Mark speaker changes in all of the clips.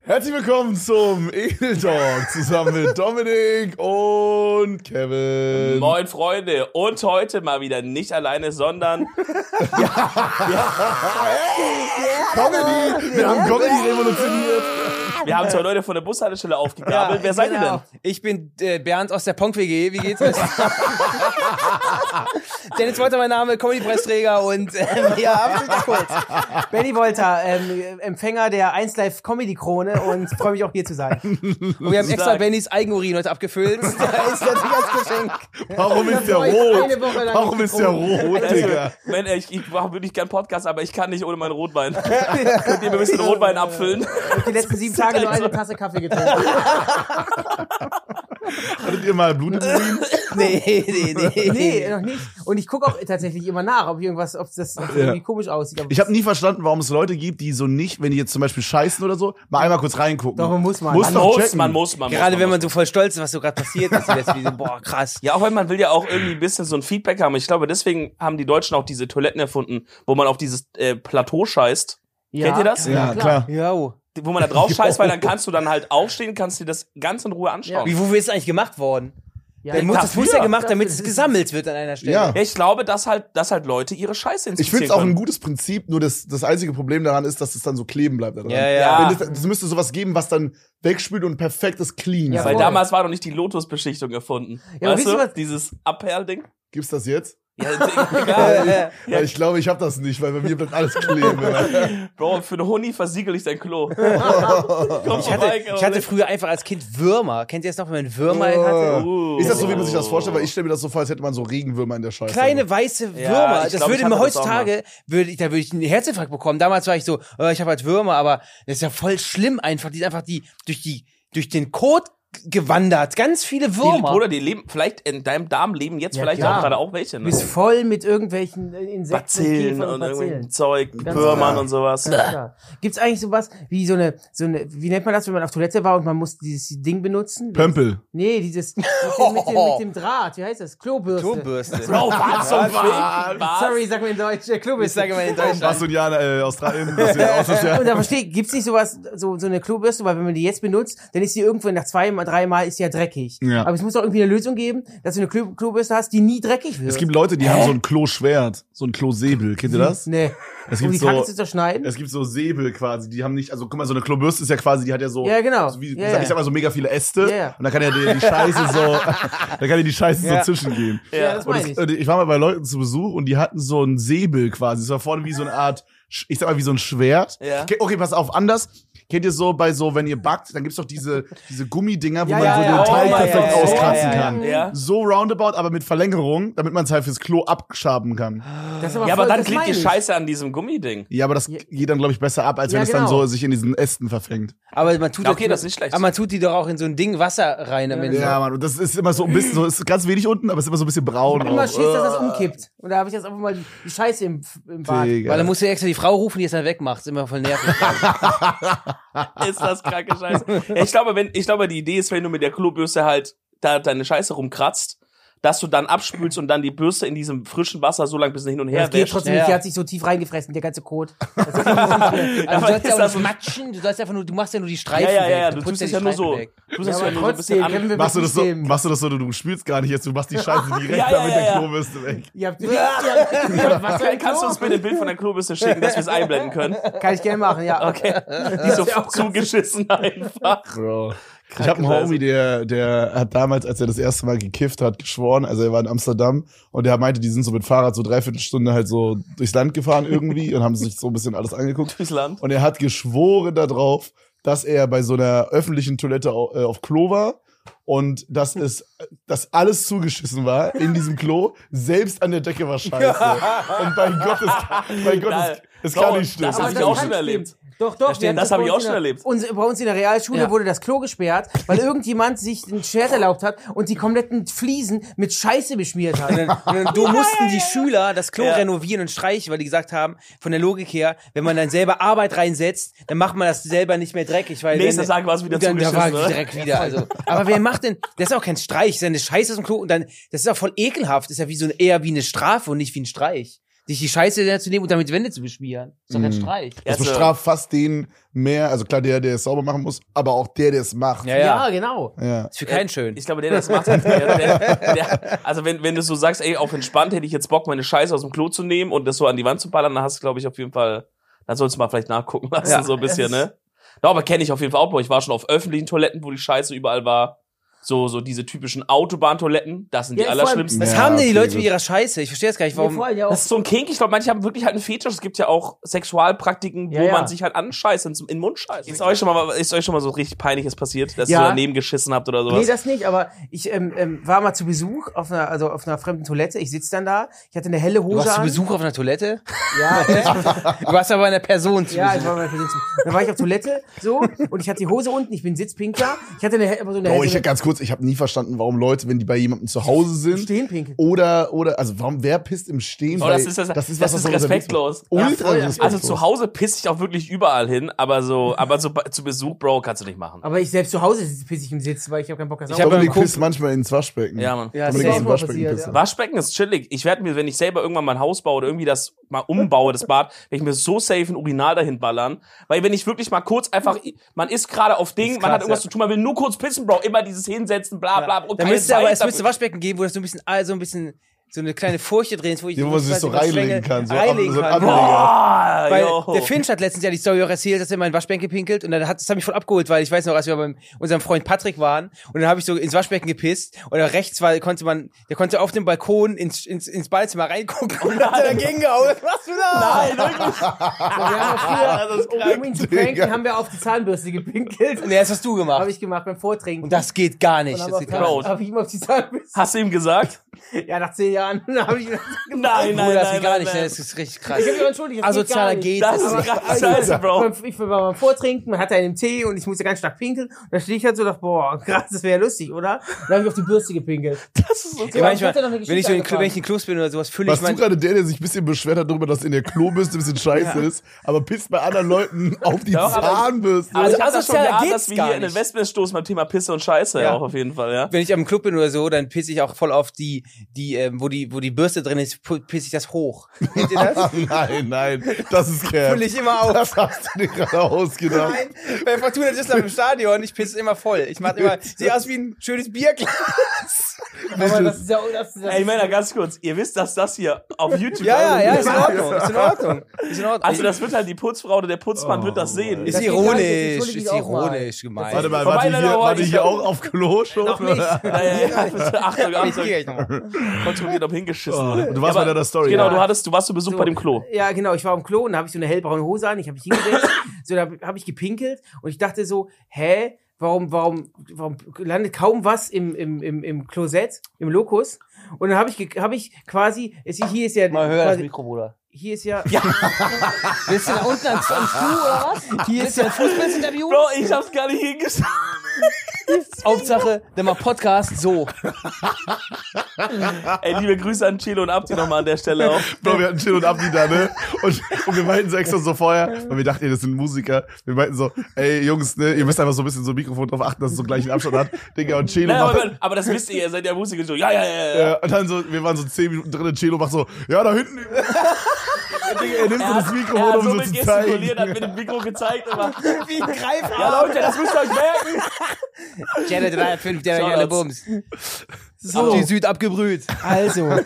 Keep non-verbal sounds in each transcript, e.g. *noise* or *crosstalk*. Speaker 1: Herzlich willkommen zum Edel Talk zusammen mit Dominik und Kevin.
Speaker 2: Moin Freunde und heute mal wieder nicht
Speaker 1: *laughs*
Speaker 2: alleine, sondern
Speaker 1: Comedy! Wir haben Comedy revolutioniert.
Speaker 2: wir haben zwei Leute von der Bushaltestelle aufgegabelt. Wer seid ihr denn?
Speaker 3: genau.
Speaker 1: genau.
Speaker 3: Ich bin äh, Bernd aus der Punk WG. Wie geht's
Speaker 4: *laughs*
Speaker 3: euch? Dennis Wolter, mein Name, Comedy-Preisträger und ähm, ja, absolut kurz.
Speaker 4: Benny Wolter, ähm, Empfänger der 1Live Comedy Krone und freue mich auch hier zu sein.
Speaker 3: Und wir haben extra
Speaker 2: Stark.
Speaker 3: Bennys Eigenurin heute
Speaker 4: *laughs*
Speaker 3: abgefüllt. Da ist natürlich als Geschenk.
Speaker 1: Warum ist der
Speaker 4: Eine
Speaker 1: rot?
Speaker 4: Woche lang
Speaker 1: Warum
Speaker 4: nicht
Speaker 1: ist der rot,
Speaker 2: Also,
Speaker 1: Digga?
Speaker 2: Wenn, Äh, ich, ich mache wirklich gern Podcast, aber ich kann nicht ohne meinen Rotwein.
Speaker 1: *laughs*
Speaker 2: Könnt ihr mir ein bisschen Rotwein abfüllen?
Speaker 4: Die letzten sieben Tage nur eine Tasse Kaffee getrunken.
Speaker 1: Hattet ihr mal Blutegrin?
Speaker 3: *laughs* Nee, nee, nee.
Speaker 4: Nee, noch nicht. Und ich gucke auch tatsächlich immer nach, ob irgendwas, ob das ob das irgendwie komisch aussieht. Aber
Speaker 1: Ich habe nie verstanden, warum es Leute gibt, die so nicht, wenn die jetzt zum Beispiel scheißen oder so, mal einmal kurz reingucken.
Speaker 4: Doch, man muss mal.
Speaker 1: Muss
Speaker 2: Man
Speaker 1: doch
Speaker 2: *laughs* muss,
Speaker 1: checken.
Speaker 2: man muss, man muss.
Speaker 3: Gerade
Speaker 2: man
Speaker 3: wenn
Speaker 2: muss.
Speaker 3: man so voll stolz ist, was so gerade passiert ist. und Jetzt wie so, boah, krass.
Speaker 2: Ja, auch wenn man will ja auch irgendwie ein bisschen so ein Feedback haben. Ich glaube, deswegen haben die Deutschen auch diese Toiletten erfunden, wo man auf dieses äh, Plateau scheißt.
Speaker 4: Ja.
Speaker 2: Kennt ihr das?
Speaker 1: Ja, klar.
Speaker 3: Jo.
Speaker 2: Wo man da
Speaker 1: *laughs*
Speaker 2: drauf scheißt, weil dann kannst du dann halt aufstehen, kannst dir das ganz in Ruhe anschauen.
Speaker 3: Wie, wofür ist das eigentlich gemacht worden?
Speaker 4: Ja,
Speaker 3: Der muss, das muss
Speaker 2: dafür.
Speaker 3: ja gemacht, damit
Speaker 4: Das
Speaker 3: es
Speaker 4: ist-
Speaker 3: gesammelt wird an einer Stelle.
Speaker 1: Ja.
Speaker 2: Ja, ich glaube, dass halt, dass halt Leute ihre Scheiße
Speaker 1: Ich
Speaker 2: inspizieren
Speaker 1: finde es auch ein
Speaker 2: können.
Speaker 1: gutes Prinzip, nur das, das einzige Problem daran ist, dass es dann so kleben bleibt. Daran.
Speaker 3: Ja, ja.
Speaker 2: Ja.
Speaker 1: Wenn das, das müsste sowas geben, was dann wegspült und perfekt ist clean.
Speaker 4: Ja,
Speaker 1: so.
Speaker 2: Weil
Speaker 4: Voll.
Speaker 2: damals war noch nicht die Lotusbeschichtung erfunden.
Speaker 4: Ja,
Speaker 2: weißt
Speaker 4: aber wisst
Speaker 2: du,
Speaker 4: ihr was-
Speaker 2: dieses Abperl-Ding?
Speaker 1: Gibt's das jetzt?
Speaker 2: Ja, *laughs* egal.
Speaker 4: *laughs*
Speaker 3: Äh, äh,
Speaker 1: Ja. Ich glaube, ich habe das nicht, weil bei mir bleibt alles kleben. Alter.
Speaker 2: Bro, für eine Huni versiegel ich dein *laughs* Klo. Komm
Speaker 3: ich, hatte, ich hatte früher einfach als Kind Würmer. Kennt ihr das noch, wenn man Würmer hatte?
Speaker 4: Uh.
Speaker 2: Oh.
Speaker 1: Ist das so, wie man sich das vorstellt? Weil ich stelle mir das so vor, als hätte man so Regenwürmer in der Scheiße.
Speaker 3: kleine weiße
Speaker 2: Ja,
Speaker 3: Würmer.
Speaker 2: ich
Speaker 3: das
Speaker 2: glaub, ich hatte
Speaker 3: würde mir
Speaker 2: das auch
Speaker 3: heutzutage, würde ich, da würde ich einen Herzinfarkt bekommen. Damals war ich so, äh, ich habe halt Würmer, aber das ist ja voll schlimm einfach. Die sind einfach die durch die durch den Kot gewandert. Ganz viele
Speaker 2: die,
Speaker 3: Würmer.
Speaker 2: Bruder, die leben, vielleicht in deinem Darm leben jetzt vielleicht
Speaker 4: klar.
Speaker 2: auch gerade auch welche.
Speaker 4: Du
Speaker 2: Ne?
Speaker 4: bist voll mit irgendwelchen äh, Insekten,
Speaker 2: Bazillen
Speaker 4: Käfern
Speaker 2: und irgendwelchen
Speaker 4: Bazillen.
Speaker 2: Zeug,
Speaker 4: Ganz
Speaker 2: Würmern
Speaker 4: klar.
Speaker 2: und sowas.
Speaker 4: Ganz klar. Gibt's eigentlich sowas wie so eine, so eine, wie nennt man das, wenn man auf Toilette war und man muss dieses Ding benutzen?
Speaker 1: Pömpel.
Speaker 4: Nee, dieses mit dem, mit dem, mit dem Draht, wie heißt das? Klobürste.
Speaker 3: Klobürste.
Speaker 2: Bro, was zum Fick? Was?
Speaker 4: Sorry, sag mal in Deutsch, äh,
Speaker 3: Ich
Speaker 4: Klobürste.
Speaker 3: sage mal in
Speaker 1: Was
Speaker 3: Deutschland.
Speaker 1: und Jana, äh, Australien, das wird aus das Jahr.
Speaker 4: *laughs* Und da verstehe, gibt's nicht sowas, so, so eine Klobürste, weil wenn man die jetzt benutzt, dann ist die irgendwo nach zwei, drei Mal ist die ja dreckig.
Speaker 1: Ja.
Speaker 4: Aber es muss doch irgendwie eine Lösung geben, dass du eine Klo Klobürste hast, die nie dreckig wird.
Speaker 1: Es gibt Leute, die haben so ein Kloschwert, so ein Klosäbel. Kennt ihr das?
Speaker 4: Nee.
Speaker 1: Es
Speaker 4: Um
Speaker 1: gibt
Speaker 4: die Kacke
Speaker 1: so,
Speaker 4: zu zerschneiden?
Speaker 1: es gibt so Säbel quasi, die haben nicht, also guck mal, so eine Klobürste ist ja quasi, die hat ja so,
Speaker 4: Ja, genau.
Speaker 1: so wie,
Speaker 4: Ja,
Speaker 1: sag,
Speaker 4: ja.
Speaker 1: ich sag mal so mega viele Äste.
Speaker 4: Ja, ja.
Speaker 1: Und dann kann ja die, die Scheiße
Speaker 4: *laughs*
Speaker 1: so, dann kann ja die Scheiße
Speaker 3: Ja.
Speaker 1: so zwischengehen.
Speaker 4: Ja, das
Speaker 1: Und
Speaker 4: meine
Speaker 1: es,
Speaker 4: ich.
Speaker 1: und ich war mal bei Leuten zu Besuch und die hatten so ein Säbel quasi. Es war vorne wie so eine Art, Sch- ich sag mal, wie so ein Schwert.
Speaker 2: Ja.
Speaker 1: Ke- Okay, pass auf, anders. Kennt ihr so bei so, wenn ihr backt, dann gibt's doch diese, diese Gummidinger, wo
Speaker 4: Ja,
Speaker 1: man
Speaker 4: ja,
Speaker 1: so
Speaker 4: ja.
Speaker 1: den Teig
Speaker 4: Oh, ja,
Speaker 1: perfekt
Speaker 4: ja, ja,
Speaker 1: auskratzen
Speaker 3: ja, ja.
Speaker 1: kann.
Speaker 2: Ja.
Speaker 1: So roundabout, aber mit Verlängerung, damit man es halt fürs Klo abschaben kann.
Speaker 4: Das ist
Speaker 2: Ja, aber
Speaker 4: voll-
Speaker 2: dann
Speaker 4: das
Speaker 2: klebt die
Speaker 4: meine ich.
Speaker 2: Scheiße an diesem Gummiding.
Speaker 1: Ja, aber das
Speaker 4: Ja.
Speaker 1: geht dann, glaube ich, besser ab, als wenn
Speaker 4: Ja,
Speaker 1: es dann
Speaker 4: genau.
Speaker 1: so sich in diesen Ästen verfängt.
Speaker 3: Aber man tut
Speaker 2: Ja, okay, das ist nicht schlecht.
Speaker 3: Aber man tut die doch auch in so ein Ding Wasser rein am
Speaker 4: Also
Speaker 3: Ende.
Speaker 1: Ja, Mann, und das ist immer so ein bisschen so, ist ganz wenig unten, aber ist immer so ein bisschen braun.
Speaker 4: Immer
Speaker 1: auch. Äh,
Speaker 4: Schiss, dass
Speaker 2: Äh.
Speaker 4: das umkippt. Und da habe ich jetzt einfach mal die die Scheiße im, im Bad.
Speaker 1: Digga.
Speaker 3: Weil dann musst du extra die Frau rufen, die es dann wegmacht. Ist immer
Speaker 2: *laughs*
Speaker 3: voll nervig.
Speaker 2: Ist das kranke Scheiße. Ich glaube, wenn, ich glaube, die Idee ist, wenn du mit der Klobürste halt da deine Scheiße rumkratzt, dass du dann abspülst und dann die Bürste in diesem frischen Wasser so lange bis sie hin und her
Speaker 4: Das geht
Speaker 2: wäscht.
Speaker 4: trotzdem nicht,
Speaker 3: Ja.
Speaker 4: die hat sich so tief reingefressen, der
Speaker 2: *laughs*
Speaker 4: ganze Kot.
Speaker 3: Aber du
Speaker 2: Aber
Speaker 3: sollst
Speaker 2: ist
Speaker 3: ja
Speaker 2: das
Speaker 3: auch
Speaker 2: so-
Speaker 3: nicht matschen. Du sollst einfach nur, du machst ja nur die
Speaker 2: Ja,
Speaker 3: Streifen
Speaker 2: ja, ja, ja,
Speaker 3: weg.
Speaker 2: du
Speaker 3: putzt
Speaker 2: tust das ja nur
Speaker 3: die Streifen
Speaker 2: so.
Speaker 3: weg.
Speaker 2: Du tust
Speaker 4: Ja,
Speaker 2: das ja
Speaker 4: aber
Speaker 2: nur so ein bisschen
Speaker 4: trotzdem können
Speaker 2: an. *laughs*
Speaker 4: wir
Speaker 1: Machst du,
Speaker 4: mit
Speaker 1: das so,
Speaker 4: dem-
Speaker 1: machst du das so, du, du spülst gar nicht jetzt, du machst die Scheiße direkt
Speaker 2: Ja, ja,
Speaker 1: damit der
Speaker 2: ja. *laughs*
Speaker 1: Klobürste weg.
Speaker 4: Ihr habt ihr habt Wasser im
Speaker 2: Kannst du uns
Speaker 4: Klo?
Speaker 2: bitte ein Bild von der Klobürste schicken, dass wir es einblenden können?
Speaker 4: Kann ich gerne machen, ja.
Speaker 2: Okay. Die ist so
Speaker 1: *laughs*
Speaker 2: zugeschissen einfach.
Speaker 1: Bro. Ich habe einen Homie, der, der hat damals, als er das erste Mal gekifft hat, geschworen, also er war in Amsterdam und der meinte, die sind so mit Fahrrad so dreiviertel Stunde halt so durchs Land gefahren irgendwie und haben sich so ein bisschen alles angeguckt.
Speaker 2: Fürs Land.
Speaker 1: Und er hat geschworen darauf, dass er bei so einer öffentlichen Toilette au- äh, auf Klo war und dass
Speaker 4: Hm.
Speaker 1: es, dass alles zugeschissen war in diesem Klo, selbst an der Decke war scheiße. Und mein Gott, es, mein Gott,
Speaker 4: *laughs*
Speaker 1: es, es kann
Speaker 2: Bro,
Speaker 1: nicht stimmen.
Speaker 2: das hab
Speaker 4: Aber
Speaker 2: ich
Speaker 4: das
Speaker 2: auch
Speaker 4: kann's
Speaker 2: schon erlebt.
Speaker 4: geben. Doch, doch. wir haben
Speaker 2: das hab
Speaker 4: bei
Speaker 2: ich
Speaker 4: uns
Speaker 2: auch schon
Speaker 4: in der-
Speaker 2: erlebt.
Speaker 4: Uns, bei uns in der Realschule
Speaker 3: Ja.
Speaker 4: wurde das Klo gesperrt, weil irgendjemand sich einen Scherz erlaubt hat und die kompletten Fliesen mit Scheiße
Speaker 2: *laughs*
Speaker 4: beschmiert hat.
Speaker 3: Und dann, und dann mussten die Schüler das Klo renovieren und streichen, weil die gesagt haben, von der Logik her, wenn man dann selber Arbeit reinsetzt, dann macht man das selber nicht mehr dreckig, weil
Speaker 2: Nächsten
Speaker 3: wenn-
Speaker 2: Tag war es wieder
Speaker 3: dann, da war
Speaker 2: zugeschissen,
Speaker 3: ich
Speaker 2: ne?
Speaker 3: direkt wieder. Also, aber wer macht denn? Das ist auch kein Streich, das ist eine Scheiße aus dem Klo und dann das ist auch voll ekelhaft. Das ist ja wie so ein, eher wie eine Strafe und nicht wie ein Streich. sich die Scheiße zu nehmen und damit Wände zu beschmieren. Ist doch kein
Speaker 1: Mhm.
Speaker 3: Streich.
Speaker 1: Das
Speaker 2: Also-
Speaker 1: bestraft fast den mehr, also klar, der, der es sauber machen muss, aber auch der, der es macht.
Speaker 3: Ja,
Speaker 4: Ja,
Speaker 3: ja.
Speaker 4: genau.
Speaker 1: Ja.
Speaker 3: Äh, Ist für keinen schön.
Speaker 2: Ich glaube, der, der das macht, hat, der, der, der, also wenn, wenn du so sagst, ey, auf entspannt hätte ich jetzt Bock, meine Scheiße aus dem Klo zu nehmen und das so an die Wand zu ballern, dann hast du, glaube ich, auf jeden Fall, dann sollst du mal vielleicht nachgucken lassen,
Speaker 4: Ja,
Speaker 2: so ein bisschen,
Speaker 4: das-
Speaker 2: ne? Ja, aber kenne ich auf jeden Fall auch noch. Ich war schon auf öffentlichen Toiletten, wo die Scheiße überall war. So, so diese typischen Autobahntoiletten, das sind die
Speaker 4: Ja, vor allem-
Speaker 2: allerschlimmsten.
Speaker 3: Was
Speaker 1: Ja,
Speaker 3: haben denn die
Speaker 1: okay,
Speaker 3: Leute mit
Speaker 1: gut.
Speaker 3: ihrer Scheiße? Ich verstehe das gar nicht.
Speaker 4: Wir
Speaker 3: Warum?
Speaker 4: vorher ja auch
Speaker 2: Das ist so ein Kink. Ich glaube, manche haben wirklich halt einen Fetisch. Es gibt ja auch Sexualpraktiken, wo
Speaker 4: Ja, ja.
Speaker 2: man sich halt anscheißt, ins- in den Mund scheißt. Ist euch schon mal, ist euch schon mal so richtig peinliches passiert, dass
Speaker 4: Ja.
Speaker 2: ihr daneben geschissen habt oder sowas?
Speaker 4: Nee, das nicht, aber ich ähm, ähm, war mal zu Besuch auf einer, also auf einer fremden Toilette. Ich sitze dann da, ich hatte eine helle
Speaker 3: Du
Speaker 4: Hose
Speaker 3: warst zu
Speaker 4: an.
Speaker 3: Besuch auf einer
Speaker 4: *laughs*
Speaker 3: Toilette?
Speaker 4: Ja,
Speaker 3: Du warst aber einer Person zu
Speaker 4: ja, ich
Speaker 3: Besuch.
Speaker 4: war mal für den zu- Dann war ich auf Toilette so und ich hatte die Hose unten, ich bin Sitzpinkler. Ich hatte eine, he- aber so eine
Speaker 1: Oh, ich
Speaker 4: so
Speaker 1: hab ganz kurz, ich habe nie verstanden, warum Leute, wenn die bei jemandem zu Hause
Speaker 4: eine
Speaker 1: sind,
Speaker 4: Stehenpinkel.
Speaker 1: oder, oder, also warum, wer pisst im Stehen?
Speaker 2: Oh,
Speaker 1: Weil
Speaker 2: das ist, das, das ist,
Speaker 1: was, was man unterwegs macht.
Speaker 2: respektlos.
Speaker 1: Ultra
Speaker 4: Ja, voll.
Speaker 1: respektlos.
Speaker 2: *laughs* Also zu Hause pisse ich auch wirklich überall hin, aber so, aber so bei- zu Besuch, Bro, kannst du nicht machen.
Speaker 4: Aber ich selbst zu Hause sitze- pisse ich im Sitz, weil ich habe keinen Bock, das
Speaker 3: Ich
Speaker 4: auch-
Speaker 3: hab
Speaker 1: Dominik
Speaker 3: beim Kumpel-
Speaker 1: pisst manchmal ins Waschbecken.
Speaker 2: Ja, Mann.
Speaker 3: Ja,
Speaker 4: Das
Speaker 1: Dominik
Speaker 4: ist
Speaker 1: ist
Speaker 4: auch
Speaker 1: im
Speaker 4: mal
Speaker 1: Waschbecken
Speaker 4: passiert,
Speaker 1: pisst.
Speaker 4: ja.
Speaker 2: Waschbecken ist chillig. Ich werde mir, wenn ich selber irgendwann mein Haus baue oder irgendwie das mal umbaue, das Bad, werde ich mir so safe ein Urinal dahin ballern. Weil wenn ich wirklich mal kurz einfach, man ist gerade auf Ding,
Speaker 3: Ist
Speaker 2: man
Speaker 3: krass,
Speaker 2: hat irgendwas
Speaker 3: ja.
Speaker 2: zu tun, man will nur kurz pissen, Bro, immer dieses Hinsetzen, bla bla bla. und
Speaker 3: Da
Speaker 2: keine
Speaker 3: müsste aber,
Speaker 2: Zeit
Speaker 3: es müsste
Speaker 2: dafür.
Speaker 3: Waschbecken geben, wo das so ein bisschen, so ein bisschen, so eine kleine Furche drin ist, wo ich
Speaker 1: Ja, wo man sich
Speaker 3: quasi
Speaker 1: so
Speaker 3: was
Speaker 1: reinlegen
Speaker 3: Schwänge-
Speaker 1: kann, so ab-
Speaker 3: reinlegen
Speaker 1: so ein
Speaker 3: kann.
Speaker 1: Ableger.
Speaker 2: Boah,
Speaker 3: *laughs* Weil
Speaker 2: yo.
Speaker 3: der Finch hat letztens ja die Story auch erzählt, dass er mal in den Waschbecken pinkelt und dann hat, das hat mich voll abgeholt, weil ich weiß noch, als wir bei unserem Freund Patrick waren und dann habe ich so ins Waschbecken gepisst und da rechts war, konnte man, der konnte auf dem Balkon ins, ins, ins Badezimmer reingucken
Speaker 4: Oh
Speaker 3: und hat er dagegen gehauen. Was machst du da?
Speaker 2: Nein, wirklich.
Speaker 4: Wir haben auch
Speaker 2: Das ist
Speaker 4: früher,
Speaker 2: krank.
Speaker 4: um ihn zu
Speaker 1: Digga.
Speaker 4: pranken, haben wir auf die Zahnbürste gepinkelt.
Speaker 3: Nee, das hast du
Speaker 4: Habe
Speaker 3: gemacht.
Speaker 4: ich gemacht beim Vortrinken.
Speaker 3: Und das geht gar nicht.
Speaker 4: Dann
Speaker 3: Das
Speaker 4: aber
Speaker 3: geht gar
Speaker 4: auf-
Speaker 3: nicht.
Speaker 2: Bro.
Speaker 4: Habe ich ihm auf die Zahnbürste.
Speaker 2: Hast du ihm gesagt?
Speaker 4: Ja, nach zehn Jahren *laughs* habe ich.
Speaker 2: Nein,
Speaker 3: Bruder,
Speaker 2: nein,
Speaker 3: das
Speaker 2: nein,
Speaker 3: geht gar
Speaker 2: nein,
Speaker 3: nicht, ne?
Speaker 2: nein.
Speaker 3: Das ist richtig krass.
Speaker 4: Ich hab mich entschuldigt. das geht gar
Speaker 3: Asozialer
Speaker 4: nicht.
Speaker 3: geht.
Speaker 2: Das ist gerade scheiße, Bro.
Speaker 4: Beim- Ich war beim Vortrinken, hatte einen Tee und ich musste ganz stark pinkeln. Und da stehe ich halt so und dachte, boah, krass, das wäre lustig, oder? Und dann habe ich auf die Bürste gepinkelt.
Speaker 2: Das ist so
Speaker 3: Ja, manchmal,
Speaker 4: ich hab dir noch eine
Speaker 3: wenn ich so in den Klo,
Speaker 4: Geschichte
Speaker 3: wenn ich in den Klos bin oder sowas, fülle ich
Speaker 1: Warst du
Speaker 3: mein,
Speaker 1: gerade der, der sich ein bisschen beschwert hat darüber, dass in der Klobürste ein bisschen scheiße ist, aber pisst bei anderen Leuten auf die
Speaker 2: Doch, aber-
Speaker 1: Zahnbürste?
Speaker 2: Aber
Speaker 3: Also
Speaker 2: ich hab das schon
Speaker 3: asozial
Speaker 2: geahnt,
Speaker 3: geht's
Speaker 2: dass wir
Speaker 3: gar
Speaker 2: hier in den
Speaker 3: nicht.
Speaker 2: Wespennest stoßen beim Thema Pisse und Scheiße ja.
Speaker 3: Ja.
Speaker 2: auch auf jeden Fall, ja.
Speaker 3: wenn ich am Club bin oder so, dann pisse ich auch voll auf die, die, ähm, wo die, wo die Bürste drin ist, pu- pisse ich
Speaker 1: *laughs*
Speaker 3: das hoch. Kennt ihr das?
Speaker 1: nein, nein, das ist Cap.
Speaker 3: Fülle ich immer auf.
Speaker 1: Das hast du dir gerade ausgedacht.
Speaker 3: Nein, bei Fortuna Düsseldorf im Stadion, ich pisse immer voll. Ich mach
Speaker 1: *laughs*
Speaker 3: immer, sieht aus wie ein schönes Bierglas.
Speaker 4: Aber das ist ja. Das ist ja
Speaker 2: Ey, Männer, ganz kurz, ihr wisst, dass das hier auf YouTube
Speaker 3: *laughs* Ja, ja, ja, ist in Ordnung, ist in Ordnung. Ist in Ordnung.
Speaker 2: Also das wird halt die Putzfrau oder der Putzmann wird das sehen.
Speaker 3: ist
Speaker 4: Das geht gar nicht, ich
Speaker 3: ironisch,
Speaker 4: entschuldige
Speaker 3: ist
Speaker 4: mich auch mal.
Speaker 3: ironisch gemeint.
Speaker 1: Warte mal,
Speaker 2: Vorbei,
Speaker 1: warte ich
Speaker 2: Leute,
Speaker 1: hier, warte ich
Speaker 2: ich
Speaker 1: hier
Speaker 2: hab-
Speaker 1: auch auf Klo schon?
Speaker 3: Noch nicht.
Speaker 2: Ja, ja, ja, bitte, *laughs* Achtung,
Speaker 3: Ich gehe
Speaker 2: Achtung.
Speaker 3: gleich nochmal.
Speaker 2: Kontrolliert, ob hingeschissen
Speaker 1: Oh,
Speaker 2: wurde.
Speaker 1: du warst
Speaker 2: Ja,
Speaker 1: bei deiner Story,
Speaker 2: Genau,
Speaker 1: ja.
Speaker 2: du hattest, du warst zu Besuch bei dem Klo.
Speaker 4: Ja, genau. Ich war am Klo und da habe ich so eine hellbraune Hose an. Ich habe mich hingesetzt. so, da habe ich gepinkelt und ich dachte so, hä? Warum, warum, warum landet kaum was im, im, im, im Klosett, im Lokus? Und dann habe ich, ge- hab ich quasi, es, hier ist ja,
Speaker 3: Mal höher das
Speaker 4: quasi,
Speaker 3: Mikro, Bruder.
Speaker 4: hier ist ja, *laughs*
Speaker 3: Bist du da unten am Schuh oder was? Hier ist ja ein Fußpilzinterview.
Speaker 2: Bro, ich hab's gar nicht hingeschissen.
Speaker 3: Hauptsache, dann mal Podcast so.
Speaker 2: Ey, liebe Grüße an Chilo und Abdi nochmal an der Stelle
Speaker 3: *laughs*
Speaker 2: auch.
Speaker 1: Bro, wir hatten Chill und Abdi da, ne? Und, und wir meinten so extra so vorher, weil wir dachten, ey, das sind Musiker. Wir meinten so, ey, Jungs, ne, ihr müsst einfach so ein bisschen so ein Mikrofon drauf achten, dass es so gleich einen Abstand hat. Digga, und Chelo
Speaker 2: Nein,
Speaker 1: macht...
Speaker 2: aber, aber das wisst ihr, ihr seid ja Musiker. So, ja, ja, ja, ja.
Speaker 1: Ja, Äh, und dann so, wir waren so 10 Minuten drin, Chelo macht so, ja, da hinten. Digga, er nimmt so das
Speaker 2: Er
Speaker 1: Mikrofon,
Speaker 2: hat
Speaker 1: um
Speaker 2: so
Speaker 1: so
Speaker 2: mit
Speaker 1: zu zeigen.
Speaker 2: gestikuliert, hat mit dem Mikro gezeigt. Aber,
Speaker 3: *laughs* Wie ein Greifarm.
Speaker 2: ja, Leute, das müsst ihr euch merken.
Speaker 3: Janet 305, der
Speaker 2: Shoutouts.
Speaker 3: alle Bums. So.
Speaker 2: Auf
Speaker 3: die
Speaker 2: die
Speaker 3: Süd abgebrüht.
Speaker 4: Also,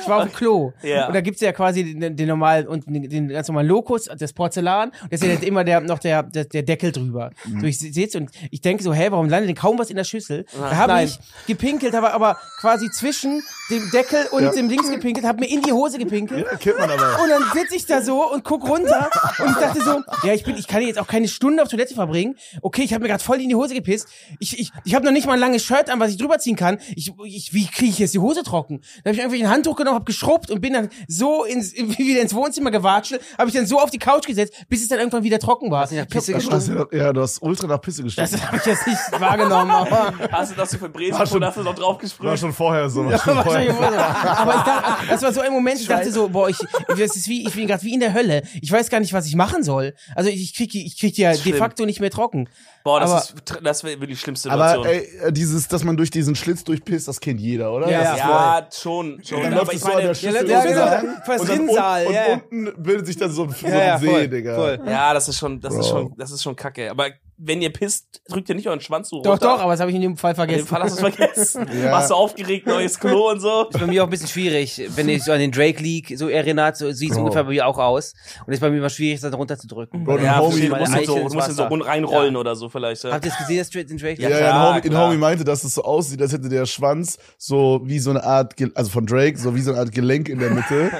Speaker 4: ich war auf dem Klo.
Speaker 2: Ja.
Speaker 4: Und da gibt's ja quasi den, den normalen und den, den ganz normalen Lokus, das Porzellan. Und da ist ja jetzt immer der, noch der, der, der Deckel drüber. So, ich seh's und ich denke so, hä, warum landet denn kaum was in der Schüssel? Da habe
Speaker 3: Nein.
Speaker 4: ich gepinkelt, aber, aber quasi zwischen dem Deckel und
Speaker 1: Ja.
Speaker 4: dem Links gepinkelt, habe mir in die Hose gepinkelt.
Speaker 1: *laughs* Kennt man
Speaker 4: *laughs*
Speaker 1: aber.
Speaker 4: Und dann sitz ich da so und guck runter und ich dachte so, ja, ich bin, ich kann jetzt auch keine Stunde auf Toilette verbringen. Okay, ich habe mir gerade voll in die Hose gepisst. Ich, ich, ich habe noch nicht mal ein langes Shirt an, was ich drüber ziehen kann. Ich, ich, wie kriege ich jetzt die Hose trocken? Dann habe ich einfach ein Handtuch genommen, habe geschrubbt und bin dann so ins, *laughs* wieder ins Wohnzimmer gewatschelt, habe ich dann so auf die Couch gesetzt, bis es dann irgendwann wieder trocken war.
Speaker 3: Hast du nicht nach Pisse
Speaker 1: Du hast,
Speaker 3: gestunken?
Speaker 1: ja- ja, du hast ultra nach Pisse gestunken.
Speaker 4: *laughs* Das habe ich jetzt nicht wahrgenommen, aber
Speaker 2: Hast du das so für Brezen
Speaker 1: War schon-
Speaker 2: und hast du es auch drauf
Speaker 1: war
Speaker 2: gesprüht?
Speaker 1: schon vorher so. War schon *laughs*
Speaker 4: Wahrscheinlich
Speaker 1: vorher.
Speaker 4: wurde er. Aber ich dachte, das war so ein Moment, ich dachte so, boah, ich, das ist wie, ich bin gerade wie in der Hölle. Ich weiß gar nicht, was ich machen soll. Also ich krieg, die- ich krieg die ja de
Speaker 2: schlimm.
Speaker 4: facto nicht mehr trocken.
Speaker 2: Boah, das
Speaker 4: Aber-
Speaker 2: ist tr- das wäre die schlimmste Situation.
Speaker 1: äh, Aber ey, dieses, dass man durch diesen Schlitz durchpisst, das kennt jeder, oder?
Speaker 4: Ja,
Speaker 1: Das
Speaker 2: ja, schon, schon.
Speaker 1: dann
Speaker 2: aber
Speaker 1: läuft
Speaker 2: ich
Speaker 1: es so an
Speaker 2: meine,
Speaker 1: der
Speaker 2: ja,
Speaker 1: Schüssel
Speaker 3: ja,
Speaker 1: und
Speaker 3: genau.
Speaker 1: dann-
Speaker 3: Vor das
Speaker 1: und dann
Speaker 3: Rinnsal,
Speaker 1: un-
Speaker 3: ja, ja.
Speaker 1: Und unten bildet sich dann so ein, so ein
Speaker 3: Ja, ja,
Speaker 1: See,
Speaker 3: voll,
Speaker 1: Digga.
Speaker 3: voll.
Speaker 2: Ja, das ist schon, das ist
Speaker 1: Bro.
Speaker 2: schon, das ist schon kacke. Aber wenn ihr pisst, drückt ihr nicht euren Schwanz so
Speaker 4: Doch,
Speaker 2: runter.
Speaker 4: doch, aber das habe ich in dem Fall
Speaker 2: In dem
Speaker 4: vergessen.
Speaker 2: Fall hast du es vergessen.
Speaker 1: *laughs* Ja.
Speaker 2: Warst du aufgeregt, neues Klo und so.
Speaker 3: Ist bei mir auch ein bisschen schwierig, wenn ich so an den Drake League so erinnert, so sieht es
Speaker 1: Bro.
Speaker 3: ungefähr bei mir auch aus. Und ist bei mir immer schwierig, das runterzudrücken.
Speaker 1: Bro,
Speaker 2: Ja,
Speaker 1: Homie, halt
Speaker 2: verstehe, du
Speaker 3: meine
Speaker 2: musst ihn so,
Speaker 3: Eichel
Speaker 2: du
Speaker 3: ins
Speaker 2: musst ihn so
Speaker 3: Wasser.
Speaker 2: rund reinrollen oder so vielleicht. Ja.
Speaker 3: Habt ihr es gesehen, das Dra- den Drake
Speaker 1: Ja,
Speaker 3: League?
Speaker 1: ja,
Speaker 2: klar,
Speaker 1: ein, Homie, ein
Speaker 2: klar.
Speaker 1: Homie meinte, dass es so aussieht, als hätte der Schwanz so wie so eine Art, Ge- also von Drake, so wie so eine Art Gelenk in der Mitte.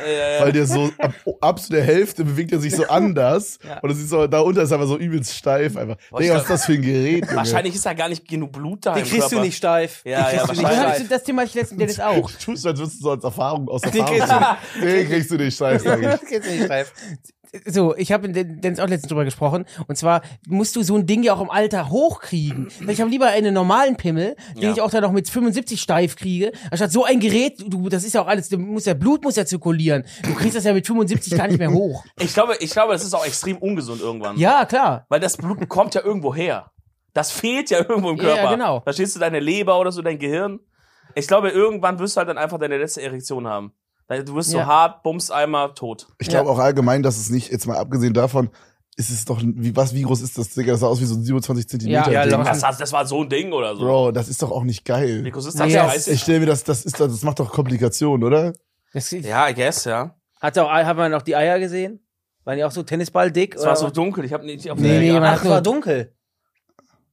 Speaker 1: Weil der so ab, ab zu der Hälfte bewegt er sich so anders. Und es ist so, da unter ist einfach so übelst steif einfach.
Speaker 2: Boah,
Speaker 1: Digga,
Speaker 2: ich
Speaker 1: was ist das für ein Gerät? Junge?
Speaker 2: Wahrscheinlich ist da gar nicht genug Blut da.
Speaker 3: Den
Speaker 2: im
Speaker 3: kriegst du
Speaker 2: Körper.
Speaker 3: nicht steif.
Speaker 2: Ja,
Speaker 3: den
Speaker 2: ja,
Speaker 3: kriegst du nicht
Speaker 4: Ja,
Speaker 2: wahrscheinlich.
Speaker 3: steif.
Speaker 4: das- das Thema hatte ich letzten
Speaker 2: *laughs*
Speaker 4: Dennis auch.
Speaker 1: Du tust, als würdest du so als Erfahrung aus
Speaker 3: Den
Speaker 1: Erfahrung. sagen. Den kriegst du nicht steif, sag ich.
Speaker 3: kriegst du nicht steif.
Speaker 4: So, ich habe mit Dennis auch letztens drüber gesprochen. Und zwar musst du so ein Ding ja auch im Alter hochkriegen. Ich habe lieber einen normalen Pimmel, den
Speaker 2: Ja.
Speaker 4: ich auch dann noch mit 75 steif kriege, anstatt so ein Gerät, du, das ist ja auch alles, du musst ja, Blut muss ja zirkulieren. Du kriegst das ja mit 75 gar nicht
Speaker 2: *laughs*
Speaker 4: mehr hoch.
Speaker 2: Ich glaube, ich glaube, das ist auch extrem ungesund irgendwann.
Speaker 4: Ja, klar.
Speaker 2: Weil das Blut kommt ja irgendwo her. Das fehlt ja irgendwo im
Speaker 4: Ja, ja,
Speaker 2: Körper.
Speaker 4: genau.
Speaker 2: Verstehst du deine Leber oder so, dein Gehirn? Ich glaube, irgendwann wirst du halt dann einfach deine letzte Erektion haben. Du wirst so
Speaker 4: Ja.
Speaker 2: hart, bummst einmal, tot.
Speaker 1: Ich glaube auch allgemein, dass es nicht, jetzt mal abgesehen davon, ist es doch, ein- wie, was, wie groß ist das, Digga? Das sah aus wie so ein 27 Zentimeter.
Speaker 4: ja,
Speaker 1: Ding.
Speaker 4: locker.
Speaker 2: Das, das war so ein Ding oder so.
Speaker 1: Bro, das ist doch auch nicht geil.
Speaker 2: Nikos ist
Speaker 4: Ja,
Speaker 2: das
Speaker 4: ja.
Speaker 1: Ich
Speaker 2: 30.
Speaker 1: stelle mir das, das ist, das macht doch Komplikationen, oder?
Speaker 4: Das,
Speaker 2: Ja, I guess, ja.
Speaker 3: Hat auch, hat man auch die Eier gesehen? Waren die auch so Tennisball dick?
Speaker 2: Es war so dunkel, ich habe nicht auf
Speaker 4: Nee, nee, man
Speaker 3: Ach,
Speaker 4: hat
Speaker 3: es war
Speaker 4: nur,
Speaker 3: dunkel.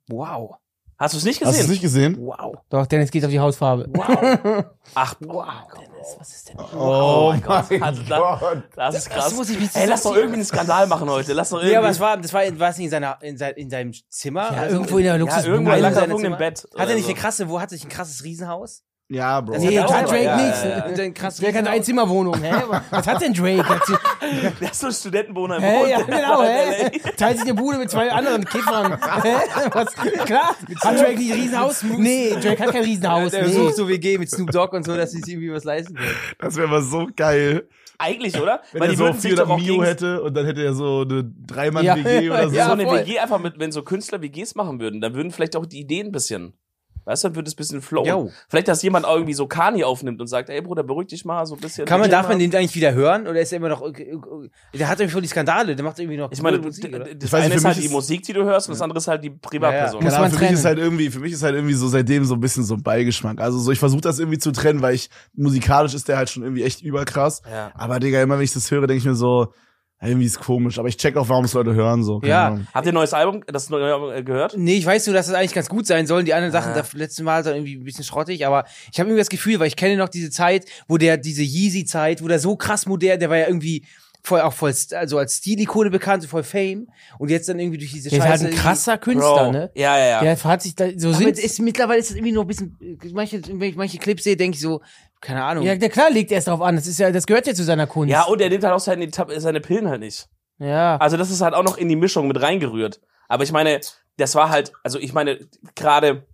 Speaker 3: Wow.
Speaker 2: Hast du es nicht
Speaker 1: Hast du es
Speaker 2: gesehen?
Speaker 1: nicht gesehen?
Speaker 3: Wow.
Speaker 4: doch, Dennis geht auf die Hautfarbe.
Speaker 3: Wow.
Speaker 2: Ach,
Speaker 3: wow. Dennis, was ist denn?
Speaker 1: Oh,
Speaker 2: mein Gott. Also da-
Speaker 1: Gott.
Speaker 2: das ist krass.
Speaker 3: muss ich mich
Speaker 2: Ey, lass doch irgendwie einen Skandal machen heute. Lass doch irgendwie.
Speaker 3: Ja, aber es war, das war, war es nicht in, seiner, in, sein, in seinem Zimmer?
Speaker 4: Ja,
Speaker 3: Also
Speaker 4: irgendwo in der
Speaker 2: ja,
Speaker 4: Luxus.
Speaker 2: irgendwo
Speaker 3: in
Speaker 2: lag er
Speaker 3: seinem
Speaker 2: irgendwo im
Speaker 3: Zimmer.
Speaker 2: Bett.
Speaker 3: Hat er nicht eine
Speaker 2: oder
Speaker 3: krasse, wo hat er nicht ein krasses Riesenhaus?
Speaker 1: Ja, Bro.
Speaker 3: hat
Speaker 4: Nee,
Speaker 3: er auch
Speaker 4: klar,
Speaker 3: mal.
Speaker 4: Drake
Speaker 2: Ja,
Speaker 4: nichts.
Speaker 2: ja, ja.
Speaker 4: Ein krasses Der kann eine
Speaker 3: *laughs*
Speaker 4: Einzimmerwohnung, hä? Was hat denn Drake? Hat sie,
Speaker 2: so. Der ist so ein Studentenwohner im
Speaker 4: hä? Ja,
Speaker 2: Hotel. *laughs*
Speaker 4: genau, hä?
Speaker 2: LA.
Speaker 4: Teilt sich eine Bude mit zwei anderen Kiffern. Hä? Was? Klar. Hat Drake nicht ein Riesenhaus? Nee, Drake hat kein Riesenhaus.
Speaker 3: Der
Speaker 4: Nee.
Speaker 3: besucht so WG mit Snoop Dogg und so, dass sie sich irgendwie was leisten können.
Speaker 1: Das wäre aber so geil,
Speaker 2: Eigentlich, oder?
Speaker 1: wenn
Speaker 2: Weil
Speaker 1: er
Speaker 2: die
Speaker 1: so
Speaker 2: würden sich doch
Speaker 1: 400
Speaker 2: auch
Speaker 1: Mio
Speaker 2: gegen
Speaker 1: hätte und dann hätte er so eine
Speaker 4: Ja,
Speaker 1: Dreimann-WG oder so.
Speaker 2: so
Speaker 4: Ja,
Speaker 2: eine
Speaker 4: voll.
Speaker 2: WG einfach mit, wenn so Künstler WGs machen würden, dann würden vielleicht auch die Ideen ein bisschen. Weißt du, dann würde es ein bisschen flowen.
Speaker 3: Jo.
Speaker 2: Vielleicht, dass jemand auch irgendwie so Kani aufnimmt und sagt, ey Bruder, beruhig dich mal so ein bisschen.
Speaker 3: Kann man,
Speaker 2: Chill
Speaker 3: darf man
Speaker 2: mal.
Speaker 3: den eigentlich wieder hören? Oder ist er immer noch, der hat irgendwie schon die Skandale, der macht irgendwie noch
Speaker 2: Ich meine,
Speaker 3: coole Musik,
Speaker 2: d-
Speaker 3: oder?
Speaker 2: d- das
Speaker 1: Ich weiß nicht,
Speaker 2: eine
Speaker 1: für
Speaker 2: ist halt
Speaker 1: mich
Speaker 2: die
Speaker 1: ist-
Speaker 2: Musik, die du hörst, und das andere ist halt die Privatperson.
Speaker 4: Ja,
Speaker 1: Keine
Speaker 4: ja. Muss
Speaker 1: Ahnung,
Speaker 4: man
Speaker 1: für mich
Speaker 4: trennen.
Speaker 1: ist halt irgendwie, für mich ist halt irgendwie so seitdem so ein bisschen so ein Beigeschmack. Also so, ich versuche das irgendwie zu trennen, weil ich musikalisch ist der halt schon irgendwie echt überkrass.
Speaker 2: Ja.
Speaker 1: Aber Digga, immer wenn ich das höre, denke ich mir so, irgendwie ist komisch. Aber ich check auch, warum es Leute hören so. Keine
Speaker 3: Ja.
Speaker 1: Ahnung.
Speaker 2: Habt ihr ein neues Album, das neue Album äh, gehört?
Speaker 3: Nee, ich weiß nur, dass das eigentlich ganz gut sein soll. Die anderen Sachen,
Speaker 2: Ah.
Speaker 3: das letzte Mal so irgendwie ein bisschen schrottig, aber ich habe irgendwie das Gefühl, weil ich kenne noch diese Zeit, wo der, diese Yeezy-Zeit, wo der so krass modern, der war ja irgendwie voll, auch voll, st- also als Stilikone bekannt, so voll Fame. Und jetzt dann irgendwie durch diese
Speaker 4: Der ist halt
Speaker 3: Scheiße.
Speaker 4: ein krasser Künstler, ne?
Speaker 2: Ja, ja, ja.
Speaker 4: Der hat sich da, so
Speaker 3: irgendwie- Aber es
Speaker 4: sind.
Speaker 3: ist, mittlerweile ist es irgendwie noch ein bisschen, äh, manche, wenn ich manche Clips sehe, denke ich so, keine Ahnung.
Speaker 4: Ja, der klar legt er es drauf an. Das ist ja, das gehört ja zu seiner Kunst.
Speaker 2: Ja, und er nimmt halt auch seine, Tab- seine Pillen halt nicht.
Speaker 4: ja.
Speaker 2: Also das ist halt auch noch in die Mischung mit reingerührt. Aber ich meine, das war halt, also ich meine, gerade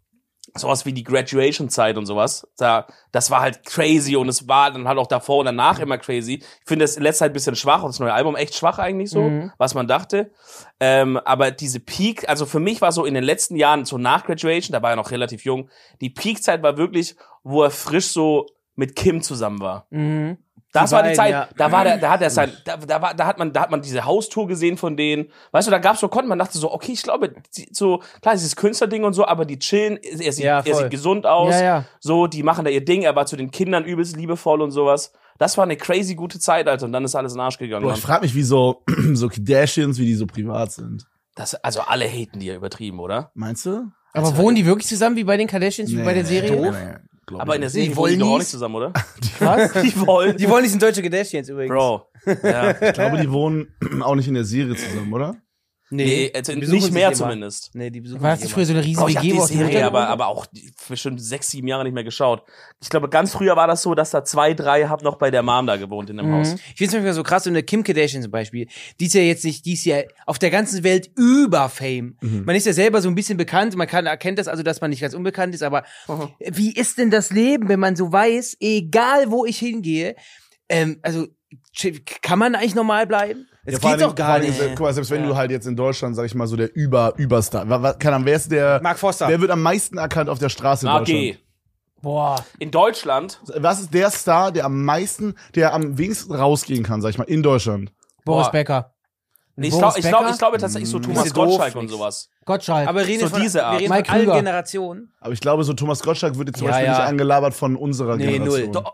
Speaker 2: sowas wie die Graduation-Zeit und sowas, da, das war halt crazy und es war dann halt auch davor und danach immer crazy. Ich finde das in letzter Zeit ein bisschen schwach und das neue Album echt schwach eigentlich so,
Speaker 4: Mhm.
Speaker 2: was man dachte. Ähm, aber diese Peak, also für mich war so in den letzten Jahren, so nach Graduation, da war er noch relativ jung, die Peak-Zeit war wirklich, wo er frisch so mit Kim zusammen war.
Speaker 4: Mhm.
Speaker 2: Das
Speaker 3: Die
Speaker 2: war die
Speaker 3: beiden,
Speaker 2: Zeit,
Speaker 3: ja.
Speaker 2: da war der, da
Speaker 3: *laughs*
Speaker 2: hat er sein, da, da, war, da hat man, da hat man diese Haustour gesehen von denen. Weißt du, da gab's so Konten, man dachte so, okay, ich glaube, die, so, klar, dieses Künstlerding und so, aber die chillen, er sieht,
Speaker 3: Ja,
Speaker 2: er
Speaker 3: voll.
Speaker 2: sieht gesund aus,
Speaker 4: Ja, ja.
Speaker 2: so, die machen da ihr Ding, er war zu den Kindern übelst liebevoll und sowas. Das war eine crazy gute Zeit, Alter, und dann ist alles in den Arsch gegangen.
Speaker 1: Bro, ich
Speaker 2: Mann.
Speaker 1: frage mich, wie so, *clears throat* so Kardashians, wie die so privat sind.
Speaker 2: Das, also alle haten die ja übertrieben, oder?
Speaker 1: Meinst du?
Speaker 2: Also-
Speaker 4: Aber wohnen die wirklich zusammen wie bei den Kardashians, wie bei der Serie?
Speaker 2: Aber in der Serie
Speaker 3: Die
Speaker 2: wollen die doch auch
Speaker 3: Wollnies?
Speaker 2: nicht zusammen,
Speaker 3: *laughs*
Speaker 2: oder?
Speaker 4: Was?
Speaker 2: Die wollen.
Speaker 3: Die wollen nicht in deutsche Kardashians
Speaker 2: *laughs*
Speaker 3: übrigens.
Speaker 2: Bro. Ja.
Speaker 1: Ich glaube,
Speaker 3: Äh.
Speaker 1: die wohnen auch nicht in der Serie zusammen, oder?
Speaker 2: Nee,
Speaker 3: die
Speaker 2: also
Speaker 3: besuchen
Speaker 2: nicht
Speaker 3: sich
Speaker 2: mehr
Speaker 3: immer.
Speaker 2: zumindest.
Speaker 3: Nee, die besuchen
Speaker 4: War
Speaker 3: sich immer.
Speaker 4: das nicht früher so eine riesige
Speaker 2: Oh, ich habe
Speaker 4: WG,
Speaker 2: die
Speaker 4: wo auch die
Speaker 2: Serie
Speaker 4: Mutter
Speaker 2: aber,
Speaker 4: gewohnt hat?
Speaker 2: aber auch die- bestimmt sechs, sieben Jahre nicht mehr geschaut. Ich glaube, ganz früher war das so, dass da zwei, drei haben noch bei der Mom da gewohnt in dem
Speaker 4: Mhm.
Speaker 2: Haus.
Speaker 3: Ich finde es manchmal so krass, so eine Kim Kardashian zum Beispiel, die ist ja jetzt nicht, die ist ja auf der ganzen Welt über Fame. Man ist ja selber so ein bisschen bekannt, man kann, erkennt das also, dass man nicht ganz unbekannt ist, aber wie ist denn das Leben, wenn man so weiß, egal wo ich hingehe, ähm, also ch- kann man eigentlich normal bleiben?
Speaker 1: Ja,
Speaker 3: Es
Speaker 1: vor
Speaker 3: geht
Speaker 1: allem-
Speaker 3: doch gar
Speaker 1: vor allem,
Speaker 3: nicht.
Speaker 1: se- Guck mal, selbst wenn du halt jetzt in Deutschland, sag ich mal, so der Über Überstar, wa- wa- keine Ahnung, wer ist der,
Speaker 3: Mark Forster.
Speaker 1: wer wird am meisten erkannt auf der Straße in
Speaker 2: AG.
Speaker 1: Deutschland?
Speaker 4: Boah.
Speaker 2: In Deutschland,
Speaker 1: Was ist der Star, der am meisten, der am wenigsten rausgehen kann, sag ich mal, in Deutschland?
Speaker 4: Boris
Speaker 2: Boah.
Speaker 4: Becker.
Speaker 2: nee, ich
Speaker 4: Boris
Speaker 2: glaube ich glaub,
Speaker 4: Becker?
Speaker 2: ich glaube tatsächlich so Thomas
Speaker 3: Ist ja doof,
Speaker 2: Gottschalk und
Speaker 3: nix.
Speaker 2: sowas.
Speaker 4: Gottschalk.
Speaker 3: Aber wir reden
Speaker 2: So
Speaker 3: von,
Speaker 2: diese Art.
Speaker 3: Wir reden
Speaker 4: Mike
Speaker 3: von allen
Speaker 4: Krüger.
Speaker 3: Generationen.
Speaker 1: Aber ich glaube, so Thomas Gottschalk würde zum
Speaker 3: Ja,
Speaker 1: Beispiel
Speaker 3: ja.
Speaker 1: nicht angelabert von unserer
Speaker 3: Nee, null.
Speaker 1: Generation.
Speaker 2: Do-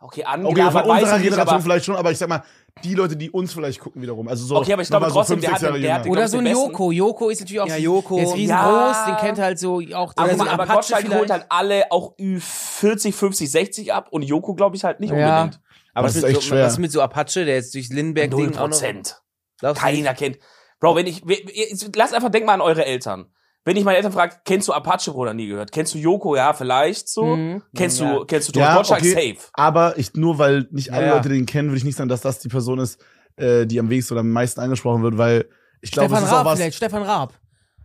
Speaker 2: Okay,
Speaker 1: Okay,
Speaker 2: angelabert
Speaker 1: von
Speaker 2: weiß
Speaker 1: unserer
Speaker 2: ich nicht,
Speaker 1: Generation
Speaker 2: aber,
Speaker 1: vielleicht schon, aber ich sag mal, die Leute, die uns vielleicht gucken wiederum. Also so,
Speaker 2: Okay, aber ich glaube
Speaker 1: nochmal
Speaker 2: trotzdem,
Speaker 1: fünf,
Speaker 2: der
Speaker 1: sechs
Speaker 2: hat-
Speaker 1: Jahre
Speaker 2: der
Speaker 1: jünger.
Speaker 2: hat- glaub,
Speaker 4: Oder
Speaker 2: ich,
Speaker 4: so ein
Speaker 2: den besten.
Speaker 4: Joko. Joko ist natürlich auch.
Speaker 3: Ja, Joko.
Speaker 4: Der ist riesengroß,
Speaker 2: Ja.
Speaker 4: den kennt halt so auch.
Speaker 2: aber,
Speaker 4: der
Speaker 2: guck mal,
Speaker 4: so
Speaker 2: aber
Speaker 4: Apache
Speaker 2: Gottschalk
Speaker 4: vielleicht.
Speaker 2: holt halt alle auch Ü40, 50, 60 ab und Joko glaube ich halt nicht
Speaker 4: Ja.
Speaker 2: unbedingt.
Speaker 1: Aber
Speaker 3: was
Speaker 1: das ist
Speaker 3: mit
Speaker 1: echt
Speaker 3: so,
Speaker 1: schwer.
Speaker 3: Was mit so Apache, der jetzt durch Lindbergh
Speaker 2: Null
Speaker 3: Ding auch noch.
Speaker 2: Prozent.
Speaker 3: Glaubst du nicht?
Speaker 2: Keiner kennt. Bro, wenn ich, wir- wir- lass einfach, denk mal an eure Eltern. Wenn ich meine Eltern frage, kennst du Apache, Bruder, nie gehört? Kennst du Joko? Ja, vielleicht so.
Speaker 4: Mhm.
Speaker 2: Kennst
Speaker 3: Ja.
Speaker 2: du, kennst du Thomas
Speaker 1: Ja,
Speaker 2: Gottschalk?
Speaker 1: okay.
Speaker 2: Safe.
Speaker 1: Aber ich, nur weil nicht alle
Speaker 4: Ja.
Speaker 1: Leute den kennen, würde ich nicht sagen, dass das die Person ist, äh, die am wenigsten oder am meisten angesprochen wird, weil ich glaube, es
Speaker 4: Stefan
Speaker 1: ist auch
Speaker 4: Raab
Speaker 1: was.
Speaker 4: vielleicht. Stefan Raab.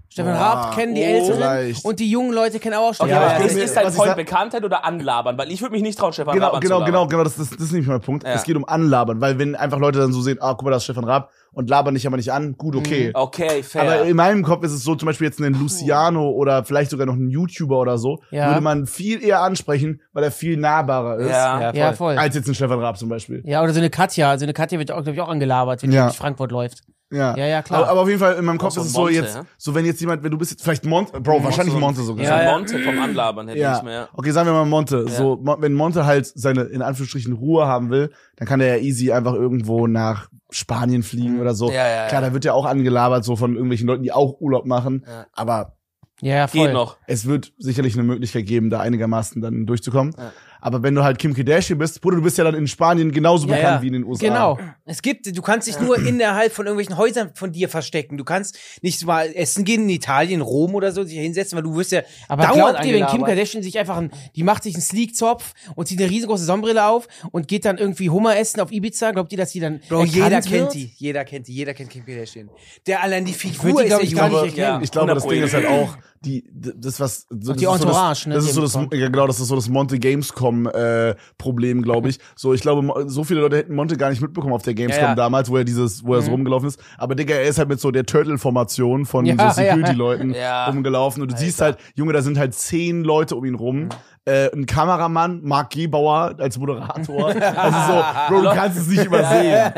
Speaker 4: Stefan
Speaker 1: Boah,
Speaker 4: Raab kennen die
Speaker 1: oh,
Speaker 4: Älteren
Speaker 1: vielleicht.
Speaker 4: und die jungen Leute kennen auch
Speaker 2: Okay,
Speaker 4: Stefan
Speaker 1: aber
Speaker 4: Raab.
Speaker 2: aber
Speaker 1: ich
Speaker 2: ist,
Speaker 1: glaub,
Speaker 2: ist dein
Speaker 1: was ich
Speaker 2: Freund
Speaker 1: sag-
Speaker 2: Bekanntheit oder Anlabern? Weil ich würde mich nicht trauen, Stefan
Speaker 1: Genau,
Speaker 2: Raab
Speaker 1: genau, genau,
Speaker 2: anzulabern.
Speaker 1: genau, das, das, das ist nicht mein Punkt.
Speaker 2: Ja.
Speaker 1: Es geht um Anlabern, weil wenn einfach Leute dann so sehen, ah, guck mal, da ist Stefan Raab und labern dich aber nicht an, gut, okay.
Speaker 2: Mhm. Okay, fair.
Speaker 1: genau. Aber in meinem Kopf ist es so, zum Beispiel jetzt einen Luciano oder vielleicht sogar noch einen YouTuber oder so,
Speaker 4: Ja.
Speaker 1: würde man viel eher ansprechen, weil er viel nahbarer ist,
Speaker 2: ja.
Speaker 4: Ja, voll.
Speaker 1: als jetzt ein Stefan Raab zum Beispiel.
Speaker 4: Ja, oder so eine Katja. So eine Katja wird, glaube ich, auch angelabert, wenn die
Speaker 1: Ja.
Speaker 4: durch Frankfurt läuft.
Speaker 1: Ja,
Speaker 4: Ja, ja, klar.
Speaker 1: Aber, aber auf jeden Fall, in meinem Kopf
Speaker 2: so
Speaker 1: ist es
Speaker 2: ein
Speaker 1: so
Speaker 2: Monte,
Speaker 1: jetzt,
Speaker 2: ja?
Speaker 1: so wenn jetzt jemand, wenn du bist jetzt vielleicht Monte, Bro, wahrscheinlich Monte sogar.
Speaker 2: ja,
Speaker 4: Ja, ja.
Speaker 2: Monte vom Anlabern hätte ich
Speaker 1: Ja.
Speaker 2: mehr.
Speaker 1: Okay, sagen wir mal Monte. So, Mo- wenn Monte halt seine in Anführungsstrichen Ruhe haben will, dann kann er ja easy einfach irgendwo nach Spanien fliegen oder so.
Speaker 2: Mhm. Ja, ja,
Speaker 1: Klar,
Speaker 2: ja.
Speaker 1: da wird ja auch angelabert so von irgendwelchen Leuten, die auch Urlaub machen.
Speaker 2: Ja.
Speaker 1: Aber
Speaker 4: Ja, ja, voll.
Speaker 1: *laughs*
Speaker 2: Geht noch.
Speaker 1: es wird sicherlich eine Möglichkeit geben, da einigermaßen dann durchzukommen.
Speaker 2: Ja.
Speaker 1: Aber wenn du halt Kim Kardashian bist, Bruder, du bist ja dann in Spanien genauso
Speaker 3: Ja,
Speaker 1: bekannt
Speaker 3: ja.
Speaker 1: wie in den USA.
Speaker 4: Genau.
Speaker 3: Es gibt, du kannst dich nur innerhalb von irgendwelchen Häusern von dir verstecken. Du kannst nicht mal essen gehen in Italien, Rom oder so, dich hinsetzen, weil du wirst ja
Speaker 4: Aber
Speaker 3: dauernd
Speaker 4: glaubt ihr, wenn Kim
Speaker 3: angelabert.
Speaker 4: Kardashian sich einfach ein, die macht sich einen Sleek-Zopf und zieht eine riesengroße Sonnenbrille auf und geht dann irgendwie Hummer essen auf Ibiza, glaubt ihr, dass die dann
Speaker 3: Bro,
Speaker 4: erkannt
Speaker 3: jeder
Speaker 4: wird?
Speaker 3: kennt die, jeder kennt die, jeder kennt Kim Kardashian. Der allein die Figur
Speaker 4: würd die,
Speaker 3: ist
Speaker 4: glaub ich,
Speaker 3: echt
Speaker 4: gar
Speaker 3: gut.
Speaker 4: nicht
Speaker 1: Aber
Speaker 2: erklären.
Speaker 1: ich glaube, das Ding ist halt
Speaker 2: Unabhängig.
Speaker 1: auch die d- das was so,
Speaker 4: Und
Speaker 1: das
Speaker 4: die
Speaker 1: ist so das,
Speaker 4: Entourage, ne,
Speaker 1: das
Speaker 4: die
Speaker 1: ist so das
Speaker 4: mitkommt.
Speaker 1: ja, genau, das ist so das Monte Gamescom äh, Problem, glaube ich. So, ich glaube, Mo- so viele Leute hätten Monte gar nicht mitbekommen auf der Gamescom
Speaker 3: Ja, ja.
Speaker 1: damals, wo er dieses wo er so rumgelaufen ist, aber Digga, er ist halt mit so der Turtle Formation von
Speaker 4: Mhm. Ja,
Speaker 1: so
Speaker 4: ja.
Speaker 1: Security
Speaker 4: *laughs*
Speaker 1: Leuten
Speaker 2: Ja.
Speaker 1: rumgelaufen und du siehst halt, Junge, da sind halt zehn Leute um ihn
Speaker 4: Mhm.
Speaker 1: rum. Äh, ein Kameramann, Mark Gebauer als
Speaker 4: *laughs*
Speaker 1: Moderator. Also so, Bro, du kannst es nicht übersehen.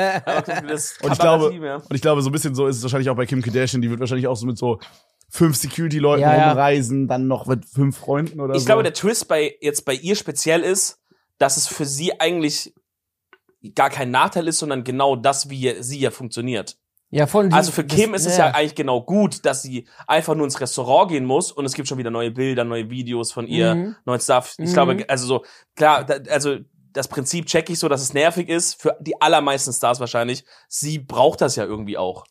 Speaker 2: Das
Speaker 1: Und ich, glaube, und ich glaube, so ein bisschen so ist es wahrscheinlich auch bei Kim Kardashian. Die wird wahrscheinlich auch so mit so fünf Security-Leuten
Speaker 4: Ja, ja.
Speaker 1: rumreisen, dann noch mit fünf Freunden oder
Speaker 2: ich
Speaker 1: so.
Speaker 2: glaube, der Twist bei, jetzt bei ihr speziell ist, dass es für sie eigentlich gar kein Nachteil ist, sondern genau das, wie sie ja funktioniert.
Speaker 4: Ja, von
Speaker 2: Also für Kim ist es ja
Speaker 4: ja
Speaker 2: eigentlich genau gut, dass sie einfach nur ins Restaurant gehen muss und es gibt schon wieder neue Bilder, neue Videos von ihr,
Speaker 4: Mhm.
Speaker 2: neuen Stuff. Ich
Speaker 4: Mhm.
Speaker 2: glaube, also so, klar, da, also das Prinzip check ich so, dass es nervig ist, für die allermeisten Stars wahrscheinlich. Sie braucht das ja irgendwie auch.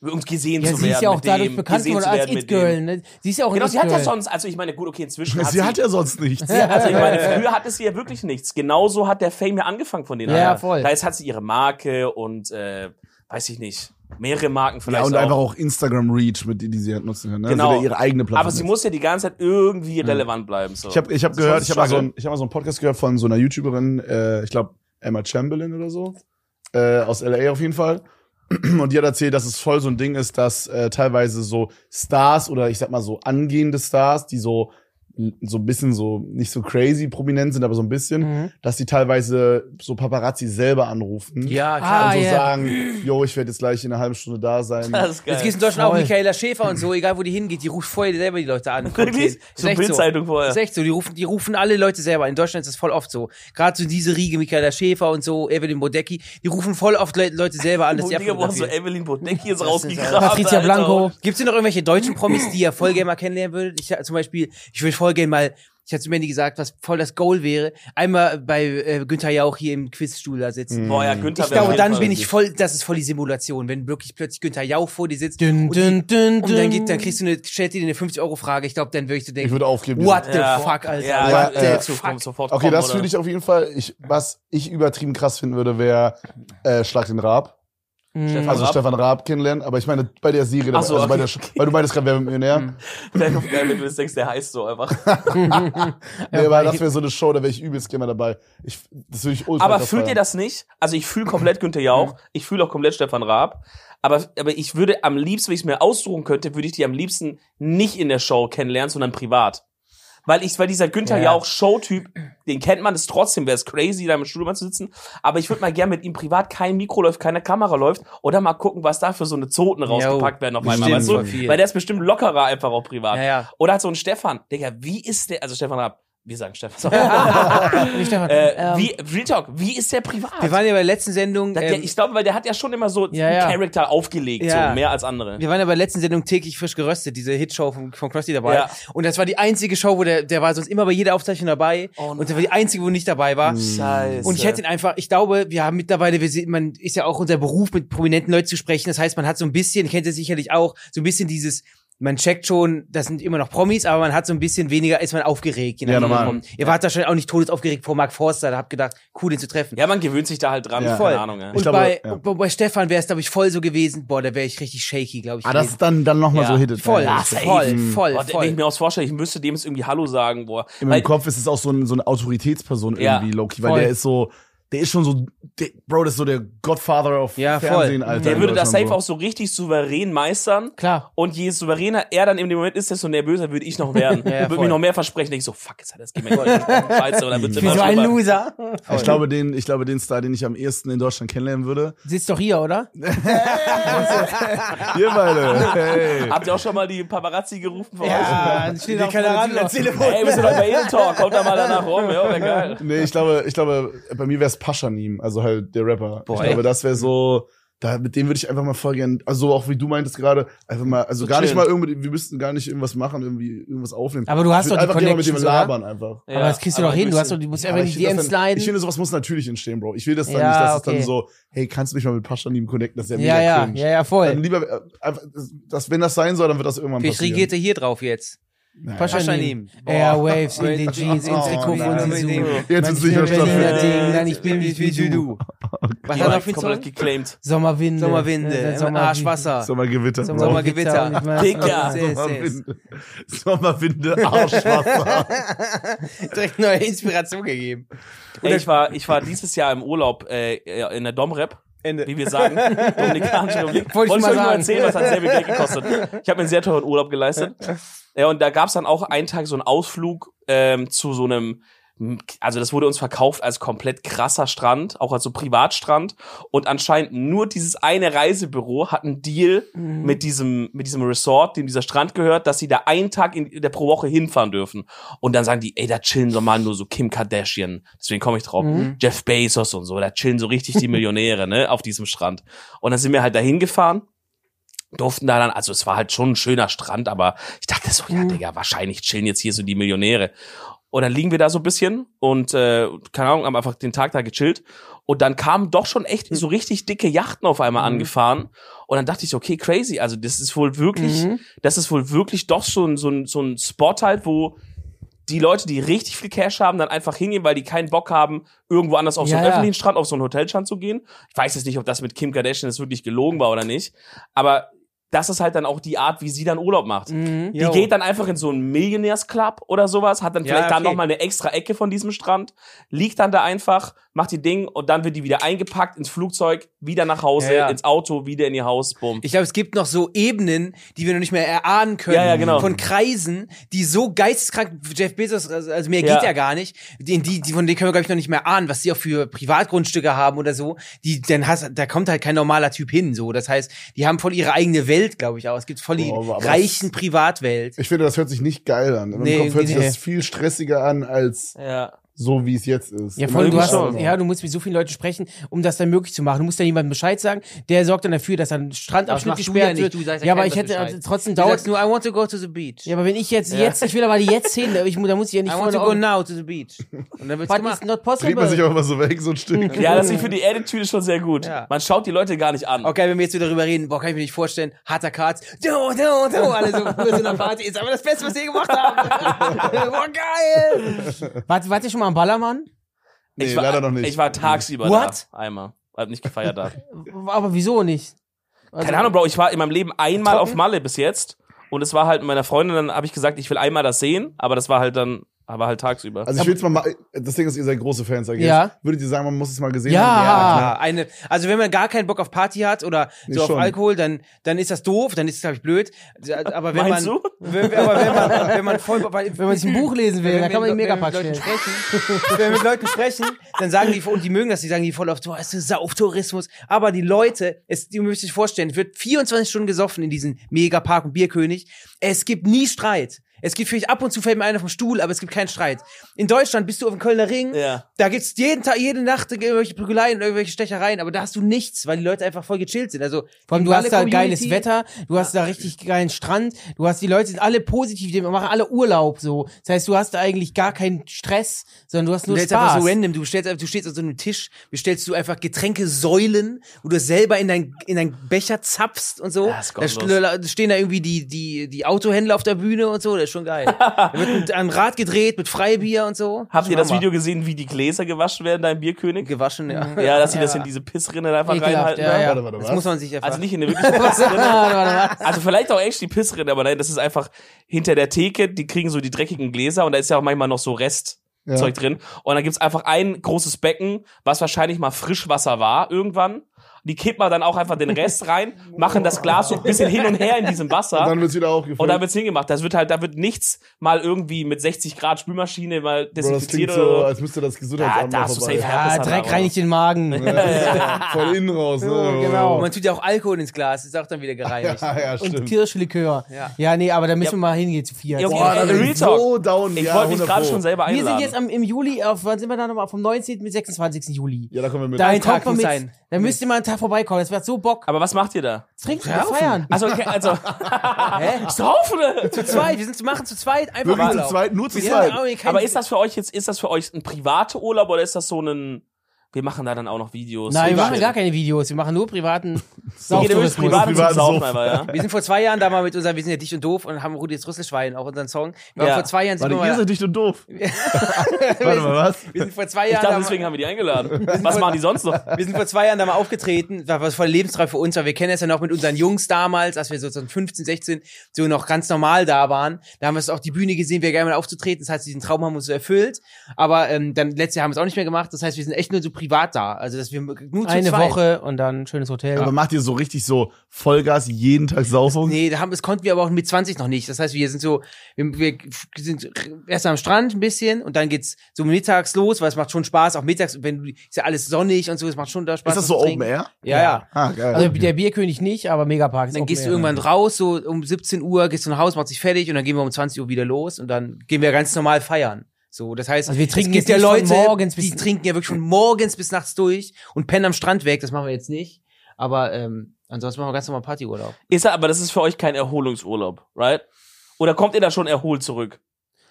Speaker 2: Um gesehen
Speaker 4: Ja,
Speaker 2: zu
Speaker 4: sie
Speaker 2: werden.
Speaker 4: ist ja auch
Speaker 2: mit
Speaker 4: dadurch
Speaker 2: dem,
Speaker 4: bekannt
Speaker 2: gesehen
Speaker 4: geworden
Speaker 2: zu
Speaker 4: als
Speaker 2: werden mit
Speaker 4: It-Girl.
Speaker 2: dem.
Speaker 4: Ne? Sie ist ja auch
Speaker 2: Genau,
Speaker 4: ein
Speaker 2: sie hat ja
Speaker 4: It-Girl.
Speaker 2: sonst, also ich meine, gut, okay,
Speaker 1: *laughs*
Speaker 2: inzwischen
Speaker 1: *laughs*
Speaker 2: hat
Speaker 1: sie hat ja sonst nichts.
Speaker 4: Ja.
Speaker 2: also ich
Speaker 4: *laughs*
Speaker 2: meine, früher hat es ihr wirklich nichts. Genauso hat der Fame ja angefangen von denen.
Speaker 4: Ja,
Speaker 2: Alter.
Speaker 4: voll.
Speaker 2: Da jetzt hat sie ihre Marke und äh, weiß ich nicht, mehrere Marken vielleicht.
Speaker 1: Ja, und
Speaker 2: auch.
Speaker 1: einfach auch Instagram-Reach, mit die, die sie halt nutzen kann. Ne?
Speaker 2: Genau.
Speaker 1: Also ihre eigene Plattform.
Speaker 2: Aber sie
Speaker 1: jetzt.
Speaker 2: muss ja die ganze Zeit irgendwie relevant bleiben.
Speaker 1: Hm.
Speaker 2: So.
Speaker 1: Ich habe ich hab
Speaker 2: Das ist
Speaker 1: gehört,
Speaker 2: schon
Speaker 1: ich habe mal, so
Speaker 2: struggle.
Speaker 1: ein- ich hab mal so einen Podcast gehört von so einer YouTuberin, äh, ich glaube Emma Chamberlain oder so, äh, aus LA auf jeden Fall. *clears throat* Und die hat erzählt, dass es voll so ein Ding ist, dass äh, teilweise so Stars oder ich sag mal so angehende Stars, die so so ein bisschen so nicht so crazy prominent sind, aber so ein bisschen,
Speaker 4: Mhm.
Speaker 1: dass die teilweise so Paparazzi selber anrufen
Speaker 3: Ja,
Speaker 1: und
Speaker 3: klar.
Speaker 4: Ah,
Speaker 1: so
Speaker 4: ja.
Speaker 1: sagen, yo, ich werde jetzt gleich in einer halben Stunde da sein.
Speaker 2: *laughs* das ist geil.
Speaker 3: Jetzt gehst
Speaker 2: *laughs*
Speaker 3: du in Deutschland auch
Speaker 4: Voll.
Speaker 3: Michaela Schäfer und so, egal wo die hingeht, die ruft vorher selber die Leute *laughs* an.
Speaker 2: wirklich
Speaker 3: Ist
Speaker 2: so
Speaker 3: echt
Speaker 2: Bildzeitung
Speaker 3: Das
Speaker 2: vorher.
Speaker 3: ist echt so, die rufen, die rufen alle Leute selber. In Deutschland ist das voll oft so. Gerade so diese Riege, Michaela Schäfer und so, Evelyn Bodecki, die rufen voll oft Le Leute selber an, dass sie
Speaker 2: Digga, wo hast du
Speaker 3: abfotografieren.
Speaker 2: Evelyn Bodecki jetzt
Speaker 3: ist
Speaker 2: rausgegraben?
Speaker 4: Patricia
Speaker 2: Alter.
Speaker 4: Blanco.
Speaker 3: Gibt's denn noch irgendwelche deutschen Promis, die ihr voll gerne mal kennenlernen würdet? Ich äh, zum Beispiel, ich würde voll gerne mal, ich hatte zu Mandy gesagt, was voll das Goal wäre, einmal bei äh, Günther Jauch hier im Quizstuhl da sitzen.
Speaker 2: Hm. Boah, Mhm. ja, Günther
Speaker 3: Ich glaube,
Speaker 2: wär
Speaker 3: dann
Speaker 2: auf jeden
Speaker 3: bin
Speaker 2: Fall-
Speaker 3: ich voll, das ist voll die Simulation, wenn wirklich plötzlich Günther Jauch vor dir sitzt
Speaker 4: Dün,
Speaker 3: und, die,
Speaker 4: dün, dün,
Speaker 3: und dann,
Speaker 4: dün.
Speaker 3: geht, dann kriegst du eine, stellt dir eine 50-Euro-Frage, ich glaube, dann würde ich so
Speaker 1: Ich
Speaker 3: denken,
Speaker 1: würde aufgeben.
Speaker 3: what the
Speaker 2: Ja.
Speaker 3: fuck, Alter.
Speaker 2: Ja,
Speaker 1: Ja,
Speaker 2: ja,
Speaker 1: äh,
Speaker 2: dazu kommt sofort
Speaker 1: Okay,
Speaker 2: kommen,
Speaker 1: das
Speaker 2: oder?
Speaker 1: würde ich auf jeden Fall. Ich, was ich übertrieben krass finden würde, wäre äh, Schlag den Raab.
Speaker 2: Stefan
Speaker 1: Also
Speaker 2: Hm. Raab.
Speaker 1: Stefan Raab kennenlernen. Aber ich meine bei der Serie,
Speaker 2: Ach so,
Speaker 1: also bei der,
Speaker 2: okay. Hm.
Speaker 1: weil du meintest gerade, wer wird Millionär.
Speaker 2: Wäre *laughs* doch geil, wenn du das denkst, der heißt so einfach.
Speaker 1: Nee, aber das wäre so eine Show, da wäre ich übelst gerne mal dabei. Ich, das würde ich ultra
Speaker 2: Aber
Speaker 1: krass
Speaker 2: fühlt
Speaker 1: feiern.
Speaker 2: ihr das nicht? Also ich fühle komplett Günther Jauch,
Speaker 3: Mhm.
Speaker 2: ich fühle auch komplett Stefan Raab, aber, aber ich würde am liebsten, wenn ich es mir aussuchen könnte, würde ich die am liebsten nicht in der Show kennenlernen, sondern privat. weil ich, weil dieser Günther
Speaker 3: Ja.
Speaker 2: ja, auch Showtyp, den kennt man es trotzdem, wäre es crazy, da im Studio zu sitzen. Aber ich würde mal gerne mit ihm privat kein Mikro läuft, keine Kamera läuft oder mal gucken, was da für so eine Zoten rausgepackt werden auf einmal.
Speaker 3: bestimmt,
Speaker 2: Weißt
Speaker 3: voll
Speaker 2: du?
Speaker 3: viel.
Speaker 2: Weil der ist bestimmt lockerer einfach auch privat.
Speaker 3: Ja, ja.
Speaker 2: Oder hat so ein Stefan, Digga, wie ist der, also Stefan Raab, wir sagen
Speaker 3: *laughs*
Speaker 2: Stefan,
Speaker 4: Nicht davon.
Speaker 2: äh, wie, Real Talk, wie ist der privat?
Speaker 3: Ähm. Wir waren ja bei der letzten Sendung,
Speaker 2: Da- der,
Speaker 3: ähm,
Speaker 2: ich glaube, weil der hat ja schon immer so
Speaker 4: Ja,
Speaker 2: einen
Speaker 4: ja.
Speaker 2: Charakter aufgelegt,
Speaker 3: Ja.
Speaker 2: so mehr als andere.
Speaker 3: wir waren ja bei der letzten Sendung täglich frisch geröstet, diese Hitshow von, von Krusty dabei.
Speaker 2: Ja.
Speaker 3: Und das war die einzige Show, wo der, der war sonst immer bei jeder Aufzeichnung dabei.
Speaker 2: Oh nein.
Speaker 3: und das war die einzige, wo nicht dabei war.
Speaker 1: Mm.
Speaker 2: Scheiße.
Speaker 3: Und ich hätte ihn einfach, ich glaube, wir haben mittlerweile, wir sind, man ist ja auch unser Beruf, mit prominenten Leuten zu sprechen. Das heißt, man hat so ein bisschen, kennt ihr sicherlich auch, so ein bisschen dieses, man checkt schon, das sind immer noch Promis, aber man hat so ein bisschen weniger, ist man aufgeregt. je
Speaker 1: Ja,
Speaker 3: nachdem,
Speaker 1: normal.
Speaker 3: man kommt. Ihr wart da schon auch nicht todesaufgeregt vor Mark Forster, da habt gedacht, cool, den zu treffen.
Speaker 2: ja, man gewöhnt sich da halt dran,
Speaker 1: Ja.
Speaker 2: voll.
Speaker 3: Voll.
Speaker 2: keine Ahnung. Ja.
Speaker 3: Und
Speaker 1: glaube,
Speaker 3: bei,
Speaker 1: ja.
Speaker 3: bei, bei Stefan wäre es, glaube ich, voll so gewesen, boah, da wäre ich richtig shaky, glaube ich.
Speaker 1: Ah, das
Speaker 3: gewesen.
Speaker 1: ist dann, dann nochmal
Speaker 2: Ja,
Speaker 1: so hittet.
Speaker 3: voll,
Speaker 1: Ja,
Speaker 2: safe.
Speaker 3: voll, voll,
Speaker 2: Boah,
Speaker 3: voll.
Speaker 2: Wenn ich mir auch vorstelle, ich müsste dem jetzt irgendwie Hallo sagen, boah.
Speaker 1: In
Speaker 2: Weil-
Speaker 1: meinem Kopf ist es auch so, ein, so eine Autoritätsperson
Speaker 2: Ja,
Speaker 1: irgendwie, Loki, weil
Speaker 3: voll.
Speaker 1: der ist so, der ist schon so, der, Bro, das ist so der Godfather of
Speaker 3: Ja, voll.
Speaker 1: Fernsehen, Alter.
Speaker 2: Der
Speaker 1: in
Speaker 2: würde das safe
Speaker 1: Deutschland
Speaker 2: auch so richtig souverän meistern.
Speaker 4: Klar.
Speaker 2: Und je souveräner er dann in dem Moment ist, desto nervöser würde ich
Speaker 3: *laughs*
Speaker 2: noch werden.
Speaker 3: Ja, ja,
Speaker 2: würde
Speaker 3: voll.
Speaker 2: mich noch mehr versprechen. Denk ich so, fuck, jetzt hat er das gemerkt. *laughs* Scheiße, oder wird's immer schlimmer.
Speaker 4: Loser.
Speaker 1: so. Ich glaube, den, ich glaube, den Star, den ich am ehesten in Deutschland kennenlernen würde.
Speaker 4: Sitzt doch hier, oder?
Speaker 1: Ihr beide,
Speaker 3: *laughs*
Speaker 1: hey.
Speaker 2: Habt ihr auch schon mal die Paparazzi gerufen von
Speaker 4: dann steht auch ran ans
Speaker 2: euch? Ey, wir sind doch bei Edel Talk, kommt da mal danach rum, ja, wär geil.
Speaker 1: Nee, ich glaube, ich glaube, bei mir wäre es Paschanim, also halt der Rapper.
Speaker 3: Boah,
Speaker 1: ich glaube,
Speaker 3: echt?
Speaker 1: das wäre so, da, mit dem würde ich einfach mal voll gern, also auch wie du meintest gerade, einfach mal, also gar nicht
Speaker 2: chillen.
Speaker 1: mal irgendwie, wir müssten gar nicht irgendwas machen, irgendwie irgendwas aufnehmen.
Speaker 4: Aber du hast
Speaker 1: ich
Speaker 4: doch
Speaker 1: würd
Speaker 4: die
Speaker 1: einfach gerne mal mit dem
Speaker 4: Connections, oder?
Speaker 1: labern einfach.
Speaker 4: Aber das kriegst du doch hin. Du hast doch, du musst
Speaker 1: Aber
Speaker 4: einfach die
Speaker 1: ich finde das
Speaker 4: DMs
Speaker 1: dann- Ich
Speaker 4: leiden.
Speaker 1: finde, sowas muss natürlich entstehen, Bro. Ich will das dann
Speaker 4: Ja,
Speaker 1: nicht, dass es
Speaker 4: okay.
Speaker 1: dann so, hey, kannst du mich mal mit Paschanim connecten? Das ist ja mega
Speaker 4: Ja, ja,
Speaker 1: cringe.
Speaker 4: ja, ja,
Speaker 1: Dann
Speaker 4: voll.
Speaker 1: lieber, äh, einfach, das- das, wenn das sein soll, dann wird das irgendwann
Speaker 3: Vielleicht
Speaker 1: passieren.
Speaker 3: regiert er hier drauf jetzt.
Speaker 1: Naja.
Speaker 3: Paschanim.
Speaker 4: Airwaves in den Jeans, in
Speaker 1: Oh,
Speaker 4: Trikot von
Speaker 1: nein.
Speaker 4: Sisu.
Speaker 1: Jetzt ist sicher
Speaker 4: Ich bin
Speaker 1: stattfinden.
Speaker 4: Berliner Ding, nein, ich bin nicht wie du.
Speaker 3: Was
Speaker 2: Ja,
Speaker 3: hat er für einen
Speaker 2: komplett
Speaker 3: Song?
Speaker 2: geclaimed.
Speaker 4: Sommerwinde.
Speaker 3: Sommerwinde,
Speaker 4: Ja,
Speaker 3: im
Speaker 4: Sommer-
Speaker 3: Arschwasser.
Speaker 1: Sommergewitter, Bro.
Speaker 4: Sommer-
Speaker 3: Sommergewitter.
Speaker 4: Sommergewitter.
Speaker 2: Dicker.
Speaker 3: Sehr, sehr, sehr.
Speaker 1: Sommerwinde, Sommerwinde Arschwasser.
Speaker 3: *laughs* Direkt neue Inspiration gegeben.
Speaker 2: Ey, ich, war, ich war dieses Jahr im Urlaub äh, in der Domrep.
Speaker 3: Ende.
Speaker 2: Wie wir sagen, Dominikanische Republik.
Speaker 4: Wollte ich
Speaker 2: Wollte ich
Speaker 4: mal
Speaker 2: euch nur
Speaker 4: sagen.
Speaker 2: erzählen, was hat sehr viel Geld gekostet. Ich habe mir einen sehr teuren Urlaub geleistet. Ja, und da gab es dann auch einen Tag so einen Ausflug ähm, zu so einem, also das wurde uns verkauft als komplett krasser Strand, auch als so Privatstrand. Und anscheinend nur dieses eine Reisebüro hat einen Deal mit diesem mit diesem Resort, dem dieser Strand gehört, dass sie da einen Tag in der pro Woche hinfahren dürfen. Und dann sagen die, ey, da chillen so mal nur so Kim Kardashian. Deswegen komme ich drauf. Jeff Bezos und so, da chillen so richtig die Millionäre, ne, auf diesem Strand. Und dann sind wir halt dahin gefahren durften da dann, also es war halt schon ein schöner Strand, aber ich dachte so, ja, Digga, wahrscheinlich chillen jetzt hier so die Millionäre. Und dann liegen wir da so ein bisschen und, äh, keine Ahnung, haben einfach den Tag da gechillt. Und dann kamen doch schon echt
Speaker 4: Hm.
Speaker 2: so richtig dicke Yachten auf einmal
Speaker 4: Mhm.
Speaker 2: angefahren. Und dann dachte ich, so, okay, crazy. Also das ist wohl wirklich,
Speaker 4: Mhm.
Speaker 2: das ist wohl wirklich doch so ein, so ein, so ein Spot halt, wo die Leute, die richtig viel Cash haben, dann einfach hingehen, weil die keinen Bock haben, irgendwo anders auf so
Speaker 4: Ja,
Speaker 2: einen
Speaker 4: ja.
Speaker 2: öffentlichen Strand, auf so einen Hotelstrand zu gehen. Ich weiß jetzt nicht, ob das mit Kim Kardashian jetzt wirklich gelogen war oder nicht. Aber das ist halt dann auch die Art, wie sie dann Urlaub macht. Die
Speaker 3: Jo.
Speaker 2: geht dann einfach in so einen Millionärsclub oder sowas, hat dann
Speaker 3: Ja,
Speaker 2: vielleicht dann
Speaker 3: okay.
Speaker 2: nochmal eine extra Ecke von diesem Strand, liegt dann da einfach, macht die Ding und dann wird die wieder eingepackt ins Flugzeug, wieder nach Hause,
Speaker 3: Ja, ja.
Speaker 2: ins Auto, wieder in ihr Haus, bumm.
Speaker 3: Ich glaube, es gibt noch so Ebenen, die wir noch nicht mehr erahnen können,
Speaker 2: Ja, ja, genau.
Speaker 3: von Kreisen, die so geisteskrank, Jeff Bezos, also also mehr
Speaker 2: Ja.
Speaker 3: geht ja gar nicht, die, die, die, von denen können wir, glaube ich, noch nicht mehr ahnen, was die auch für Privatgrundstücke haben oder so, die, dann hast, da kommt halt kein normaler Typ hin, so. Das heißt, die haben voll ihre eigene Welt, glaube ich, auch. Es gibt voll die
Speaker 1: Boah, aber- aber
Speaker 3: reichen Privatwelt.
Speaker 1: Ich finde, das hört sich nicht geil an. Im
Speaker 3: Nee,
Speaker 1: Kopf hört sich
Speaker 3: nee.
Speaker 1: das viel stressiger an, als
Speaker 2: Ja.
Speaker 1: so, wie es jetzt ist.
Speaker 4: Ja, voll, du
Speaker 2: Irgendwie
Speaker 4: hast,
Speaker 2: schon.
Speaker 4: ja, du musst mit so vielen Leuten sprechen, um das dann möglich zu machen. Du musst dann jemandem Bescheid sagen, der sorgt dann dafür, dass dann Strandabschnitt
Speaker 3: machst du ja
Speaker 4: gesperrt
Speaker 3: nicht,
Speaker 4: wird.
Speaker 3: du sagst ja
Speaker 4: ja, aber
Speaker 3: keinem
Speaker 4: ich hätte
Speaker 3: Bescheid.
Speaker 4: also trotzdem
Speaker 3: Du
Speaker 4: dauert.
Speaker 3: sagst nur, I want to go to the beach.
Speaker 4: Ja, aber wenn ich jetzt, jetzt, ich will aber jetzt hin, aber ich, mu- da muss ich ja
Speaker 3: I
Speaker 4: nicht
Speaker 3: want to
Speaker 4: vorne
Speaker 3: go
Speaker 4: auf-
Speaker 3: now to the beach. Und dann wird's
Speaker 4: But it's
Speaker 3: gemacht.
Speaker 4: not
Speaker 1: Dreht man sich
Speaker 4: possible.
Speaker 1: auch immer so weg, so ein Stück.
Speaker 2: Ja, das ich für die Attitude schon sehr gut.
Speaker 3: Ja.
Speaker 2: Man schaut die Leute gar nicht an.
Speaker 3: Okay, wenn wir jetzt wieder darüber reden, boah, kann ich mir nicht vorstellen, harter Karts, do, do, do, alle so cool so einer Party, ist aber das Beste, was wir je gemacht haben. boah, geil!
Speaker 4: Wart, wart ihr schon mal am Ballermann?
Speaker 1: Nee, leider noch nicht.
Speaker 2: Ich war tagsüber
Speaker 4: What?
Speaker 2: da. Einmal. Hab nicht gefeiert
Speaker 3: *laughs*
Speaker 2: da.
Speaker 4: Aber wieso nicht? Also-
Speaker 2: Keine Ahnung, Bro, ich war in meinem Leben einmal auf Malle bis jetzt. Und es war halt mit meiner Freundin, dann habe ich gesagt, ich will einmal das sehen, aber das war halt dann aber halt tagsüber.
Speaker 1: Also ich will jetzt mal, ma- das Ding ist, ihr seid große Fans, eigentlich.
Speaker 4: Ja.
Speaker 1: Würdet ihr sagen, man muss es mal gesehen
Speaker 4: Ja.
Speaker 1: haben?
Speaker 4: Ah.
Speaker 3: Ja, eine, also wenn man gar keinen Bock auf Party hat oder
Speaker 1: Nee,
Speaker 3: so
Speaker 1: schon.
Speaker 3: auf Alkohol, dann, dann ist das doof, dann ist es, glaube ich, blöd. Aber wenn
Speaker 2: Meinst
Speaker 3: man,
Speaker 2: du?
Speaker 3: Wenn, aber wenn man, wenn man voll, weil,
Speaker 4: Wenn man *laughs* sich ein Buch lesen will, dann kann man
Speaker 3: wir
Speaker 4: in den
Speaker 3: mit-
Speaker 4: Megapark
Speaker 3: wenn wir mit
Speaker 4: stellen.
Speaker 3: Leuten
Speaker 4: *laughs*
Speaker 3: sprechen, wenn wir mit Leuten sprechen, dann sagen die, und die mögen das, die sagen die voll oft, du hast Sauftourismus. Aber die Leute, es, die müsst sich vorstellen, es wird 24 Stunden gesoffen in diesem Megapark und Bierkönig. Es gibt nie Streit. Es gibt vielleicht ab und zu fällt mir einer vom Stuhl, aber es gibt keinen Streit. In Deutschland bist du auf dem Kölner Ring,
Speaker 2: Ja.
Speaker 3: da gibt's jeden Tag, jede Nacht irgendwelche Prügeleien, und irgendwelche Stechereien, aber da hast du nichts, weil die Leute einfach voll gechillt sind. Also
Speaker 4: Vor allem,
Speaker 3: die
Speaker 4: du hast da
Speaker 3: Malle-Community-
Speaker 4: geiles Wetter, du
Speaker 3: Ah.
Speaker 4: hast da richtig geilen Strand, du hast die Leute sind alle positiv, die machen alle Urlaub so. Das heißt, du hast da eigentlich gar keinen Stress, sondern du hast nur
Speaker 3: Du stellst
Speaker 4: Spaß.
Speaker 3: einfach so random, du, stellst, einfach- du stehst an so einem Tisch, wie stellst du einfach Getränkesäulen, wo du das selber in dein, in dein Becher zapfst und so.
Speaker 2: Ja, ist
Speaker 3: da
Speaker 2: gottlos.
Speaker 3: st- stehen da irgendwie die, die, die Autohändler auf der Bühne und so, das ist
Speaker 2: *laughs*
Speaker 3: schon geil. da wird mit einem Rad gedreht, mit Freibier und so.
Speaker 2: Habt ihr das
Speaker 3: Hammer.
Speaker 2: Video gesehen, wie die Gläser gewaschen werden, dein Bierkönig?
Speaker 3: gewaschen? Ja.
Speaker 2: Mhm. Ja, dass sie das in diese Pissrinne einfach
Speaker 4: Ekelhaft,
Speaker 2: reinhalten.
Speaker 4: ja,
Speaker 2: ne?
Speaker 4: ja.
Speaker 1: Warte, warte,
Speaker 3: Das
Speaker 1: was?
Speaker 3: muss man sich einfach.
Speaker 2: Also nicht in eine wirkliche Pissrinne.
Speaker 4: Warte, warte, warte.
Speaker 2: Also vielleicht auch echt die Pissrinne, aber nein, das ist einfach hinter der Theke, die kriegen so die dreckigen Gläser und da ist ja auch manchmal noch so Restzeug
Speaker 1: Ja.
Speaker 2: drin. Und dann gibt's einfach ein großes Becken, was wahrscheinlich mal Frischwasser war irgendwann. Die kippen man dann auch einfach den Rest rein, machen das Glas so ein bisschen hin und her in diesem Wasser.
Speaker 1: Und dann wird's wieder aufgefüllt.
Speaker 2: Und da wird's hingemacht. Das wird halt, da wird nichts mal irgendwie mit 60 Grad Spülmaschine mal
Speaker 1: Bro, das klingt
Speaker 2: desinfiziert
Speaker 1: so,
Speaker 2: oder so.
Speaker 1: als müsste das
Speaker 2: Ja,
Speaker 1: Gesundheitsamt
Speaker 2: da
Speaker 1: mal
Speaker 2: hast du
Speaker 1: vorbei.
Speaker 2: safe- halt
Speaker 4: Ja,
Speaker 2: das hat
Speaker 4: Ah, Dreck
Speaker 2: aber-
Speaker 4: reinigt den Magen. *laughs*
Speaker 1: Ja, Von innen raus. Ne?
Speaker 4: So, genau.
Speaker 3: Und Oh, man tut ja auch Alkohol ins Glas, ist auch dann wieder
Speaker 1: *laughs*
Speaker 3: gereinigt.
Speaker 1: Ja, ja,
Speaker 4: Und
Speaker 1: stimmt.
Speaker 4: Kirschlikör.
Speaker 3: Ja.
Speaker 4: Ja. nee, aber da müssen wir mal hingehen zu viert.
Speaker 2: Ja, okay.
Speaker 1: Boah, da bin
Speaker 2: äh, Real
Speaker 1: ich so
Speaker 2: Talk.
Speaker 1: down.
Speaker 2: Ich
Speaker 1: ja,
Speaker 2: wollte mich
Speaker 1: 100
Speaker 2: gerade
Speaker 1: Pro.
Speaker 2: schon selber
Speaker 4: Wir
Speaker 2: einladen.
Speaker 4: sind jetzt am, im Juli, auf, wann sind wir da nochmal? Vom 19. bis 26. Juli.
Speaker 1: Ja, da kommen wir mit.
Speaker 4: Da
Speaker 3: Ein Tag
Speaker 4: kommt man
Speaker 3: muss
Speaker 4: mit.
Speaker 3: sein.
Speaker 4: Da müsst ihr mal einen Tag vorbeikommen. Das wird so Bock.
Speaker 2: aber was macht ihr da?
Speaker 4: *laughs* Trinken und feiern.
Speaker 2: Also, okay, also. *laughs* Straufen!
Speaker 4: *laughs*
Speaker 3: zu zweit, wir sind zu machen zu zweit, einfach
Speaker 1: Wirklich zu
Speaker 3: Urlaub.
Speaker 1: zweit, nur zu
Speaker 3: Wir sind
Speaker 1: zweit.
Speaker 3: auch hier kein-
Speaker 2: Aber ist das für euch jetzt, ist das für euch ein privater Urlaub oder ist das so ein, wir machen da dann auch noch Videos?
Speaker 4: Nein, wir machen
Speaker 2: Shit.
Speaker 4: gar keine Videos. Wir machen
Speaker 3: *laughs*
Speaker 4: nur privaten
Speaker 2: Geht ihr wirklich
Speaker 4: Sauftourismus.
Speaker 2: privat zum
Speaker 1: Privaten
Speaker 2: Saufen,
Speaker 1: Suff.
Speaker 2: aber,
Speaker 4: *laughs*
Speaker 2: ja?
Speaker 3: Wir sind vor zwei Jahren da mal mit unserem, wir sind ja dicht und doof und haben Rudis Rüsselschwein, auch unseren Song. Wir
Speaker 2: Ja.
Speaker 3: waren vor zwei Jahren sind
Speaker 1: Warte,
Speaker 3: wir
Speaker 1: ihr
Speaker 3: mal,
Speaker 1: seid dicht und doof. Warte mal, was?
Speaker 3: wir sind vor zwei
Speaker 2: Ich
Speaker 3: Jahren,
Speaker 2: dachte,
Speaker 3: da
Speaker 2: deswegen haben wir die eingeladen. Was machen die sonst
Speaker 4: *laughs*
Speaker 2: noch?
Speaker 3: mal, wir sind vor zwei Jahren da mal aufgetreten, da war es voll lebensfrei für uns, weil wir kennen es ja noch mit unseren Jungs damals, als wir so 15, 16 so noch ganz normal da waren. Da haben wir es auch die Bühne gesehen, wir gerne mal aufzutreten, das heißt, diesen Traum haben wir uns so erfüllt. Aber ähm, dann letztes Jahr haben wir es auch nicht mehr gemacht, das heißt, wir sind echt nur so privat da, also dass wir nur zu
Speaker 4: Eine
Speaker 3: zweit.
Speaker 4: Woche und dann ein schönes Hotel.
Speaker 1: Aber macht ihr so richtig so Vollgas jeden Tag Saufung?
Speaker 3: Nee, da haben, das konnten wir aber auch mit 20 noch nicht. Das heißt, wir sind so, wir, wir sind erst am Strand ein bisschen und dann geht's so mittags los, weil es macht schon Spaß, auch mittags, wenn du, ist ja alles sonnig und so, es macht schon da Spaß.
Speaker 1: Ist das
Speaker 3: was
Speaker 1: so
Speaker 3: zu
Speaker 1: Open
Speaker 3: trinken.
Speaker 1: Air?
Speaker 3: Ja, ja.
Speaker 1: Ah, geil.
Speaker 4: Also *laughs* der Bierkönig nicht, aber Megapark. ist ne?
Speaker 3: Dann
Speaker 4: open
Speaker 3: gehst du
Speaker 4: air.
Speaker 3: irgendwann raus, so um 17 Uhr, gehst du nach Hause, machst dich fertig und dann gehen wir um 20 Uhr wieder los und dann gehen wir ganz normal feiern. So, das heißt,
Speaker 4: Also wir trinken
Speaker 3: es gibt
Speaker 4: jetzt
Speaker 3: ja
Speaker 4: nicht
Speaker 3: Leute,
Speaker 4: von morgens bis-
Speaker 3: die trinken ja wirklich von morgens bis nachts durch und pennen am Strand weg, das machen wir jetzt nicht. Aber ähm, ansonsten machen wir ganz normal Partyurlaub.
Speaker 2: Ist das, aber das ist für euch kein Erholungsurlaub, right? Oder kommt ihr da schon erholt zurück?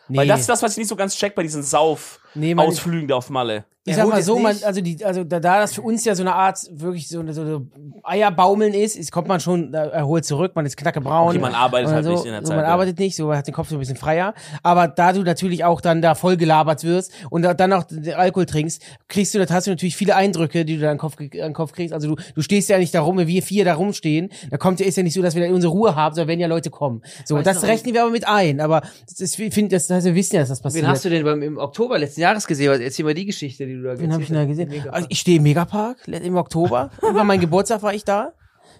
Speaker 4: Nee.
Speaker 2: Weil das ist das, was ich nicht so ganz check bei diesen Sauf-Ausflügen
Speaker 4: nee, man,
Speaker 2: da auf Malle.
Speaker 4: Ich sag
Speaker 3: Erholt
Speaker 4: mal
Speaker 3: ist
Speaker 4: so, man,
Speaker 3: nicht.
Speaker 4: also, die, also da, da das für uns ja so eine Art wirklich so eine, so eine Eierbaumeln ist, ist, kommt man schon äh, erholt zurück, man ist knackebraun.
Speaker 2: Okay, man arbeitet
Speaker 4: Und
Speaker 2: halt
Speaker 4: so,
Speaker 2: nicht in der
Speaker 4: so,
Speaker 2: Zeit,
Speaker 4: Man
Speaker 2: ja.
Speaker 4: arbeitet nicht, so man hat den Kopf so ein bisschen freier. Aber da du natürlich auch dann da voll gelabert wirst und da, dann auch den Alkohol trinkst, kriegst du, da hast du natürlich viele Eindrücke, die du da an den Kopf, ge- an den Kopf kriegst. Also du, du stehst ja nicht da rum, wenn wir vier da rumstehen. Da kommt ja, ist ja nicht so, dass wir da unsere Ruhe haben, sondern wenn ja Leute kommen. So, und das rechnen wir aber mit ein. Aber das ist, ich finde, das, das, wir wissen ja, dass das passiert.
Speaker 3: Wen hast du denn beim, im Oktober letzten Jahres gesehen? Was- Erzähl mal die Geschichte, die du da
Speaker 4: Wen habe ich denn da gesehen?
Speaker 3: Mega.
Speaker 4: Also ich stehe im Megapark le- im Oktober. Über meinen Geburtstag war ich da.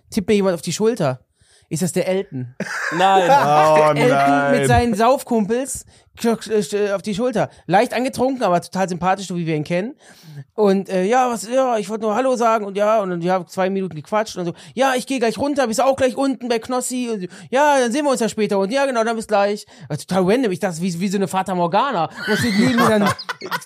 Speaker 4: Tippt mir jemand auf die Schulter. Ist das der Elton?
Speaker 2: Nein.
Speaker 1: oh
Speaker 4: Elton
Speaker 1: nein.
Speaker 4: mit seinen Saufkumpels klopft, äh, st- auf die Schulter. Leicht angetrunken, aber total sympathisch, so wie wir ihn kennen. Und äh, ja, was, ja, ich wollte nur Hallo sagen und ja, und dann wir haben zwei Minuten gequatscht und so, ja, ich gehe gleich runter, bist auch gleich unten bei Knossi und ja, dann sehen wir uns ja später und ja, genau, dann bis gleich. War total random, ich dachte, wie, wie so eine Fata Morgana. Und dann steht neben mir dann, *laughs*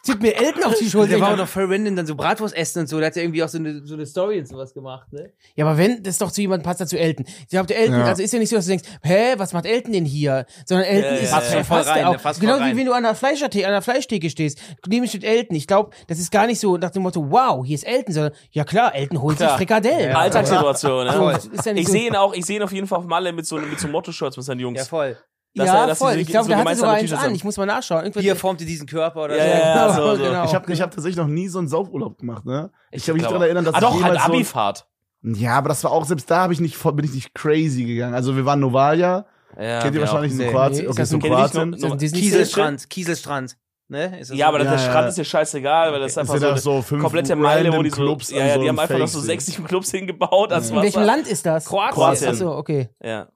Speaker 4: tippt mir Elton auf die Schulter.
Speaker 3: Der
Speaker 4: Ich
Speaker 3: war auch
Speaker 4: dachte,
Speaker 3: noch voll random, dann so Bratwurst essen und so. Da hat er irgendwie auch so eine, so eine Story und sowas gemacht, ne?
Speaker 4: Ja, aber wenn, das ist doch zu jemandem passt, dazu Elton. Ich glaube, der Elton,
Speaker 1: Ja.
Speaker 4: also ist ja nicht so, dass du denkst, hä, was macht Elton denn hier? Sondern Elton
Speaker 2: Ja, ja,
Speaker 4: ist
Speaker 2: ja.
Speaker 4: passt,
Speaker 3: Passt schon voll
Speaker 4: ja
Speaker 3: rein,
Speaker 4: auch.
Speaker 3: ne, passt voll
Speaker 4: Genau wie
Speaker 3: rein.
Speaker 4: wenn du an der, Fleischertheke, an der Fleischtheke stehst. Nämlich mit Elton. Ich glaube, das ist gar nicht so nach dem Motto, wow, hier ist Elton, sondern, ja klar, Elton holt
Speaker 2: Klar.
Speaker 4: sich Frikadellen.
Speaker 2: Alltagssituation,
Speaker 4: So,
Speaker 2: ne?
Speaker 4: ist ja nicht
Speaker 2: Ich
Speaker 4: so-
Speaker 2: sehe ihn auch, ich sehe ihn auf jeden Fall auf Malle mit so, mit so Motto-Shirts mit seinen Jungs.
Speaker 3: Ja, voll.
Speaker 2: dass
Speaker 4: ja,
Speaker 2: er- dass die
Speaker 4: voll.
Speaker 2: so-
Speaker 4: ich glaube,
Speaker 2: so
Speaker 4: der hatte
Speaker 2: gemeinsame
Speaker 4: sogar eins
Speaker 2: T-Shirts
Speaker 4: an.
Speaker 2: haben.
Speaker 4: Ich muss mal nachschauen. Irgendwas-
Speaker 3: Bier formte diesen Körper oder
Speaker 2: Ja, also,
Speaker 3: so.
Speaker 2: ja, ja, so, so.
Speaker 4: genau.
Speaker 1: Ich habe ich hab tatsächlich noch nie so einen Saufurlaub gemacht, ne? Ich kann mich nicht
Speaker 2: Glaub-
Speaker 1: daran erinnern, dass
Speaker 2: Ah,
Speaker 1: ich
Speaker 2: doch, halt
Speaker 1: jemals so-
Speaker 2: Abifahrt.
Speaker 1: Ja, aber das war auch, selbst da hab ich nicht, voll- bin ich nicht crazy gegangen. Also wir waren Novalia,
Speaker 2: Ja,
Speaker 1: kennt ihr
Speaker 2: wir auch.
Speaker 1: wahrscheinlich so
Speaker 3: Nee.
Speaker 1: Kroatien.
Speaker 4: Nee, ist
Speaker 1: okay,
Speaker 4: das
Speaker 1: so
Speaker 4: so-
Speaker 2: Kennt ihr nicht
Speaker 1: Kroatien.
Speaker 2: noch- noch-
Speaker 4: Disney-
Speaker 3: Kieselstrand, Kieselstrand. ne? Ist das
Speaker 2: Ja, aber
Speaker 3: so?
Speaker 2: der
Speaker 1: Ja, ja.
Speaker 2: Strand ist dir scheißegal, weil das ist
Speaker 1: Das
Speaker 2: einfach
Speaker 1: sind
Speaker 2: so
Speaker 1: auch
Speaker 2: eine
Speaker 1: so fünf
Speaker 2: komplette Meile, wo
Speaker 1: random
Speaker 2: die so,
Speaker 1: Clubs an
Speaker 2: ja,
Speaker 1: so
Speaker 2: ja, die
Speaker 1: einem
Speaker 2: haben einfach noch so
Speaker 1: Fake-Ding.
Speaker 2: sechs, sieben Clubs hingebaut. ans
Speaker 4: In welchem
Speaker 2: Wasser.
Speaker 4: Land ist das?
Speaker 2: Kroatien.
Speaker 4: Achso, okay.
Speaker 2: Ja.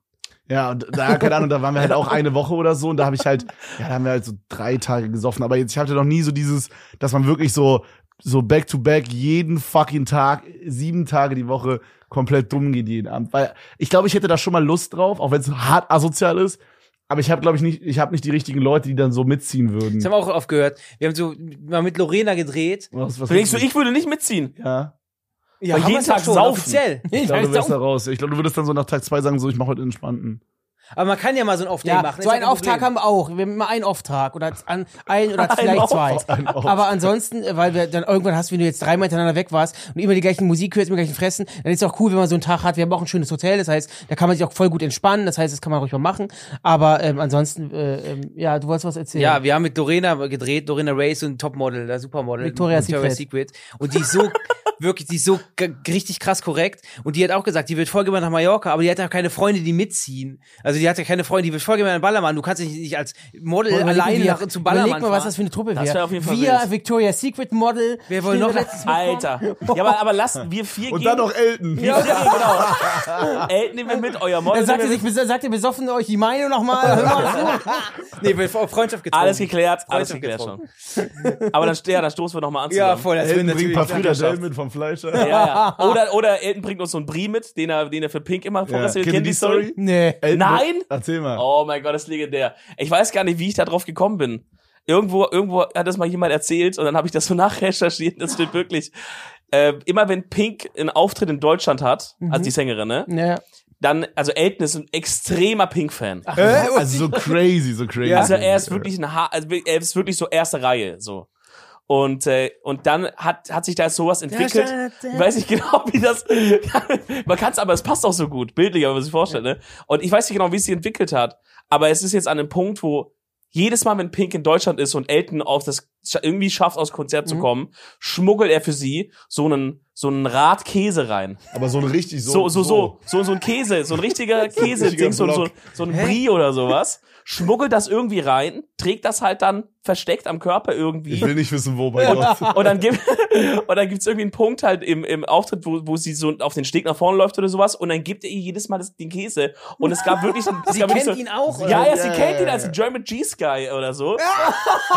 Speaker 1: Ja, und da, keine Ahnung, da waren wir halt auch eine Woche oder so und da habe ich halt, ja, da haben wir halt so drei Tage gesoffen. Aber jetzt, ich hatte noch nie so dieses, dass man wirklich so, so back to back jeden fucking Tag, sieben Tage die Woche komplett dumm geht jeden Abend. Weil ich glaube, ich hätte da schon mal Lust drauf, auch wenn es hart asozial ist. Aber ich habe, glaube ich, nicht, ich habe nicht die richtigen Leute, die dann so mitziehen würden.
Speaker 3: Das haben wir auch aufgehört. Wir haben so mal mit Lorena gedreht.
Speaker 1: Was, was
Speaker 2: Denkst du, ich würde nicht
Speaker 4: *laughs*
Speaker 2: mitziehen?
Speaker 1: Ja.
Speaker 3: Ja,
Speaker 2: Weil
Speaker 3: haben
Speaker 2: jeden
Speaker 3: wir's doch
Speaker 2: Tag
Speaker 3: schon,
Speaker 2: saufen.
Speaker 3: offiziell.
Speaker 1: Ich glaube, du wärst da
Speaker 4: ja,
Speaker 1: raus. Ich glaube, du würdest dann so nach Tag zwei sagen, so, ich mache heute entspannten.
Speaker 3: *laughs* Aber man kann ja mal so einen Off-Day machen.
Speaker 4: so
Speaker 3: ist
Speaker 4: einen
Speaker 3: kein
Speaker 4: Auftag
Speaker 3: Problem.
Speaker 4: haben wir auch. Wir haben immer einen Auftag oder z- an,
Speaker 3: *laughs*
Speaker 4: ein oder vielleicht zwei.
Speaker 1: Ein Auf-
Speaker 4: Aber ansonsten, äh, weil wir dann irgendwann hast, wenn du jetzt dreimal hintereinander weg warst und immer die gleichen Musik hörst, immer die gleichen Fressen, dann ist es auch cool, wenn man so einen Tag hat. Wir haben auch ein schönes Hotel, das heißt, da kann man sich auch voll gut entspannen, das heißt, das kann man ruhig mal machen. Aber ähm, ansonsten, äh, ähm, ja, du wolltest was erzählen.
Speaker 3: Ja, wir haben mit Lorena gedreht, Lorena Ray, so ein Topmodel, der Supermodel.
Speaker 4: Victoria's
Speaker 3: Secret. Und die ist so, wirklich, die ist so g- richtig krass korrekt. Und die hat auch gesagt, die wird voll gerne nach Mallorca, aber die hat ja keine Freunde, die mitziehen. Also die hat ja keine Freunde, die wird voll gerne nach Ballermann. Du kannst dich nicht als Model
Speaker 4: Boah, überleg
Speaker 3: alleine
Speaker 4: mal,
Speaker 3: nach,
Speaker 4: wir-
Speaker 3: zum Ballermann
Speaker 4: Überleg mal, was
Speaker 3: fahren.
Speaker 4: das für eine Truppe wäre.
Speaker 2: Das wär auf jeden Fall
Speaker 4: wir,
Speaker 2: wild.
Speaker 4: Victoria's Secret Model.
Speaker 3: Wer wollen
Speaker 4: stehen
Speaker 3: noch-
Speaker 4: wir letztens mit
Speaker 2: Alter. Ja, aber, aber lasst wir vier
Speaker 1: Und
Speaker 2: gehen.
Speaker 1: dann noch Elton.
Speaker 2: wir vier gehen, genau. Elton nehmen wir mit, euer
Speaker 3: Ah,
Speaker 2: Model.
Speaker 4: Dann sagt
Speaker 2: nehmen
Speaker 4: er
Speaker 2: wir
Speaker 4: sich, sagt er, besoffen euch die
Speaker 3: *laughs*
Speaker 4: Meinung nochmal.
Speaker 3: Nee, wir haben Freundschaft
Speaker 2: mit.
Speaker 3: getroffen.
Speaker 2: alles geklärt, alles
Speaker 3: Freundschaft
Speaker 2: geklärt schon. Aber dann, ja, dann stoßen wir nochmal an zusammen.
Speaker 3: Ja, voll, das
Speaker 1: Elton
Speaker 3: wird
Speaker 1: bringt ein
Speaker 3: natürlich.
Speaker 1: paar Frühdadell mit vom Fleischer.
Speaker 2: Ja, ja. Oder, oder Elton bringt uns so einen Brie mit, den er, den er für Pink immer
Speaker 1: Ja.
Speaker 2: vorgestellt hat. Kennt die Story?
Speaker 4: nee.
Speaker 1: Elton,
Speaker 2: Nein?
Speaker 1: Erzähl mal.
Speaker 2: Oh mein Gott, das ist legendär. Ich weiß gar nicht, wie ich da drauf gekommen bin. Irgendwo, irgendwo hat das mal jemand erzählt und dann habe ich das so *laughs* nachrecherchiert. Das stimmt wirklich. Äh, immer wenn Pink einen Auftritt in Deutschland hat, also die Sängerin, ne,
Speaker 4: Ja.
Speaker 2: dann, also Elton ist ein extremer Pink-Fan.
Speaker 1: Äh, also so crazy, so crazy.
Speaker 2: Also er ist wirklich ein ha also wir- er ist wirklich so erste Reihe so. Und, äh, und dann hat, hat sich da sowas entwickelt. Ich weiß nicht genau, wie das. *laughs* man kann es aber, es passt auch so gut, bildlich, wenn man sich vorstellt. Ne? Und ich weiß nicht genau, wie es sich entwickelt hat. Aber es ist jetzt an einem Punkt, wo jedes Mal, wenn Pink in Deutschland ist und Elton auf das scha- irgendwie schafft, aufs Konzert zu kommen, schmuggelt er für sie so einen, so einen Rad Käse rein.
Speaker 1: Aber so ein richtig so.
Speaker 2: So, so, so, so, so ein Käse, so ein richtiger Käse-Ding, so, so,
Speaker 1: Block.
Speaker 2: so ein Brie oder sowas. Schmuggelt das irgendwie rein, trägt das halt dann versteckt am Körper
Speaker 1: Ich will
Speaker 2: irgendwie.
Speaker 1: nicht wissen, wo bei Gott.
Speaker 2: *laughs* Und dann gibt und dann gibt's irgendwie einen Punkt halt im, im Auftritt, wo, wo sie so auf den Steg nach vorne läuft oder sowas. Und dann gibt er ihr jedes Mal das, den Käse. Und es gab wirklich, es
Speaker 3: Sie
Speaker 2: gab wirklich
Speaker 3: kennt
Speaker 2: so,
Speaker 3: ihn auch, oder?
Speaker 2: ja, ja, sie
Speaker 1: Ja,
Speaker 2: kennt
Speaker 1: ja,
Speaker 2: ihn
Speaker 1: ja,
Speaker 2: als German G-Sky oder so.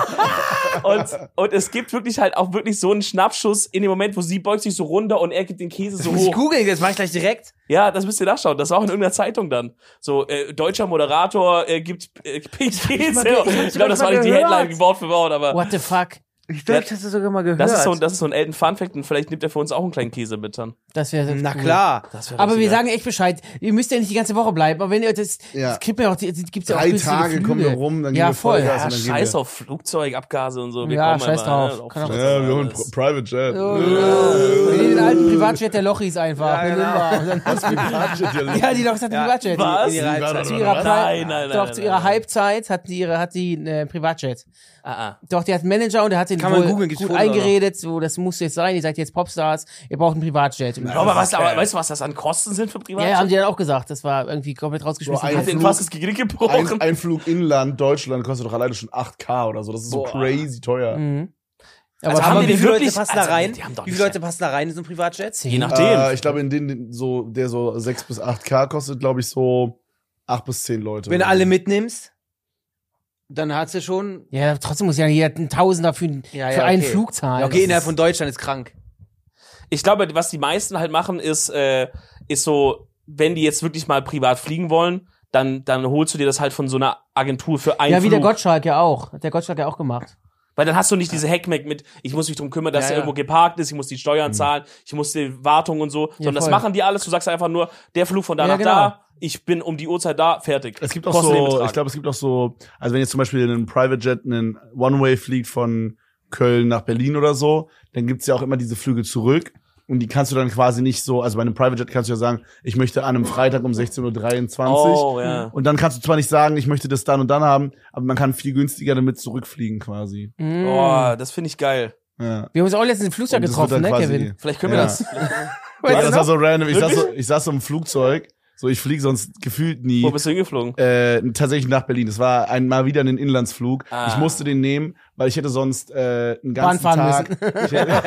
Speaker 2: *laughs* und, und es gibt wirklich halt auch wirklich so einen Schnappschuss in dem Moment, wo sie beugt sich so runter und er gibt den Käse so
Speaker 3: Ich
Speaker 2: hoch.
Speaker 3: google das, mach ich gleich direkt.
Speaker 2: Ja, das müsst ihr nachschauen. Das war auch in irgendeiner Zeitung dann. So, äh, deutscher Moderator äh, gibt äh, *laughs* PTs. Ich glaube, das war nicht die
Speaker 3: gehört.
Speaker 2: Headline Wort für Wort, aber
Speaker 4: What the fuck?
Speaker 3: Ich
Speaker 2: glaub,
Speaker 3: glaube,
Speaker 2: ich
Speaker 3: ich hast du sogar mal gehört.
Speaker 2: das ist, so, ein- das ist so ein Elton Fun Fact und vielleicht nimmt er für uns auch einen kleinen Käse mit dann.
Speaker 4: Das wäre
Speaker 3: Na klar.
Speaker 2: Das wär
Speaker 4: Aber
Speaker 2: richtig
Speaker 4: wir
Speaker 2: geil.
Speaker 4: sagen echt Bescheid. Ihr müsst ja nicht die ganze Woche bleiben. Aber wenn ihr das,
Speaker 1: Ja.
Speaker 4: das kriegt man ja auch, die- die- gibt's ja auch
Speaker 1: Drei
Speaker 4: günstige
Speaker 1: Tage
Speaker 4: Flüge.
Speaker 1: kommen wir rum, dann
Speaker 4: ja,
Speaker 1: gehen wir
Speaker 4: voll.
Speaker 1: Vollgas.
Speaker 2: ja,
Speaker 1: und dann gehen
Speaker 2: scheiß
Speaker 1: wir-
Speaker 2: auf Flugzeugabgase und so. Wir
Speaker 4: Ja,
Speaker 2: kommen
Speaker 4: scheiß
Speaker 2: einmal,
Speaker 4: drauf.
Speaker 2: Ne? Auf
Speaker 4: Kann auch-
Speaker 1: Ja, wir holen
Speaker 2: alles.
Speaker 1: Pri- Private Jet.
Speaker 4: Wir nehmen den alten Privatjet der Lochis einfach.
Speaker 3: Ja,
Speaker 4: Ja, ja die Lochis hatten
Speaker 3: Ja.
Speaker 4: Privatjet.
Speaker 2: Was?
Speaker 4: Die, die,
Speaker 3: Warte,
Speaker 4: die,
Speaker 1: warte,
Speaker 4: zu ihrer
Speaker 1: warte.
Speaker 4: Pri-
Speaker 2: Nein, nein, nein,
Speaker 4: Doch,
Speaker 2: nein,
Speaker 4: zu ihrer
Speaker 2: nein.
Speaker 4: Halbzeit hatten die, ihre- hat die äh, Privatjet.
Speaker 2: Ah, ah.
Speaker 4: Doch, die hat einen Manager und der hat den
Speaker 3: Kann man
Speaker 4: wohl
Speaker 3: googeln, gibt's
Speaker 4: gut
Speaker 3: Fotos auch noch.
Speaker 4: eingeredet. So, das muss jetzt sein. Ihr seid jetzt Popstars. Ihr braucht einen Privatjet. Und-
Speaker 2: Aber, was, aber weißt du, was das an Kosten sind für
Speaker 4: Ja, ja, haben
Speaker 2: Privatjet?
Speaker 4: die dann auch gesagt. Das war irgendwie komplett rausgeschmissen.
Speaker 1: Boah, ein-
Speaker 2: Hat den fast das Genick gebrochen.
Speaker 1: Ein, ein Flug inland, Deutschland, kostet doch alleine schon 8K oder so. Das ist so
Speaker 2: Boah.
Speaker 1: crazy teuer.
Speaker 4: Mhm. aber
Speaker 2: also
Speaker 4: kann
Speaker 2: haben
Speaker 4: man
Speaker 2: die
Speaker 3: wie
Speaker 2: den
Speaker 3: viele
Speaker 2: wirklich-
Speaker 3: Leute passen da
Speaker 2: also,
Speaker 3: rein?
Speaker 2: die haben doch
Speaker 3: Wie
Speaker 2: nicht-
Speaker 3: viele Leute passen da rein in so ein Privatjet?
Speaker 2: Je nachdem.
Speaker 1: Äh, ich glaube, in den, den so, der so 6 bis 8K kostet, glaube ich, so 8 bis 10 Leute.
Speaker 3: Wenn du alle mitnimmst, dann hast du schon
Speaker 4: Ja, trotzdem muss ja jeder einen Tausender für,
Speaker 3: Ja, ja,
Speaker 4: für einen
Speaker 3: okay.
Speaker 4: Flug zahlen.
Speaker 3: Ja, okay,
Speaker 4: Das
Speaker 3: innerhalb
Speaker 4: ist-
Speaker 3: von Deutschland ist krank.
Speaker 2: Ich glaube, was die meisten halt machen, ist, äh, ist so, wenn die jetzt wirklich mal privat fliegen wollen, dann, dann holst du dir das halt von so einer Agentur für einen
Speaker 4: ja, wie der
Speaker 2: Flug.
Speaker 4: Gottschalk ja auch. Hat der Gottschalk ja auch gemacht.
Speaker 2: Weil dann hast du nicht diese Hackmack mit, ich muss mich drum kümmern, dass
Speaker 3: Ja,
Speaker 2: er
Speaker 3: ja.
Speaker 2: irgendwo geparkt ist, ich muss die
Speaker 1: Mhm.
Speaker 2: Steuern zahlen, ich muss die Wartung und so, sondern das
Speaker 4: voll.
Speaker 2: machen die alles. Du sagst einfach nur, der Flug von da
Speaker 4: Ja, genau.
Speaker 2: nach da, ich bin um die Uhrzeit da, fertig.
Speaker 1: Es gibt auch
Speaker 2: Kosten den
Speaker 1: so,
Speaker 2: Betrag.
Speaker 1: ich glaube, es gibt auch so, also wenn jetzt zum Beispiel ein Private Jet einen One-Way fliegt von Köln nach Berlin oder so, dann gibt's ja auch immer diese Flüge zurück. Und die kannst du dann quasi nicht so, also bei einem Private Jet kannst du ja sagen, ich möchte an einem Freitag um 16.23 Uhr.
Speaker 2: Oh, ja.
Speaker 1: Und dann kannst du zwar nicht sagen, ich möchte das dann und dann haben, aber man kann viel günstiger damit zurückfliegen quasi.
Speaker 4: Mm.
Speaker 2: Oh, das finde ich geil.
Speaker 1: Ja.
Speaker 4: Wir haben uns auch letztens im Flugzeug
Speaker 1: Und das wird
Speaker 4: getroffen,
Speaker 1: dann
Speaker 4: ne,
Speaker 1: quasi-
Speaker 4: Kevin?
Speaker 1: *laughs*
Speaker 2: Vielleicht können wir
Speaker 1: Ja.
Speaker 2: das. *laughs*
Speaker 1: Ja,
Speaker 4: Weißt du
Speaker 1: das
Speaker 4: noch?
Speaker 1: war so random. Ich saß so, ich saß so im Flugzeug So, ich fliege sonst gefühlt nie.
Speaker 2: Wo bist du hingeflogen?
Speaker 1: äh, tatsächlich nach Berlin. Es war ein, mal wieder ein Inlandsflug.
Speaker 2: Ah.
Speaker 1: Ich musste den nehmen, weil ich hätte sonst äh, einen ganzen
Speaker 4: Bahn fahren
Speaker 1: Tag. *laughs* Ich hätte,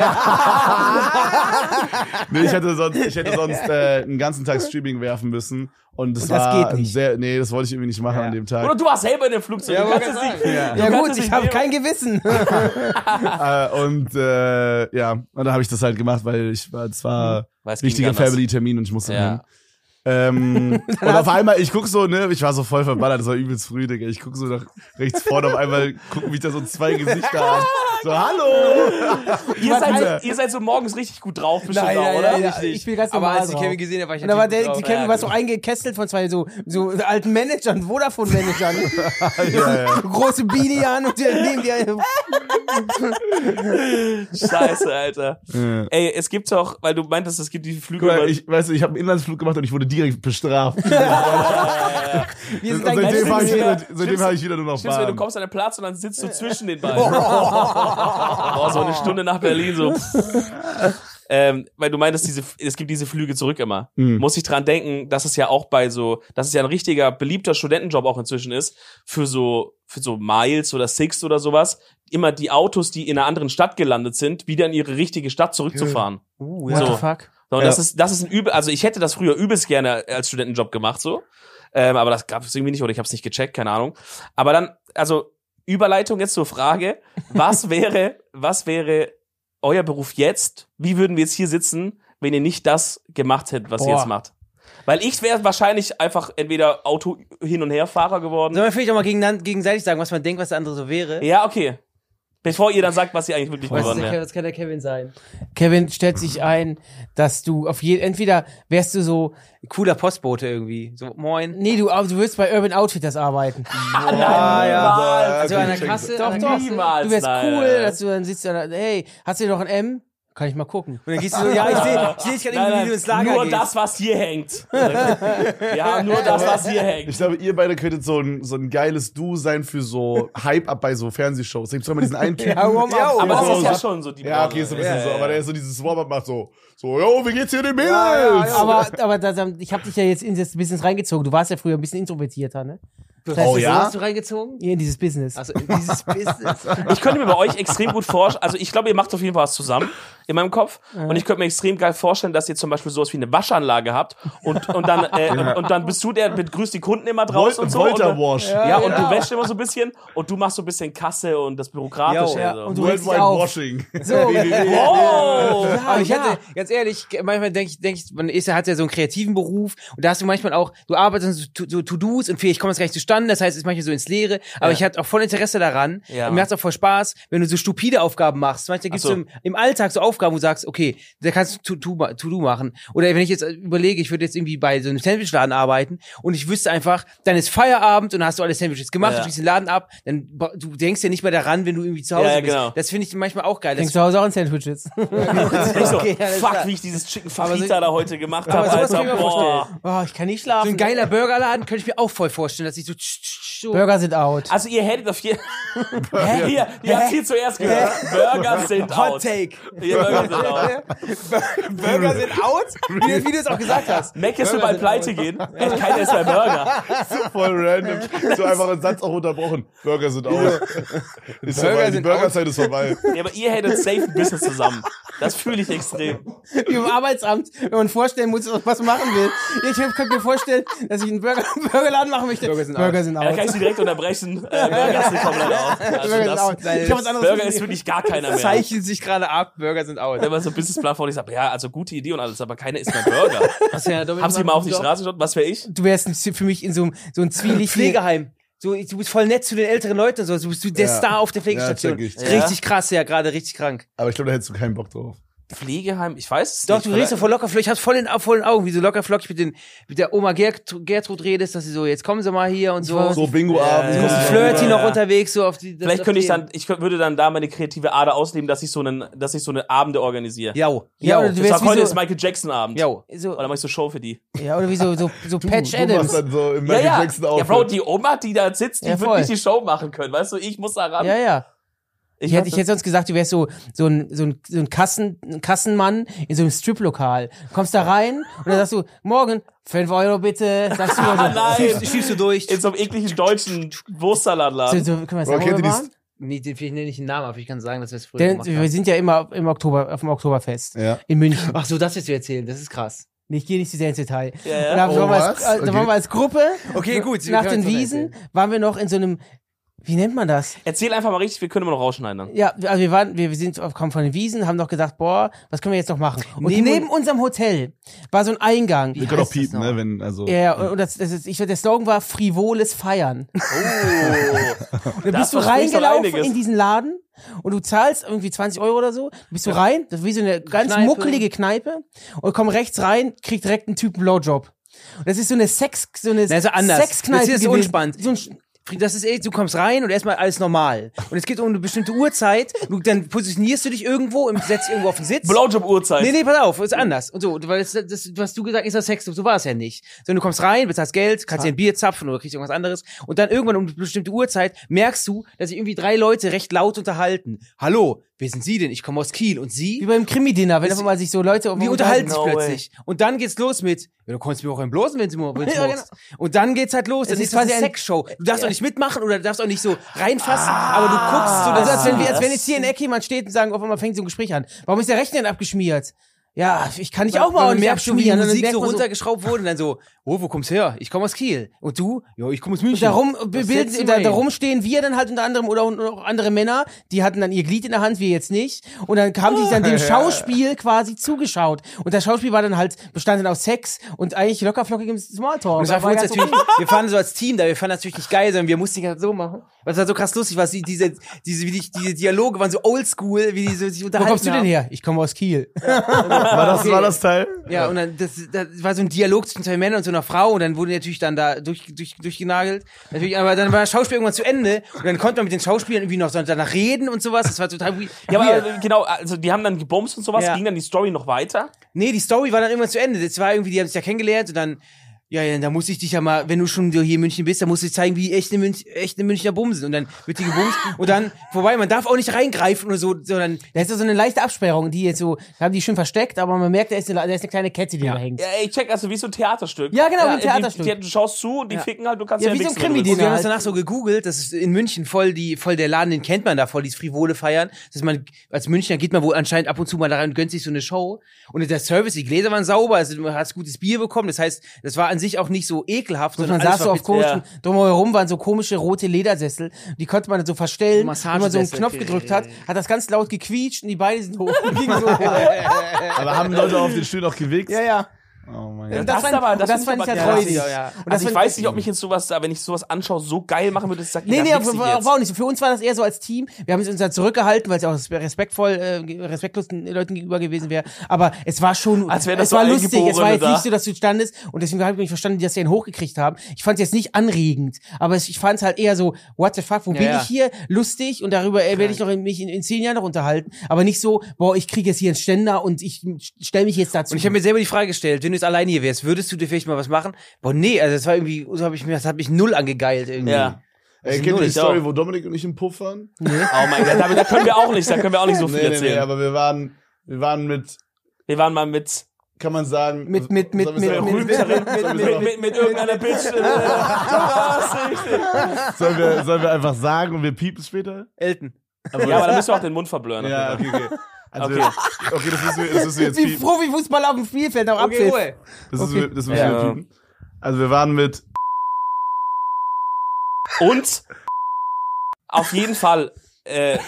Speaker 1: nee, ich hätte sonst, ich hätte sonst äh, einen ganzen Tag Streaming werfen müssen. Und das,
Speaker 4: Und das
Speaker 1: war
Speaker 4: geht nicht.
Speaker 1: Sehr, nee, das wollte ich irgendwie nicht machen
Speaker 3: Ja.
Speaker 1: an dem
Speaker 2: Oder
Speaker 1: Tag.
Speaker 2: du warst selber in dem Flugzeug.
Speaker 3: Ja,
Speaker 2: du
Speaker 3: wollte
Speaker 2: kannst es
Speaker 3: gerade
Speaker 2: nicht.
Speaker 1: Ja.
Speaker 2: du
Speaker 4: Ja
Speaker 2: kannst
Speaker 4: gut,
Speaker 2: es
Speaker 4: ich
Speaker 2: nicht
Speaker 4: habe
Speaker 2: nehmen.
Speaker 4: kein
Speaker 3: *laughs*
Speaker 4: Gewissen.
Speaker 1: äh, und äh, ja, und dann habe ich das halt gemacht, weil ich war zwar
Speaker 2: Mhm. Weil es ging
Speaker 1: wichtiger
Speaker 2: anders.
Speaker 1: Family-Termin und ich musste
Speaker 2: Ja.
Speaker 1: hin.
Speaker 2: *laughs*
Speaker 1: Ähm, und auf einmal, ich guck so, ne, ich war so voll verballert, das war übelst früh, Digga. Ich guck so nach rechts vorne, auf einmal gucken mich da so zwei Gesichter an. So, hallo!
Speaker 2: Ihr
Speaker 1: Alter.
Speaker 2: seid, ihr seid so morgens richtig gut drauf, bestimmt
Speaker 4: Nein,
Speaker 2: auch,
Speaker 4: nein,
Speaker 2: oder?
Speaker 4: nein, nein.
Speaker 2: Richtig.
Speaker 4: Ich bin ganz
Speaker 3: Aber
Speaker 4: normal
Speaker 3: als ich
Speaker 4: drauf.
Speaker 3: Kevin gesehen habe, war ich
Speaker 4: Und da war der,
Speaker 3: natürlich
Speaker 4: die
Speaker 3: gut
Speaker 4: Kevin
Speaker 2: Ja,
Speaker 4: war so
Speaker 2: gut.
Speaker 4: eingekesselt von zwei so, so alten Managern, Vodafone-Managern.
Speaker 1: *laughs* ja, ja.
Speaker 4: Große Beanie an und die nehmen die.
Speaker 2: Scheiße, Alter.
Speaker 1: Ja.
Speaker 2: Ey, es gibt doch, weil du meintest, es gibt diese Flüge.
Speaker 1: Guck mal,
Speaker 2: über-
Speaker 1: ich, weißt du, ich habe einen Inlandsflug gemacht und ich wurde direkt
Speaker 2: *laughs*
Speaker 1: bestraft. Und
Speaker 4: Wir sind ein
Speaker 1: seitdem
Speaker 2: Geist
Speaker 1: habe ich,
Speaker 2: ist
Speaker 1: wieder-
Speaker 2: wieder-
Speaker 1: seitdem hab ich wieder nur noch
Speaker 2: Stimmt's, wenn du
Speaker 1: Bahn.
Speaker 2: kommst an den Platz und dann sitzt du zwischen den beiden. Boah, so eine Stunde nach Berlin, so. Ähm, weil du meintest, diese, es gibt diese Flüge zurück immer.
Speaker 1: Mhm.
Speaker 2: Muss ich dran denken, dass es ja auch bei so, dass es ja ein richtiger beliebter Studentenjob auch inzwischen ist, für so, für so Miles oder Six oder sowas, immer die Autos, die in einer anderen Stadt gelandet sind, wieder in ihre richtige Stadt zurückzufahren.
Speaker 4: Uh,
Speaker 2: ja. So.
Speaker 4: fuck?
Speaker 2: So, und
Speaker 1: Ja.
Speaker 2: das ist, das ist ein übel, also ich hätte das früher übelst gerne als Studentenjob gemacht, so. Ähm, aber das gab es irgendwie nicht oder ich habe es nicht gecheckt, keine Ahnung. Aber dann, also Überleitung jetzt zur Frage, was wäre, was wäre euer Beruf jetzt? Wie würden wir jetzt hier sitzen, wenn ihr nicht das gemacht hättet, was ihr
Speaker 4: Boah.
Speaker 2: jetzt macht? Weil ich wäre wahrscheinlich einfach entweder Auto hin und her Fahrer geworden.
Speaker 3: Sollen wir vielleicht auch mal gegeneinander- gegenseitig sagen, was man denkt, was der andere so wäre?
Speaker 2: Ja, okay. Bevor ihr dann sagt, was ihr eigentlich wirklich
Speaker 3: Was, ist
Speaker 2: geworden
Speaker 3: der Kevin,
Speaker 2: wäre.
Speaker 3: was kann der Kevin sein?
Speaker 4: Kevin stellt sich ein, dass du auf jeden entweder wärst du so,
Speaker 3: Cooler Postbote irgendwie. So, moin.
Speaker 4: nee, du, du wirst bei Urban Outfitters arbeiten.
Speaker 2: Ah, ja.
Speaker 3: Also
Speaker 1: gut,
Speaker 3: an der
Speaker 1: check.
Speaker 3: Kasse.
Speaker 4: Doch,
Speaker 3: an der
Speaker 4: doch.
Speaker 3: Kasse.
Speaker 2: Niemals,
Speaker 4: Du wärst
Speaker 2: nein.
Speaker 4: cool, dass du dann sitzt du da, hey, hast du hier noch ein M? Kann ich mal gucken.
Speaker 3: Und dann gehst du so,
Speaker 2: *laughs*
Speaker 3: ja, ich sehe ich seh *laughs* dich
Speaker 2: Nein,
Speaker 3: gerade irgendwie,
Speaker 2: nein,
Speaker 3: wie du ins Lager
Speaker 2: nur
Speaker 3: gehst.
Speaker 2: das, was hier
Speaker 1: *laughs*
Speaker 2: hängt. Wir haben nur das, was hier
Speaker 1: Ich
Speaker 2: hängt.
Speaker 1: glaube, ihr beide könntet so ein, so ein geiles Du sein für so Hype-Up bei so Fernsehshows. Da gibt's doch immer diesen
Speaker 2: *laughs*
Speaker 1: einen Typen.
Speaker 4: Ja, warm up.
Speaker 1: Ja,
Speaker 2: Aber das
Speaker 1: so-
Speaker 2: ist ja schon so die
Speaker 1: Ja,
Speaker 2: Branche.
Speaker 1: okay, ist ein bisschen
Speaker 2: Ja,
Speaker 1: so.
Speaker 2: ja,
Speaker 1: Aber der
Speaker 2: ja.
Speaker 1: ist so dieses Warm-Up macht so, so, yo, wie geht's hier den Mädels?
Speaker 4: Aber, aber das, ich habe dich ja jetzt in das Business reingezogen. Du warst ja früher ein bisschen introvertierter, ne? Das heißt,
Speaker 1: Oh,
Speaker 4: das-
Speaker 1: ja?
Speaker 3: Hast du reingezogen?
Speaker 4: In dieses Business.
Speaker 3: Achso,
Speaker 4: *laughs*
Speaker 3: dieses Business.
Speaker 2: Ich könnte mir bei euch extrem gut vorstellen, also ich glaube, ihr macht auf jeden Fall was zusammen in meinem Kopf. Und ich könnte mir extrem geil vorstellen, dass ihr zum Beispiel sowas wie eine Waschanlage habt und, und, dann, äh, und, und dann bist du der, begrüßt die Kunden immer draußen und so.
Speaker 1: Volta
Speaker 2: und,
Speaker 1: Wash.
Speaker 2: ja, und du wäschst immer so ein bisschen und du machst so ein bisschen Kasse und das Bürokratische.
Speaker 3: Ja,
Speaker 2: so.
Speaker 4: und du regst dich
Speaker 1: Worldwide
Speaker 4: auf.
Speaker 1: Washing. *laughs*
Speaker 4: So.
Speaker 2: oh!
Speaker 4: Ah,
Speaker 3: Aber ich
Speaker 4: ja.
Speaker 3: hatte, ganz ehrlich, manchmal denke ich, denk ich, man ist, ja- hat ja so einen kreativen Beruf und da hast du manchmal auch, du arbeitest an so To- so To-Dos und viel, ich komme jetzt gar nicht zustande, das heißt, es ist manchmal so ins Leere, aber
Speaker 2: Ja.
Speaker 3: ich hatte auch voll Interesse daran
Speaker 2: Ja,
Speaker 3: und
Speaker 2: Mann.
Speaker 3: mir hat's auch voll Spaß, wenn du so stupide Aufgaben machst. Manchmal gibt's
Speaker 2: Ach so.
Speaker 3: so. im, im Alltag so Aufgaben, wo du sagst, okay, da kannst du To- To- ma- To-Do machen. Oder wenn ich jetzt äh, überlege, ich würde jetzt irgendwie bei so einem Sandwichladen arbeiten und ich wüsste einfach, dann ist Feierabend und dann hast du alle Sandwiches gemacht,
Speaker 2: Ja.
Speaker 3: du schließt den Laden ab, dann ba- du denkst ja nicht mehr daran, wenn du irgendwie zu Hause
Speaker 2: Ja, ja,
Speaker 3: bist.
Speaker 2: genau.
Speaker 3: Das finde ich manchmal auch geil.
Speaker 4: Denkst
Speaker 3: Das
Speaker 4: du zu Hause auch
Speaker 3: *laughs*
Speaker 4: an Sandwiches?
Speaker 2: Ich so,
Speaker 3: Okay, alles
Speaker 2: fuck,
Speaker 3: klar.
Speaker 2: wie ich dieses Chicken
Speaker 3: so-
Speaker 2: Fajita da heute gemacht habe,
Speaker 3: sowas
Speaker 2: Alter.
Speaker 3: kann ich mir
Speaker 2: Boah.
Speaker 3: vorstellen.
Speaker 4: Oh, ich kann nicht schlafen.
Speaker 3: So ein geiler Burgerladen könnte ich mir auch voll vorstellen, dass ich so, tsch, tsch, tsch, so
Speaker 4: Burger sind out.
Speaker 2: Also ihr hättet auf jeden Fall. Ihr, ihr habt hier zuerst gehört. Burger sind out.
Speaker 3: Take.
Speaker 2: Ihr Burger sind out.
Speaker 3: *laughs* Burger sind out, wie du, wie du es auch gesagt hast.
Speaker 2: Mac ist bald pleite gehen. Ey, keiner ist mehr Burger.
Speaker 1: Voll random. So einfach ein Satz auch unterbrochen. Burger sind aus. Ist vorbei. Die
Speaker 3: sind
Speaker 1: Burgerzeit ist vorbei.
Speaker 2: Nee, aber ihr hättet safe ein Business zusammen. Das fühle ich extrem.
Speaker 4: Wie im Arbeitsamt, wenn man vorstellen muss, was man machen will. Ich könnte mir vorstellen, dass ich einen *laughs* Burger, Burgerladen machen möchte.
Speaker 3: Burger sind out.
Speaker 4: sind
Speaker 2: Ja, da kann ich sie direkt unterbrechen. Äh, Burger sind komplett out. Also
Speaker 4: Burger sind out.
Speaker 2: das,
Speaker 4: Ich hab was anderes
Speaker 2: Burger
Speaker 4: gesehen.
Speaker 2: ist wirklich gar keiner mehr.
Speaker 3: Zeichnen sich gerade ab, Burger sind out.
Speaker 2: Wenn man so einen Businessplan vorliest, sagt, ja, also gute Idee und alles, aber keiner ist mehr Burger. Haben Sie mal auf die Straße geschaut? Was wäre ich?
Speaker 4: Du wärst ein- für mich in so einem, so ein zwielichtigen...
Speaker 3: Pflegeheim. So, du bist voll nett zu den älteren Leuten und so. Du bist der
Speaker 1: Ja.
Speaker 3: Star auf der
Speaker 1: Ja,
Speaker 3: Pflegestation.
Speaker 1: check ich.
Speaker 3: Richtig krass, ja, gerade richtig krank.
Speaker 1: Aber ich glaube, da hättest du keinen Bock drauf.
Speaker 2: Pflegeheim? Ich weiß es
Speaker 3: Doch,
Speaker 2: nicht.
Speaker 3: du redest so voll locker flockig, hast voll in voll in Augen, wie du locker flockig mit, den, mit der Oma Gert, Gertrud redest, dass sie so, jetzt kommen sie mal hier und so.
Speaker 1: So Bingo-Abend. kommst
Speaker 2: Ja,
Speaker 1: du *laughs*
Speaker 2: ja,
Speaker 1: vorbei.
Speaker 3: Flirty noch unterwegs, so auf die.
Speaker 2: Vielleicht
Speaker 3: auf
Speaker 2: könnte ich
Speaker 3: die-
Speaker 2: dann, ich kö- würde dann da meine kreative Ader ausleben, dass ich so einen, dass ich so eine Abende organisiere.
Speaker 3: Jau. Jau.
Speaker 4: Ja, oder du
Speaker 2: Ich
Speaker 4: wärst
Speaker 2: sag,
Speaker 4: wie
Speaker 2: heute
Speaker 4: so-
Speaker 2: ist Michael Jackson Abend.
Speaker 3: Jau.
Speaker 4: So,
Speaker 2: Oder mach ich so Show für die?
Speaker 4: ja, oder wie so, so, so Patch
Speaker 1: Du machst
Speaker 4: Adams.
Speaker 1: dann so im Michael
Speaker 2: Ja, ja.
Speaker 1: Jackson
Speaker 2: ja, Bro,
Speaker 1: Outfit.
Speaker 2: die Oma, die da sitzt, die
Speaker 4: Ja,
Speaker 2: wird
Speaker 4: voll.
Speaker 2: nicht die Show machen können, weißt du? Ich muss da ran.
Speaker 4: Ja, ja.
Speaker 2: Ich
Speaker 4: Ich hätte,
Speaker 2: hatte-
Speaker 4: ich hätte sonst gesagt, du wärst so, so ein, so ein, so ein, Kassen, ein Kassenmann in so einem Striplokal. Du Kommst da rein und dann sagst du, morgen, 5 Euro bitte. Sagst du also, mal so,
Speaker 2: *laughs* Nein,
Speaker 3: Schiebst du durch?
Speaker 2: in so einem ekligen deutschen Wurstsalatladen.
Speaker 4: so, so, können wir
Speaker 1: Bro, kennt ihr
Speaker 4: Samuel
Speaker 1: die
Speaker 4: machen?
Speaker 3: Nee, den finde ich nenne ich den Namen, aber ich kann sagen, dass wir es früher
Speaker 4: Denn
Speaker 3: gemacht
Speaker 4: wir
Speaker 3: haben.
Speaker 4: sind ja immer im Oktober, auf dem Oktoberfest
Speaker 1: Ja.
Speaker 4: in München.
Speaker 3: Ach so, das willst du erzählen, das ist krass.
Speaker 4: Nee, Ich gehe nicht zu sehr ins Detail.
Speaker 2: Ja, ja.
Speaker 4: Und da,
Speaker 1: Oh,
Speaker 4: waren wir
Speaker 1: was?
Speaker 4: als, äh, da
Speaker 1: Okay. Oh,
Speaker 4: waren wir als Gruppe.
Speaker 3: Okay, gut, wir
Speaker 4: Nach
Speaker 3: können
Speaker 4: den
Speaker 3: uns
Speaker 4: Wiesen
Speaker 3: erzählen.
Speaker 4: waren wir noch in so einem, wie nennt man das?
Speaker 2: Erzähl einfach mal richtig, wir können immer noch rausschneiden dann.
Speaker 4: Ja, also wir waren, wir, wir sind kommen von den Wiesen, haben noch gedacht, boah, was können wir jetzt noch machen? Und
Speaker 3: Neben-
Speaker 4: neben, unserem Hotel war so ein Eingang.
Speaker 1: Wir können auch
Speaker 3: heißt das
Speaker 1: piepen,
Speaker 3: noch?
Speaker 1: ne? Wenn, also,
Speaker 4: Ja, ja, und das, das ist, ich, der Slogan war frivoles Feiern.
Speaker 2: *laughs* Oh.
Speaker 4: Dann bist du reingelaufen in diesen Laden und du zahlst irgendwie 20 Euro oder so, bist du rein, das ist wie so eine ganz
Speaker 3: Kneipe.
Speaker 4: muckelige Kneipe und komm rechts rein, kriegt direkt einen Typen Blowjob. Und das ist so eine Sex, so eine
Speaker 3: Na, ist ja anders.
Speaker 4: Sexkneipe.
Speaker 3: Das ist
Speaker 4: gewesen.
Speaker 3: unspannend.
Speaker 4: So ein Sch-
Speaker 3: Das ist eh, du kommst rein und erstmal alles normal. Und es geht um eine bestimmte Uhrzeit, du, dann positionierst du dich irgendwo und setzt dich irgendwo auf den Sitz.
Speaker 2: Blowjob-Uhrzeit.
Speaker 3: Nee, nee, pass auf, ist anders. Und so, weil das, das, was du gesagt hast, ist das Sex, so war es ja nicht. Sondern du kommst rein, bezahlst Geld, kannst dir ein Bier zapfen oder kriegst irgendwas anderes. Und dann irgendwann um eine bestimmte Uhrzeit merkst du, dass sich irgendwie drei Leute recht laut unterhalten. Hallo, wer sind Sie denn? Ich komme aus Kiel. Und Sie?
Speaker 4: wie beim Krimi-Dinner, wenn auf einmal sich so Leute
Speaker 3: Und die unterhalten sich
Speaker 2: No way.
Speaker 3: plötzlich. Und dann geht's los mit, ja, du kannst mir auch einen bloßen, wenn
Speaker 4: *laughs*
Speaker 3: sie mo- wenn's
Speaker 4: Ja, genau.
Speaker 3: magst. Und dann geht's halt los. Dann
Speaker 4: ist
Speaker 3: ist quasi
Speaker 4: quasi
Speaker 3: eine
Speaker 4: ein-
Speaker 3: Sexshow. Du darfst auch nicht mitmachen oder du darfst auch nicht so reinfassen,
Speaker 4: Ah.
Speaker 3: aber du guckst so, dass
Speaker 4: Also als wenn, wir, als
Speaker 2: das-
Speaker 4: wenn jetzt hier in der Ecke jemand steht und sagen, auf einmal fängt so ein Gespräch an. Warum ist der Rechner denn abgeschmiert? Ja, ich kann dich auch mal
Speaker 3: und
Speaker 4: ordentlich
Speaker 3: merkst du, wie die
Speaker 4: abschmieren. Und dann
Speaker 3: Musik
Speaker 4: merkt
Speaker 3: so
Speaker 4: man
Speaker 3: runtergeschraubt wurde und dann so, oh, wo kommst her? Ich komme aus Kiel. Und du? Ja, ich komme aus München.
Speaker 4: Und darum,
Speaker 3: Das setzt sie
Speaker 4: bilden, da,
Speaker 3: mal
Speaker 4: darum stehen wir dann halt unter anderem oder und auch andere Männer, die hatten dann ihr Glied in der Hand, wir jetzt nicht. Und dann haben die
Speaker 3: *laughs*
Speaker 4: dann dem Schauspiel quasi zugeschaut. Und das Schauspiel war dann halt, bestand dann aus Sex und eigentlich lockerflockigem Smalltalk.
Speaker 3: Und das war für uns
Speaker 4: ganz
Speaker 3: natürlich,
Speaker 4: okay.
Speaker 3: wir fahren so als Team da, wir fanden das natürlich nicht geil, sondern wir mussten die ganze Zeit so machen. Was war so krass lustig, was die, diese, diese, wie die, diese Dialoge waren so oldschool, wie die so sich
Speaker 4: Wo
Speaker 3: unterhalten
Speaker 4: kommst du denn
Speaker 3: haben.
Speaker 4: her? Ich komme aus Kiel.
Speaker 1: war, das, war das Teil?
Speaker 3: Ja, und dann das, das war so ein Dialog zwischen zwei Männern und so einer Frau und dann wurde natürlich dann da durch, durch, durchgenagelt. Natürlich, aber dann war das Schauspiel irgendwann zu Ende und dann konnte man mit den Schauspielern irgendwie noch so danach reden und sowas. Das war total weird.
Speaker 2: ja, aber äh, genau, also die haben dann gebomst und sowas,
Speaker 3: Ja.
Speaker 2: ging dann die Story noch weiter.
Speaker 3: Nee, die Story war dann irgendwann zu Ende. Das war irgendwie, die haben sich ja kennengelernt und dann, ja, ja, da muss ich dich ja mal, wenn du schon so hier in München bist, dann musst du zeigen, wie echt eine, Münch, echt eine Münchner Bumsen. Und dann wird die gebumst und dann vorbei. Man darf auch nicht reingreifen oder so, sondern
Speaker 4: Da ist ja so eine leichte Absperrung, die jetzt so, da haben die schön versteckt, aber man merkt, da ist eine, da ist eine kleine Kette, die da hängt.
Speaker 2: Ja, ey, check, also wie so ein Theaterstück.
Speaker 4: Ja, genau, wie ein
Speaker 2: die-
Speaker 4: Theaterstück.
Speaker 2: Die, du schaust zu und die ficken halt, du kannst
Speaker 4: Ja,
Speaker 2: ja,
Speaker 4: wie so ein
Speaker 2: wichsen, wenn du
Speaker 4: Krimi-Dinner.
Speaker 2: willst.
Speaker 3: Und wir haben das
Speaker 4: halt-
Speaker 3: danach so gegoogelt, das ist in München voll die, voll der Laden, den kennt man da voll, die frivole feiern. Das ist man, als Münchner geht man wohl anscheinend ab und zu mal da rein und gönnt sich so eine Show. Und der Service, die Gläser waren sauber, also man hat gutes Bier bekommen, das heißt, das war an sich auch nicht so ekelhaft,
Speaker 4: Und man
Speaker 3: alles
Speaker 4: saß so
Speaker 3: war
Speaker 4: auf
Speaker 3: mit-
Speaker 4: komischen, drumherum waren so komische rote Ledersessel. Die konnte man dann so verstellen.
Speaker 3: So
Speaker 4: Wenn man so einen
Speaker 3: Massagesessel.
Speaker 4: Knopf gedrückt hat, hat das ganz laut gequietscht und die Beine sind hoch.
Speaker 3: *laughs*
Speaker 4: Und gingen so hoch.
Speaker 1: Aber haben Leute auf den Stühlen auch gewichst?
Speaker 4: ja, ja.
Speaker 1: Oh mein Gott.
Speaker 4: Und das,
Speaker 2: Das
Speaker 4: fand,
Speaker 2: aber- das
Speaker 4: das, das
Speaker 2: find
Speaker 4: fand
Speaker 2: ich
Speaker 4: ich ja
Speaker 2: aber
Speaker 4: räudig.
Speaker 2: krass.
Speaker 3: Ja, ja.
Speaker 4: Und das
Speaker 2: Also ich
Speaker 4: fand-
Speaker 2: weiß nicht, ob mich jetzt sowas, da, wenn ich sowas anschaue, so geil machen würde, dass ich sage,
Speaker 4: Nee, nee,
Speaker 2: ja, wichs
Speaker 4: aber
Speaker 2: ich
Speaker 4: war,
Speaker 2: jetzt.
Speaker 4: war auch nicht so. Für uns war das eher so als Team. Wir haben uns uns da zurückgehalten, weil es auch respektvoll, äh, ge- respektlos den Leuten gegenüber gewesen wäre. Aber es war schon,
Speaker 2: Als wären das
Speaker 4: es
Speaker 2: so
Speaker 4: war lustig. Es war
Speaker 2: Eingeborene
Speaker 4: jetzt
Speaker 2: da.
Speaker 4: nicht so, dass du standest. Und deswegen habe ich nicht verstanden, dass sie den hochgekriegt haben. Ich fand es jetzt nicht anregend. Aber es, ich fand es halt eher so, what the fuck, wo bin
Speaker 3: ja.
Speaker 4: ich hier? Lustig. Und darüber äh, werde ich noch in, mich in, in zehn Jahren noch unterhalten. Aber nicht so, boah, ich kriege jetzt hier einen Ständer und ich stelle mich jetzt dazu.
Speaker 3: Und ich habe mir selber die Frage gestellt, wenn du jetzt allein hier wärst, würdest du dir vielleicht mal was machen? Boah, nee, also das war irgendwie, so hab ich, mir- das hat mich null angegeilt irgendwie.
Speaker 2: Ja.
Speaker 1: Ey, kennt ihr
Speaker 3: Null,
Speaker 1: die
Speaker 3: ich
Speaker 1: Story,
Speaker 2: auch.
Speaker 1: wo Dominik und ich im Puff waren?
Speaker 2: Oh mein Gott, da, da können wir auch nicht, da können wir auch nicht so viel
Speaker 1: Nee, nee, nee,
Speaker 2: erzählen.
Speaker 1: aber wir waren, wir waren mit,
Speaker 2: wir waren mal mit
Speaker 1: kann man sagen,
Speaker 4: Mit- mit- mit-
Speaker 1: sollen
Speaker 4: mit-
Speaker 1: wir sagen,
Speaker 4: mit-
Speaker 2: Rühmterin,
Speaker 1: sollen wir
Speaker 2: mit, mit,
Speaker 1: sagen-
Speaker 2: mit, mit irgendeiner
Speaker 4: *laughs*
Speaker 2: Bitch. äh, was ich denn?
Speaker 1: Sollen wir, sollen wir einfach sagen und wir piepen später?
Speaker 3: Elton.
Speaker 2: ja, aber da müssen wir auch den Mund verblören.
Speaker 1: Ja, okay, okay. Also,
Speaker 2: Okay.
Speaker 1: okay. okay, das müssen wir, das müssen wir jetzt
Speaker 4: *laughs* wie
Speaker 1: piepen.
Speaker 4: Profifußball auf dem Spielfeld auch okay,
Speaker 3: Ruhe.
Speaker 1: Das müssen wir, das müssen
Speaker 2: Ja.
Speaker 1: wir piepen. Also wir waren mit,
Speaker 2: Und auf jeden Fall, äh,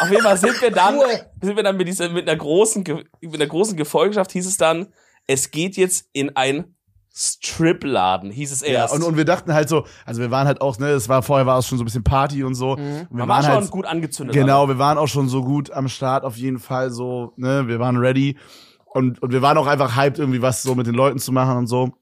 Speaker 2: auf jeden Fall sind wir dann, sind wir dann mit dieser, mit einer großen, Ge- mit einer großen Gefolgschaft hieß es dann, es geht jetzt in ein Stripladen, hieß es
Speaker 1: ja,
Speaker 2: erst.
Speaker 1: und, und wir dachten halt so, also wir waren halt auch, ne, es war, vorher war es schon so ein bisschen Party und so.
Speaker 4: Mhm.
Speaker 1: Und wir
Speaker 2: man war
Speaker 1: waren
Speaker 2: schon
Speaker 1: halt,
Speaker 2: gut angezündet.
Speaker 1: Genau, wir waren auch schon so gut am Start, auf jeden Fall so, ne, wir waren ready. Und, und wir waren auch einfach hyped, irgendwie was so mit den Leuten zu machen und so.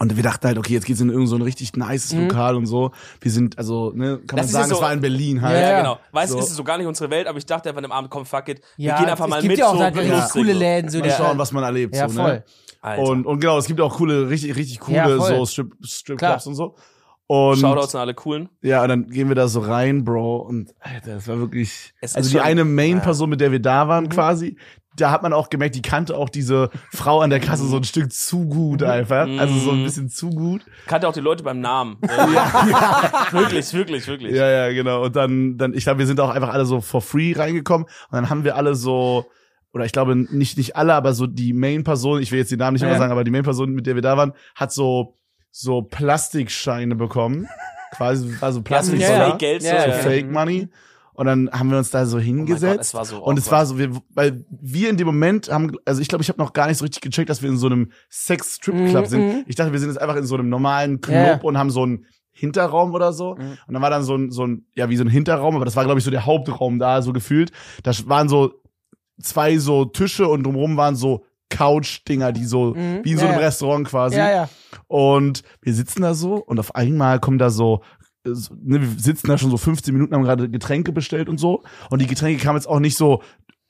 Speaker 1: Und wir dachten halt, okay, jetzt geht's in irgendein so ein richtig nices Lokal und so. Wir sind, also, ne, kann
Speaker 2: Mhm. Das
Speaker 1: man
Speaker 2: ist
Speaker 1: sagen,
Speaker 2: ja so-
Speaker 1: es war in Berlin halt.
Speaker 2: Ja,
Speaker 4: Ja.
Speaker 2: genau. Weißt du,
Speaker 1: So.
Speaker 2: ist es so gar nicht unsere Welt, aber ich dachte einfach an dem Abend, komm, fuck it. Wir
Speaker 4: Ja,
Speaker 2: gehen einfach mal
Speaker 4: es gibt
Speaker 2: mit.
Speaker 4: ja auch
Speaker 2: so,
Speaker 4: da wirklich
Speaker 1: Ja.
Speaker 4: coole Läden. So
Speaker 1: Mal
Speaker 4: die-
Speaker 1: schauen, was man erlebt.
Speaker 4: Ja,
Speaker 1: so,
Speaker 4: voll.
Speaker 1: ne?
Speaker 2: Alter.
Speaker 1: Und, und genau, es gibt auch coole, richtig, richtig coole
Speaker 4: Ja, voll.
Speaker 1: so Strip, Stripclubs
Speaker 4: Klar.
Speaker 1: und so. Und
Speaker 2: Shoutouts an alle coolen.
Speaker 1: ja, und dann gehen wir da so rein, Bro. Und Alter, das war wirklich.
Speaker 2: Es
Speaker 1: also
Speaker 2: ist
Speaker 1: die
Speaker 2: schon-
Speaker 1: eine Main-Person, mit der wir da waren,
Speaker 2: Mhm.
Speaker 1: quasi, da hat man auch gemerkt, die kannte auch diese Frau an der Kasse so ein Stück zu gut einfach. Also so ein
Speaker 2: Mhm.
Speaker 1: bisschen zu gut.
Speaker 2: Kannte auch die Leute
Speaker 1: *laughs*
Speaker 2: beim Namen. Äh, Wirklich, wirklich, wirklich.
Speaker 1: Ja, ja, genau. Und dann, dann, ich glaube, wir sind auch einfach alle so for free reingekommen. Und dann haben wir alle so, oder ich glaube nicht, nicht alle, aber so die Main-Person, ich will jetzt die Namen nicht immer
Speaker 4: Ja.
Speaker 1: sagen, aber die Main-Person, mit der wir da waren, hat so, so Plastikscheine
Speaker 2: *laughs*
Speaker 1: bekommen. Quasi, also Plastik,
Speaker 2: Ja,
Speaker 1: so
Speaker 2: so
Speaker 1: Fake,
Speaker 2: Fake Geld, so.
Speaker 3: Ja,
Speaker 1: so
Speaker 3: ja.
Speaker 1: Fake Money. Und dann haben wir uns da so
Speaker 2: Oh mein Gott,
Speaker 1: hingesetzt.
Speaker 2: es war so
Speaker 1: Und es war so, wir, weil wir in dem Moment haben, also ich glaube, ich habe noch gar nicht so richtig gecheckt, dass wir in so einem Sex-Strip-Club
Speaker 4: Mhm,
Speaker 1: sind. Ich dachte, wir sind jetzt einfach in so einem normalen Club
Speaker 3: Ja.
Speaker 1: und haben so einen Hinterraum oder so.
Speaker 2: Mhm.
Speaker 1: Und dann war dann so ein, so ein, ja, wie so ein Hinterraum, aber das war, glaube ich, so der Hauptraum da, so gefühlt. Da waren so zwei so Tische und drumherum waren so Couch-Dinger, die so,
Speaker 4: Mhm.
Speaker 1: wie in so
Speaker 4: Ja,
Speaker 1: einem
Speaker 4: ja.
Speaker 1: Restaurant quasi.
Speaker 4: Ja, ja.
Speaker 1: Und wir sitzen da so und auf einmal kommen da so, äh, so- ne, wir sitzen da schon so 15 Minuten, haben gerade Getränke bestellt und so. Und die Getränke kamen jetzt auch nicht so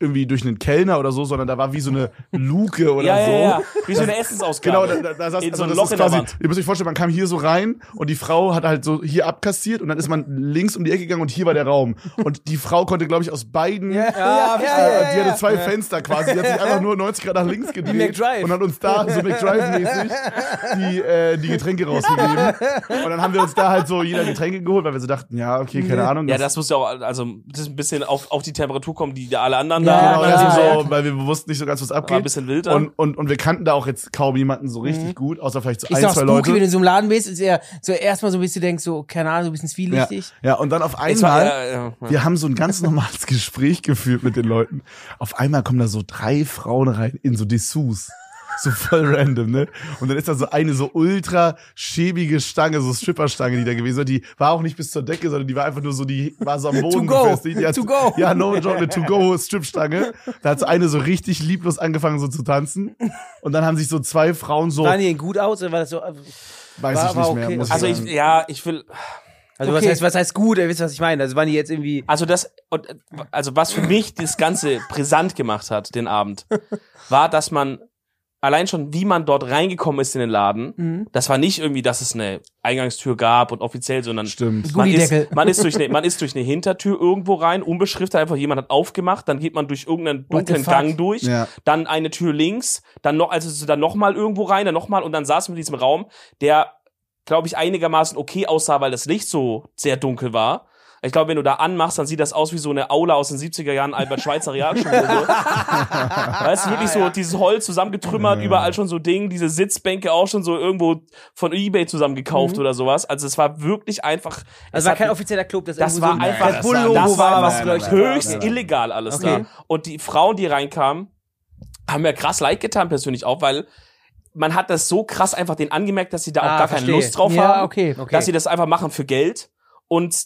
Speaker 1: irgendwie durch einen Kellner oder so, sondern da war wie so eine Luke oder
Speaker 2: ja,
Speaker 1: so.
Speaker 2: ja, ja. Wie so eine Essensausgabe.
Speaker 1: Genau, da, da, da saß
Speaker 2: In
Speaker 1: also
Speaker 2: so ein
Speaker 1: das
Speaker 2: Loch
Speaker 1: ist
Speaker 2: in der
Speaker 1: quasi,
Speaker 2: Wand.
Speaker 1: ihr müsst euch vorstellen, man kam hier so rein und die Frau hat halt so hier abkassiert und dann ist man links um die Ecke gegangen und hier war der Raum. Und die Frau konnte, glaube ich, aus beiden
Speaker 3: Ja,
Speaker 1: äh, die hatte zwei Fenster quasi. Die hat sich einfach nur 90 Grad nach links gedreht
Speaker 3: McDrive.
Speaker 1: und hat uns da so McDrive-mäßig die, äh, die Getränke rausgegeben. Und dann haben wir uns da halt so jeder Getränke geholt, weil wir so dachten, ja, okay, keine Ahnung.
Speaker 2: ja, das muss ja auch, also das ist ein bisschen auf, auf die Temperatur kommen, die da alle anderen
Speaker 4: Ja,
Speaker 2: da Also,
Speaker 1: genau,
Speaker 2: haben.
Speaker 1: das
Speaker 4: ja,
Speaker 1: ist
Speaker 4: ja,
Speaker 1: so, weil wir wussten nicht so ganz, was
Speaker 2: War ein
Speaker 1: abgeht.
Speaker 2: bisschen wilder.
Speaker 1: Und, und, und wir kannten da auch jetzt kaum jemanden so
Speaker 3: Mhm.
Speaker 1: richtig gut, außer vielleicht so
Speaker 4: Ist
Speaker 1: ein,
Speaker 4: doch
Speaker 1: zwei
Speaker 4: spooky,
Speaker 1: Leute.
Speaker 4: wenn du in so einem Laden bist, ist ja so erstmal so ein bisschen denkst, so, keine Ahnung, so ein bisschen
Speaker 1: ja.
Speaker 4: zwielichtig.
Speaker 1: ja, und dann auf
Speaker 2: es war,
Speaker 1: einmal.
Speaker 2: ja, ja, ja.
Speaker 1: Wir haben so ein ganz normales *laughs* Gespräch geführt mit den Leuten. Auf einmal kommen da so drei Frauen rein in so Dessous. So voll *laughs* random, ne? Und dann ist da so eine so ultra schäbige Stange, so Stripperstange, die da gewesen war. Die war auch nicht bis zur Decke, sondern die war einfach nur so, die war
Speaker 2: *laughs*
Speaker 1: so am Boden
Speaker 4: go.
Speaker 1: befestigt. Die hat-
Speaker 4: To go.
Speaker 1: *laughs* Ja, no joke, eine To-Go-Stripstange. Da hat so eine so richtig lieblos angefangen, so zu tanzen. Und dann haben sich so zwei Frauen so,
Speaker 3: Waren die denn gut aus oder war das so? Also
Speaker 1: weiß
Speaker 3: war-
Speaker 1: ich
Speaker 3: war
Speaker 1: nicht mehr,
Speaker 3: okay.
Speaker 1: muss ich
Speaker 2: also ich,
Speaker 1: sagen.
Speaker 2: ja, ich will,
Speaker 3: was
Speaker 4: Okay.
Speaker 3: heißt, was heißt gut? Ihr wisst, was ich meine. Also waren die jetzt irgendwie.
Speaker 2: Also das, und, äh, also was für mich das Ganze brisant gemacht hat, den Abend, war, dass man allein schon, wie man dort reingekommen ist in den Laden,
Speaker 4: Mhm.
Speaker 2: das war nicht irgendwie, dass es eine Eingangstür gab und offiziell, sondern
Speaker 1: Stimmt.
Speaker 2: man
Speaker 4: Gullideckel.
Speaker 2: ist, man, ist durch eine, man ist durch eine Hintertür irgendwo rein, unbeschriftet, einfach jemand hat aufgemacht, dann geht man durch irgendeinen
Speaker 4: What the
Speaker 2: dunklen
Speaker 4: fuck?
Speaker 2: Gang durch,
Speaker 1: Ja.
Speaker 2: dann eine Tür links, dann noch, also so dann nochmal irgendwo rein, dann nochmal und dann saßen wir in diesem Raum, der, glaube ich, einigermaßen okay aussah, weil das Licht so sehr dunkel war. Ich glaube, wenn du da anmachst, dann sieht das aus wie so eine Aula aus den 70er Jahren Albert Schweitzer Realschule.
Speaker 3: *laughs*
Speaker 2: weißt du, wirklich so dieses Holz zusammengetrümmert,
Speaker 1: Ja.
Speaker 2: überall schon so Ding, diese Sitzbänke auch schon so irgendwo von Ebay zusammengekauft oder sowas. Also es war wirklich einfach,
Speaker 3: Mhm. Also
Speaker 2: es
Speaker 3: war
Speaker 2: hat-
Speaker 3: kein offizieller Club, das,
Speaker 2: das
Speaker 3: irgendwo
Speaker 2: war
Speaker 3: so ein
Speaker 2: einfach
Speaker 3: Red Bull Logo
Speaker 2: das
Speaker 3: war,
Speaker 2: war
Speaker 3: was
Speaker 1: nein,
Speaker 3: leuchtet.
Speaker 1: nein,
Speaker 2: höchst
Speaker 1: nein.
Speaker 2: illegal alles
Speaker 3: Okay.
Speaker 2: da. Und die Frauen, die reinkamen, haben mir krass leid getan persönlich auch, weil man hat das so krass einfach den angemerkt, dass sie da auch
Speaker 3: Ah,
Speaker 2: gar keine
Speaker 3: verstehe.
Speaker 2: Lust drauf haben,
Speaker 4: okay.
Speaker 3: Okay.
Speaker 2: dass sie das einfach machen für Geld und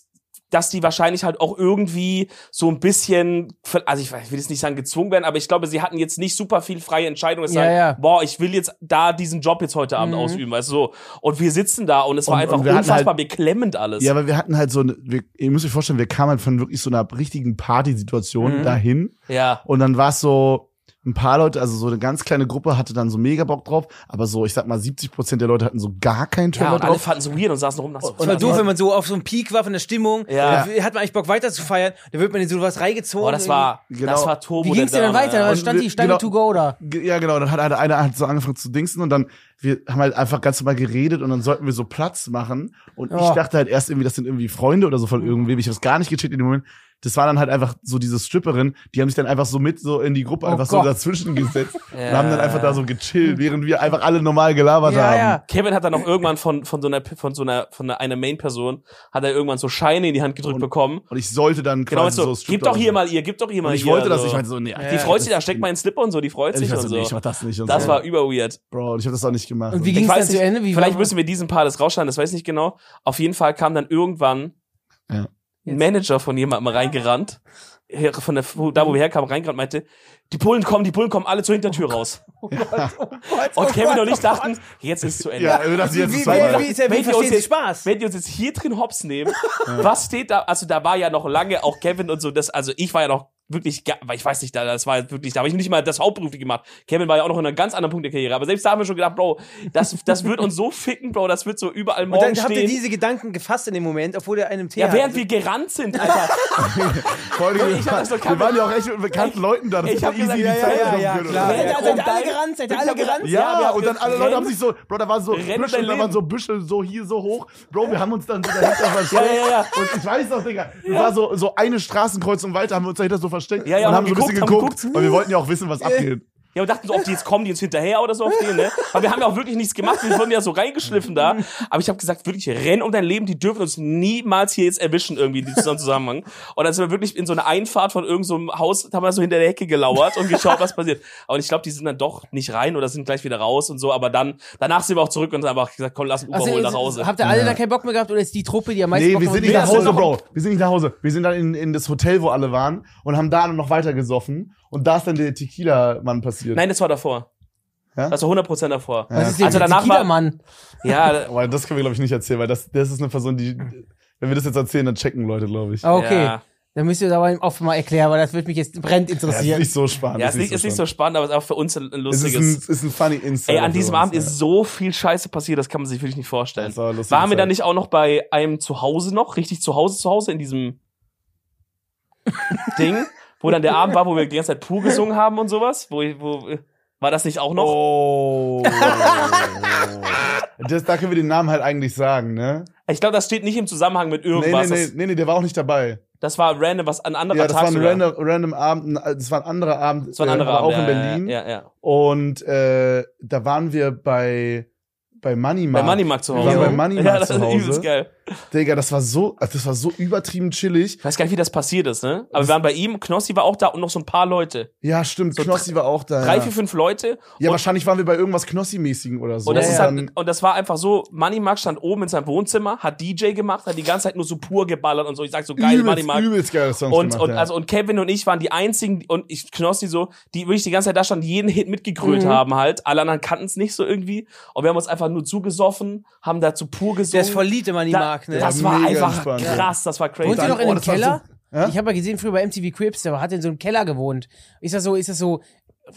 Speaker 2: dass die wahrscheinlich halt auch irgendwie so ein bisschen, also ich weiß- ich will jetzt nicht sagen gezwungen werden, aber ich glaube, sie hatten jetzt nicht super viel freie Entscheidung. Es
Speaker 4: Ja,
Speaker 2: sagen,
Speaker 4: ja.
Speaker 2: boah, ich will jetzt da diesen Job jetzt heute Abend
Speaker 4: Mhm.
Speaker 2: ausüben, weißt du, so. Und wir sitzen da und es war
Speaker 1: Und-
Speaker 2: einfach
Speaker 1: und wir hatten
Speaker 2: unfassbar
Speaker 1: halt-
Speaker 2: beklemmend alles.
Speaker 1: Ja, aber wir hatten halt so eine, wir, ihr müsst euch vorstellen, wir kamen halt von wirklich so einer richtigen Partysituation
Speaker 2: Mhm.
Speaker 1: dahin
Speaker 2: ja.
Speaker 1: und dann war es so, ein paar Leute, also so eine ganz kleine Gruppe hatte dann so mega Bock drauf, aber so, ich sag mal, 70 Prozent der Leute hatten so gar keinen
Speaker 2: Ja,
Speaker 1: Turn
Speaker 2: und alle
Speaker 1: drauf.
Speaker 2: fanden es weird und saßen rum nach so.
Speaker 3: Es war doof, wenn man so auf so einem Peak war von der Stimmung.
Speaker 2: Ja.
Speaker 3: Da hat man eigentlich Bock weiter zu feiern. Da wird man in sowas reingezogen.
Speaker 2: Boah, das war,
Speaker 1: Genau.
Speaker 2: das war Turbo.
Speaker 4: Wie ging's dir
Speaker 2: der
Speaker 4: dann
Speaker 2: Dame,
Speaker 4: weiter?
Speaker 2: Ja.
Speaker 4: Da
Speaker 1: Und
Speaker 4: Äh, stand
Speaker 1: wir-
Speaker 4: die Stange
Speaker 1: genau-
Speaker 4: to go da.
Speaker 1: Ge- Ja, genau, dann hat einer, einer hat so angefangen zu dingsen und dann, wir haben halt einfach ganz normal geredet und dann sollten wir so Platz machen und ich
Speaker 4: Ja. Mhm.
Speaker 1: dachte halt erst irgendwie, das sind irgendwie Freunde oder so von irgendwem, ich hab's gar nicht gecheckt in dem Moment. Das waren dann halt einfach so diese Stripperin, die haben sich dann einfach so mit so in die Gruppe
Speaker 4: Oh
Speaker 1: einfach so
Speaker 4: Gott. *laughs*
Speaker 1: dazwischen gesetzt und
Speaker 2: Ja.
Speaker 1: haben dann einfach da so gechillt, während wir einfach alle normal gelabert haben.
Speaker 2: Kevin hat dann auch irgendwann von, von so einer, von so einer, von einer Main-Person, hat er irgendwann so Scheine in die Hand gedrückt
Speaker 1: Und-
Speaker 2: bekommen.
Speaker 1: Und ich sollte dann
Speaker 2: Genau,
Speaker 1: quasi
Speaker 2: so,
Speaker 1: so,
Speaker 2: gib doch hier
Speaker 1: mal.
Speaker 2: mal ihr, gib doch hier mal
Speaker 1: Und ich
Speaker 2: ihr.
Speaker 1: wollte das
Speaker 2: so.
Speaker 1: nicht. Ich meinte so, nee,
Speaker 2: Die
Speaker 1: ja,
Speaker 2: freut sich,
Speaker 1: das-
Speaker 2: da steckt mal in den Slipper und so, die freut
Speaker 1: Ich
Speaker 2: sich
Speaker 1: war
Speaker 2: und
Speaker 1: so,
Speaker 2: so.
Speaker 1: also nee, ich mach das nicht. Und
Speaker 2: das
Speaker 1: so.
Speaker 2: war überweird.
Speaker 1: Bro, ich hab das auch nicht gemacht.
Speaker 4: Und wie
Speaker 1: Ich-
Speaker 4: ging's
Speaker 2: Ich weiß
Speaker 4: dann zu
Speaker 2: nicht,
Speaker 4: Ende? Wie
Speaker 2: Vielleicht
Speaker 4: war-
Speaker 2: müssen wir diesen Part das rausschneiden, das weiß ich nicht genau. Auf jeden Fall kam dann irgendwann
Speaker 1: Ja.
Speaker 2: ein Manager von jemandem reingerannt, her- von der, wo- da wo wir herkamen, reingerannt, meinte, die Bullen kommen, die Bullen kommen alle zur
Speaker 4: Oh
Speaker 2: Hintertür raus.
Speaker 3: Oh
Speaker 2: Und oh, Kevin und ich dachten, jetzt ist es zu *laughs* Ende.
Speaker 1: ja, wir dachten, jetzt
Speaker 3: Wie, wie,
Speaker 1: ist
Speaker 3: wie,
Speaker 1: vorbei.
Speaker 3: wie, ist der,
Speaker 2: Wenn
Speaker 3: wie
Speaker 2: die
Speaker 3: verstehen
Speaker 2: uns
Speaker 3: Sie
Speaker 2: jetzt-
Speaker 3: Spaß?
Speaker 2: Wenn die uns
Speaker 1: *laughs*
Speaker 2: jetzt hier drin hops nehmen, was steht da? Also da war ja noch lange auch Kevin und so das. Also ich war ja noch wirklich, ga- weil ich weiß nicht, da- das war wirklich, da habe ich nicht mal das Hauptberufliche gemacht. Kevin war ja auch noch in einem ganz anderen Punkt der Karriere, aber selbst da haben wir schon gedacht, Bro, das, das wird uns so ficken, Bro, das wird so überall morgen
Speaker 3: Und dann habt ihr
Speaker 2: stehen.
Speaker 3: diese Gedanken gefasst in dem Moment, obwohl ihr einem Thema.
Speaker 2: ja, während wir gerannt sind, Alter.
Speaker 1: Vor allem, wir,
Speaker 2: Ich hab das
Speaker 1: *laughs*
Speaker 2: doch
Speaker 1: wir waren ja auch echt mit bekannten Leuten da. Das
Speaker 2: ich
Speaker 1: hätte
Speaker 2: hab gesagt,
Speaker 1: in die
Speaker 2: ja, ja,
Speaker 1: Zeit
Speaker 2: ja,
Speaker 1: kommen
Speaker 3: ja,
Speaker 1: können.
Speaker 3: klar.
Speaker 1: Oder?
Speaker 2: Wer
Speaker 4: Ja,
Speaker 2: da kommt
Speaker 4: seid ihr alle
Speaker 2: dein-
Speaker 4: gerannt, seid ihr
Speaker 2: Ich
Speaker 4: alle
Speaker 2: hab
Speaker 4: gerannt.
Speaker 2: gerannt. Ja,
Speaker 1: Ja,
Speaker 2: wir haben
Speaker 1: und dann alle Leute haben sich so, Bro, da waren so
Speaker 2: Renn
Speaker 1: Büsche,
Speaker 2: dein
Speaker 1: da waren
Speaker 2: Leben.
Speaker 1: so Büsche so hier so hoch. Bro, wir haben uns dann so dahinter versteckt.
Speaker 2: ja, ja.
Speaker 1: Und ich weiß noch, Digga, das war so, so eine Straßenkreuzung weiter, haben wir uns dahinter so versteckt
Speaker 2: Ja, ja,
Speaker 1: und
Speaker 2: haben
Speaker 1: haben so ein bisschen
Speaker 2: geguckt, haben
Speaker 1: geguckt,
Speaker 2: geguckt. Äh,
Speaker 1: weil wir wollten ja auch wissen, was abgeht.
Speaker 2: Ja, und dachten so, ob die jetzt kommen, die uns hinterher oder so auf den, ne? Aber wir haben ja auch wirklich nichts gemacht, wir wurden ja so reingeschliffen da. Aber ich habe gesagt, wirklich, renn um dein Leben, die dürfen uns niemals hier jetzt erwischen, irgendwie in diesem Zusammenhang. Und dann sind wir wirklich in so eine Einfahrt von irgendeinem so einem Haus, da haben wir so hinter der Hecke gelauert und geschaut, was passiert. Und ich glaube, die sind dann doch nicht rein oder sind gleich wieder raus und so, aber dann, danach sind wir auch zurück und haben einfach gesagt, komm, lass ein Uber holen nach Hause.
Speaker 4: Also Habt ihr alle da keinen Bock mehr gehabt oder ist die Truppe, die am meisten
Speaker 1: Nee,
Speaker 4: Bock
Speaker 1: wir
Speaker 4: noch-
Speaker 1: sind nicht
Speaker 4: Nee,
Speaker 1: nach
Speaker 4: das ist
Speaker 1: Hause,
Speaker 4: doch-
Speaker 1: Bro. Wir sind nicht nach Hause. Wir sind dann in, in das Hotel, wo alle waren und haben da noch weiter gesoffen. Und da ist dann der Tequila-Mann passiert.
Speaker 2: Nein, das war davor.
Speaker 1: Ja?
Speaker 2: Das war 100% davor.
Speaker 4: Was ist denn
Speaker 2: Also
Speaker 4: also
Speaker 2: danach
Speaker 4: danach
Speaker 2: war-
Speaker 4: Mann?
Speaker 2: Ja,
Speaker 1: Aber das können wir, glaube ich, nicht erzählen, weil das, das ist eine Person, die, wenn wir das jetzt erzählen, dann checken Leute, glaube ich.
Speaker 4: Ah, *laughs* okay.
Speaker 2: Ja.
Speaker 4: Dann müsst ihr es aber auch mal erklären, weil das wird mich jetzt brennend
Speaker 1: ja, ist
Speaker 4: interessieren.
Speaker 1: nicht so spannend.
Speaker 2: ja, ist nicht, ist nicht so spannend, aber ist auch für uns ein ein
Speaker 1: Es ist
Speaker 2: lustiges.
Speaker 1: ein, ist ein funny Insight.
Speaker 2: Ey, an diesem Abend ist so viel Scheiße passiert, das kann man sich wirklich nicht vorstellen.
Speaker 1: Also, Das war lustig.
Speaker 2: Waren wir da nicht auch noch bei einem Zuhause noch, richtig zu Hause zu Hause
Speaker 1: *laughs*
Speaker 2: in diesem Ding, wo dann der Abend war, wo wir die ganze Zeit pur gesungen haben und sowas? Wo, wo, war das nicht auch noch?
Speaker 1: Oh. das, da können wir den Namen halt eigentlich sagen, ne?
Speaker 2: Ich glaube, das steht nicht im Zusammenhang mit
Speaker 1: Nee, nee,
Speaker 2: irgendwas.
Speaker 1: nee,
Speaker 2: Das,
Speaker 1: nee, nee, der war auch nicht dabei.
Speaker 2: das war random, was ein anderer
Speaker 1: Ja, das
Speaker 2: Tag
Speaker 1: war ein
Speaker 2: sogar.
Speaker 1: random, random Abend, ein- äh, das war ein anderer Abend,
Speaker 2: Das war ein
Speaker 1: äh,
Speaker 2: anderer
Speaker 1: aber
Speaker 2: Abend.
Speaker 1: auch in
Speaker 2: ja,
Speaker 1: Berlin.
Speaker 2: Ja, ja, ja.
Speaker 1: Und äh, da waren wir bei, bei Money
Speaker 2: Bei
Speaker 1: Mark.
Speaker 2: Moneymark zu Hause.
Speaker 1: Wir waren bei Moneymark
Speaker 2: ja, das
Speaker 1: zu
Speaker 2: ist übelst
Speaker 1: Hause.
Speaker 2: geil.
Speaker 1: Digga, das war so, das war so übertrieben chillig.
Speaker 2: Ich weiß gar nicht, wie das passiert ist, ne? Aber wir waren bei ihm, Knossi war auch da und noch so ein paar Leute.
Speaker 1: Ja, stimmt,
Speaker 2: So
Speaker 1: Knossi war auch da.
Speaker 2: Drei,
Speaker 1: ja.
Speaker 2: vier, fünf Leute.
Speaker 1: Ja,
Speaker 2: und
Speaker 1: wahrscheinlich waren wir bei irgendwas Knossi-mäßigen oder so.
Speaker 2: Und das,
Speaker 1: Und
Speaker 2: ist
Speaker 1: dann-
Speaker 2: halt, und das war einfach so, Money Mark stand oben in seinem Wohnzimmer, hat DJ gemacht, hat die ganze Zeit nur so pur geballert und so. Ich sag so, geil, Money
Speaker 1: übelst,
Speaker 2: Mark.
Speaker 1: übelst geile Songs
Speaker 2: Und,
Speaker 1: gemacht,
Speaker 2: und,
Speaker 1: ja.
Speaker 2: also, und Kevin und ich waren die einzigen, die- und ich Knossi so, die wirklich die ganze Zeit da standen, jeden Hit
Speaker 1: Mhm.
Speaker 2: mitgegrölt haben halt. Alle anderen kannten es nicht so irgendwie. Und wir haben uns einfach nur zugesoffen, haben dazu pur gesungen.
Speaker 3: der ist voll lieb, wenn man ihn
Speaker 2: Da-
Speaker 3: mag, ne?
Speaker 2: Das
Speaker 1: Ja,
Speaker 2: war
Speaker 1: mega
Speaker 2: einfach
Speaker 1: entspannt, ja.
Speaker 2: krass, das war crazy.
Speaker 4: Wohnt ihr noch in
Speaker 1: Oh,
Speaker 4: einem
Speaker 1: das war
Speaker 4: Keller?
Speaker 1: so- Ja?
Speaker 4: Ich habe mal gesehen, früher bei MTV Crips, da hat er in so einem Keller gewohnt. Ist das so, ist das so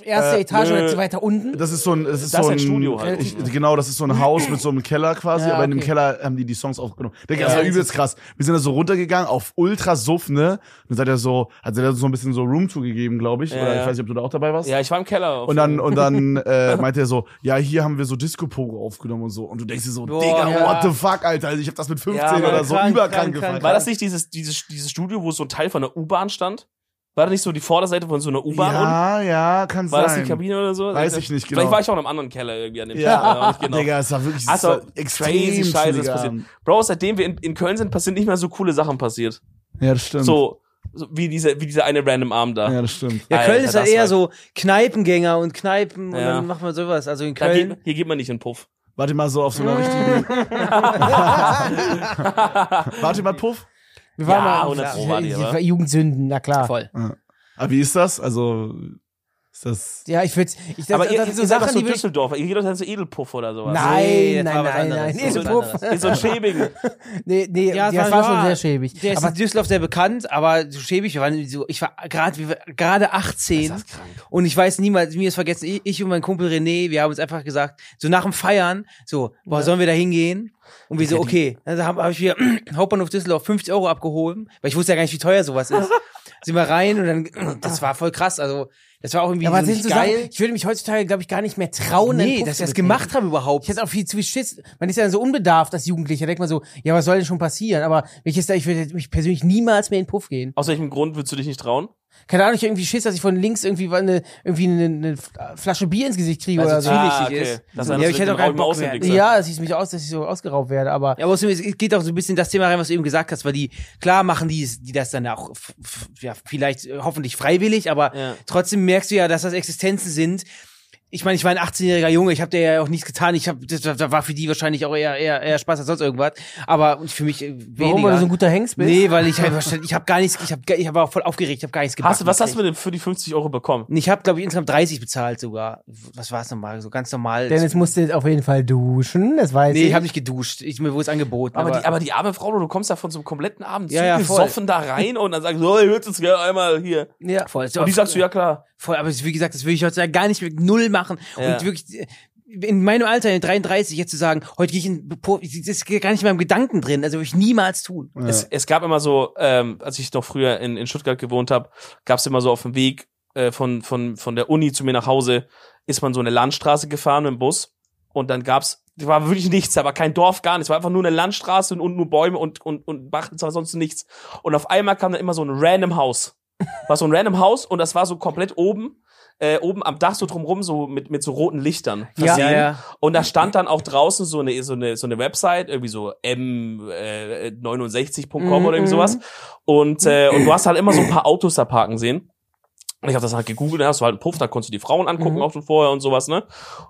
Speaker 4: erste
Speaker 1: Äh,
Speaker 4: Etage
Speaker 2: nö.
Speaker 4: oder weiter unten?
Speaker 1: Das ist so ein, das ist
Speaker 2: Das ist
Speaker 1: so
Speaker 2: ein Studio halt.
Speaker 1: Ich, genau, das ist so ein Haus mit so einem Keller quasi,
Speaker 4: Ja,
Speaker 1: aber in dem
Speaker 4: okay.
Speaker 1: Keller haben die die Songs aufgenommen. Digga, das
Speaker 4: Ja,
Speaker 1: war
Speaker 4: das
Speaker 1: übelst krass. Wir sind da so runtergegangen auf ultra Suff, ne? Und dann hat er so, hat er so ein bisschen so Room zugegeben, glaube ich.
Speaker 2: Ja,
Speaker 1: Oder
Speaker 2: ja.
Speaker 1: ich weiß nicht, ob du da auch dabei warst.
Speaker 2: ja, ich war im Keller. auf-
Speaker 1: Und dann, und dann äh, meinte er so, ja, hier haben wir so Disco-Pogo aufgenommen und so. Und du denkst dir so,
Speaker 3: Boah,
Speaker 1: Digga,
Speaker 3: ja.
Speaker 1: what the fuck, Alter. Also ich hab das mit 15
Speaker 2: Ja, Mann,
Speaker 1: oder so
Speaker 3: krank,
Speaker 1: überkrank
Speaker 3: krank,
Speaker 1: gefallen.
Speaker 3: krank,
Speaker 2: War das nicht dieses, dieses, dieses Studio, wo so ein Teil von der U-Bahn stand? War das nicht so die Vorderseite von so einer U-Bahn? unten?
Speaker 1: Ja, ja, kann
Speaker 2: War
Speaker 1: sein.
Speaker 2: das die Kabine oder so?
Speaker 1: Weiß ich nicht
Speaker 2: Vielleicht
Speaker 1: genau.
Speaker 2: war ich auch in einem anderen Keller irgendwie an dem
Speaker 1: Ja,
Speaker 2: Tag, aber nicht genau.
Speaker 1: Digga, es war wirklich
Speaker 2: Also,
Speaker 1: es war extrem
Speaker 2: crazy Scheiße ist
Speaker 1: chilliger
Speaker 2: passiert.
Speaker 1: Abend.
Speaker 2: Bro, seitdem wir in, in Köln sind, passieren nicht mehr so coole Sachen passiert.
Speaker 1: Ja, das stimmt.
Speaker 2: So, so wie dieser wie dieser eine random Arm da.
Speaker 1: Ja, das stimmt.
Speaker 3: ja,
Speaker 2: Alter,
Speaker 3: Köln ist halt
Speaker 2: das
Speaker 3: eher
Speaker 2: war-
Speaker 3: so Kneipengänger und Kneipen und
Speaker 2: Ja.
Speaker 3: dann macht man sowas. Also in
Speaker 2: da geht,
Speaker 3: Köln.
Speaker 2: hier geht man nicht in den Puff.
Speaker 1: Warte mal so auf so einer richtigen. *laughs* Warte mal, Puff.
Speaker 4: Wir
Speaker 2: Ja,
Speaker 4: auf-
Speaker 2: 100 Pro war die,
Speaker 4: die
Speaker 2: aber.
Speaker 4: Jugendsünden, na klar.
Speaker 3: Voll.
Speaker 1: Aber Ah, wie ist das? Also, ist das.
Speaker 4: Ja, ich würde. Ich, das,
Speaker 2: Aber ihr,
Speaker 4: Also das
Speaker 2: ihr
Speaker 4: sind so
Speaker 2: seid doch
Speaker 4: Sachen,
Speaker 2: so
Speaker 4: die würd ich,
Speaker 2: Düsseldorf. Ihr geht doch dann so Edelpuff oder sowas.
Speaker 3: Nee,
Speaker 4: Nein, nein,
Speaker 3: das war was
Speaker 4: nein,
Speaker 3: anderes.
Speaker 4: nein.
Speaker 3: Das
Speaker 4: Nee,
Speaker 3: war was
Speaker 4: Puff.
Speaker 2: In
Speaker 4: *laughs*
Speaker 2: so einem schäbigen.
Speaker 4: nee, nee,
Speaker 3: Ja,
Speaker 4: ja,
Speaker 3: es
Speaker 4: das
Speaker 3: war-
Speaker 4: war schon sehr schäbig.
Speaker 3: Der ist
Speaker 4: Aber
Speaker 3: in Düsseldorf sehr bekannt, aber so schäbig. Wir waren so, ich war gerade wir waren gerade 18 und ich weiß niemals, mir ist vergessen, ich, ich und mein Kumpel René, wir haben uns einfach gesagt, so nach dem Feiern, so, boah, sollen wir da hingehen? Und wir so, okay. Dann habe hab ich mir *clears throat* Hauptbahnhof Düsseldorf 50 Euro abgehoben, weil ich wusste ja gar nicht, wie teuer sowas ist. Sind wir rein und dann, *clears throat* das war voll krass. Also, das war auch irgendwie
Speaker 4: Ja, aber
Speaker 3: so
Speaker 4: das sind
Speaker 3: nicht
Speaker 4: so
Speaker 3: geil.
Speaker 4: Sachen, ich würde mich heutzutage, glaube ich, gar nicht mehr trauen, einen
Speaker 3: nee,
Speaker 4: Puff
Speaker 3: dass
Speaker 4: zu
Speaker 3: wir das
Speaker 4: betreten.
Speaker 3: gemacht haben überhaupt.
Speaker 4: Ich hätte auch viel zu viel Schiss. Man ist ja so unbedarft als Jugendlicher. Da denkt man so, ja, was soll denn schon passieren? Aber ich, ist da, ich würde mich persönlich niemals mehr in den Puff gehen.
Speaker 2: Aus welchem Grund würdest du dich nicht trauen?
Speaker 4: Keine Ahnung, ich hab irgendwie Schiss, dass ich von links irgendwie eine, irgendwie eine, eine Flasche Bier ins Gesicht kriege
Speaker 3: Weil
Speaker 4: oder
Speaker 3: es
Speaker 4: so.
Speaker 3: viel-
Speaker 2: Ah,
Speaker 3: Zwielichtig ist.
Speaker 2: Das
Speaker 3: Ja,
Speaker 2: ja,
Speaker 3: aber ich
Speaker 2: ich hätte
Speaker 3: hätte auch keinen Bock mehr.
Speaker 4: Ja, dass ich mich aus, dass ich so ausgeraubt werde. Aber
Speaker 3: Ja, aber es es geht auch so ein bisschen das Thema rein, was du eben gesagt hast, weil die, klar machen die, es- die das dann auch, f- f- ja, vielleicht äh, hoffentlich freiwillig, aber
Speaker 2: Ja.
Speaker 3: trotzdem merkst du ja, dass das Existenzen sind, ich meine, ich war ein 18-jähriger Junge, ich habe der ja auch nichts getan. Ich habe, das, das war für die wahrscheinlich auch eher, eher, eher Spaß als sonst irgendwas. Aber für mich äh, weniger.
Speaker 4: Warum, weil du so ein guter Hengst bist?
Speaker 3: Nee, weil ich halt, wahrscheinlich- ich habe gar nichts, ich habe, ich war voll aufgeregt, ich habe gar nichts gebacken.
Speaker 2: Hast, du- was hast du denn für die 50 Euro bekommen?
Speaker 3: Ich habe, glaube ich, insgesamt 30 bezahlt sogar. Was war es nochmal? So ganz normal.
Speaker 4: Dennis musste jetzt auf jeden Fall duschen, das weiß
Speaker 3: nee, ich
Speaker 4: ich.
Speaker 3: habe nicht geduscht. Ich, mir wurde es angeboten.
Speaker 2: Aber, die, aber die arme Frau, du kommst da von so einem kompletten Abend
Speaker 3: Ja, ja, voll.
Speaker 2: zugesoffen da rein und dann sagst du, oh, ich würde jetzt gerne einmal hier.
Speaker 4: ja.
Speaker 3: voll,
Speaker 2: Und die sagst du, ja klar.
Speaker 3: voll, aber wie gesagt, das würde ich heute gar nicht mit null machen.
Speaker 2: Ja.
Speaker 3: Und wirklich, äh, in meinem Alter, in 33, jetzt zu sagen, heute gehe ich in, Po- das ist gar nicht in meinem Gedanken drin. Also würde ich niemals tun.
Speaker 2: Es, es gab immer so, ähm, als ich noch früher in, in Stuttgart gewohnt habe, gab es immer so auf dem Weg äh, von, von, von der Uni zu mir nach Hause, ist man so eine Landstraße gefahren mit dem Bus und dann gab's, da war wirklich nichts, da war kein Dorf, gar nichts, war einfach nur eine Landstraße und, und nur Bäume und, und, und Bach, es war sonst nichts. Und auf einmal kam dann immer so ein random Haus. War so ein random Haus und das war so komplett oben, äh, oben am Dach so drumrum, so mit, mit so roten Lichtern.
Speaker 3: Ja,
Speaker 2: versehen.
Speaker 3: ja, ja.
Speaker 2: Und da stand dann auch draußen so eine, so eine, so eine Website, irgendwie so äh, m69.com oder irgendwie sowas. Und, äh, und du hast halt immer
Speaker 3: *clears throat*
Speaker 2: so ein paar Autos da parken sehen. Und ich habe das halt gegoogelt, da hast du halt einen Puff, da konntest du die Frauen
Speaker 3: Mhm.
Speaker 2: angucken, auch schon vorher und sowas, ne?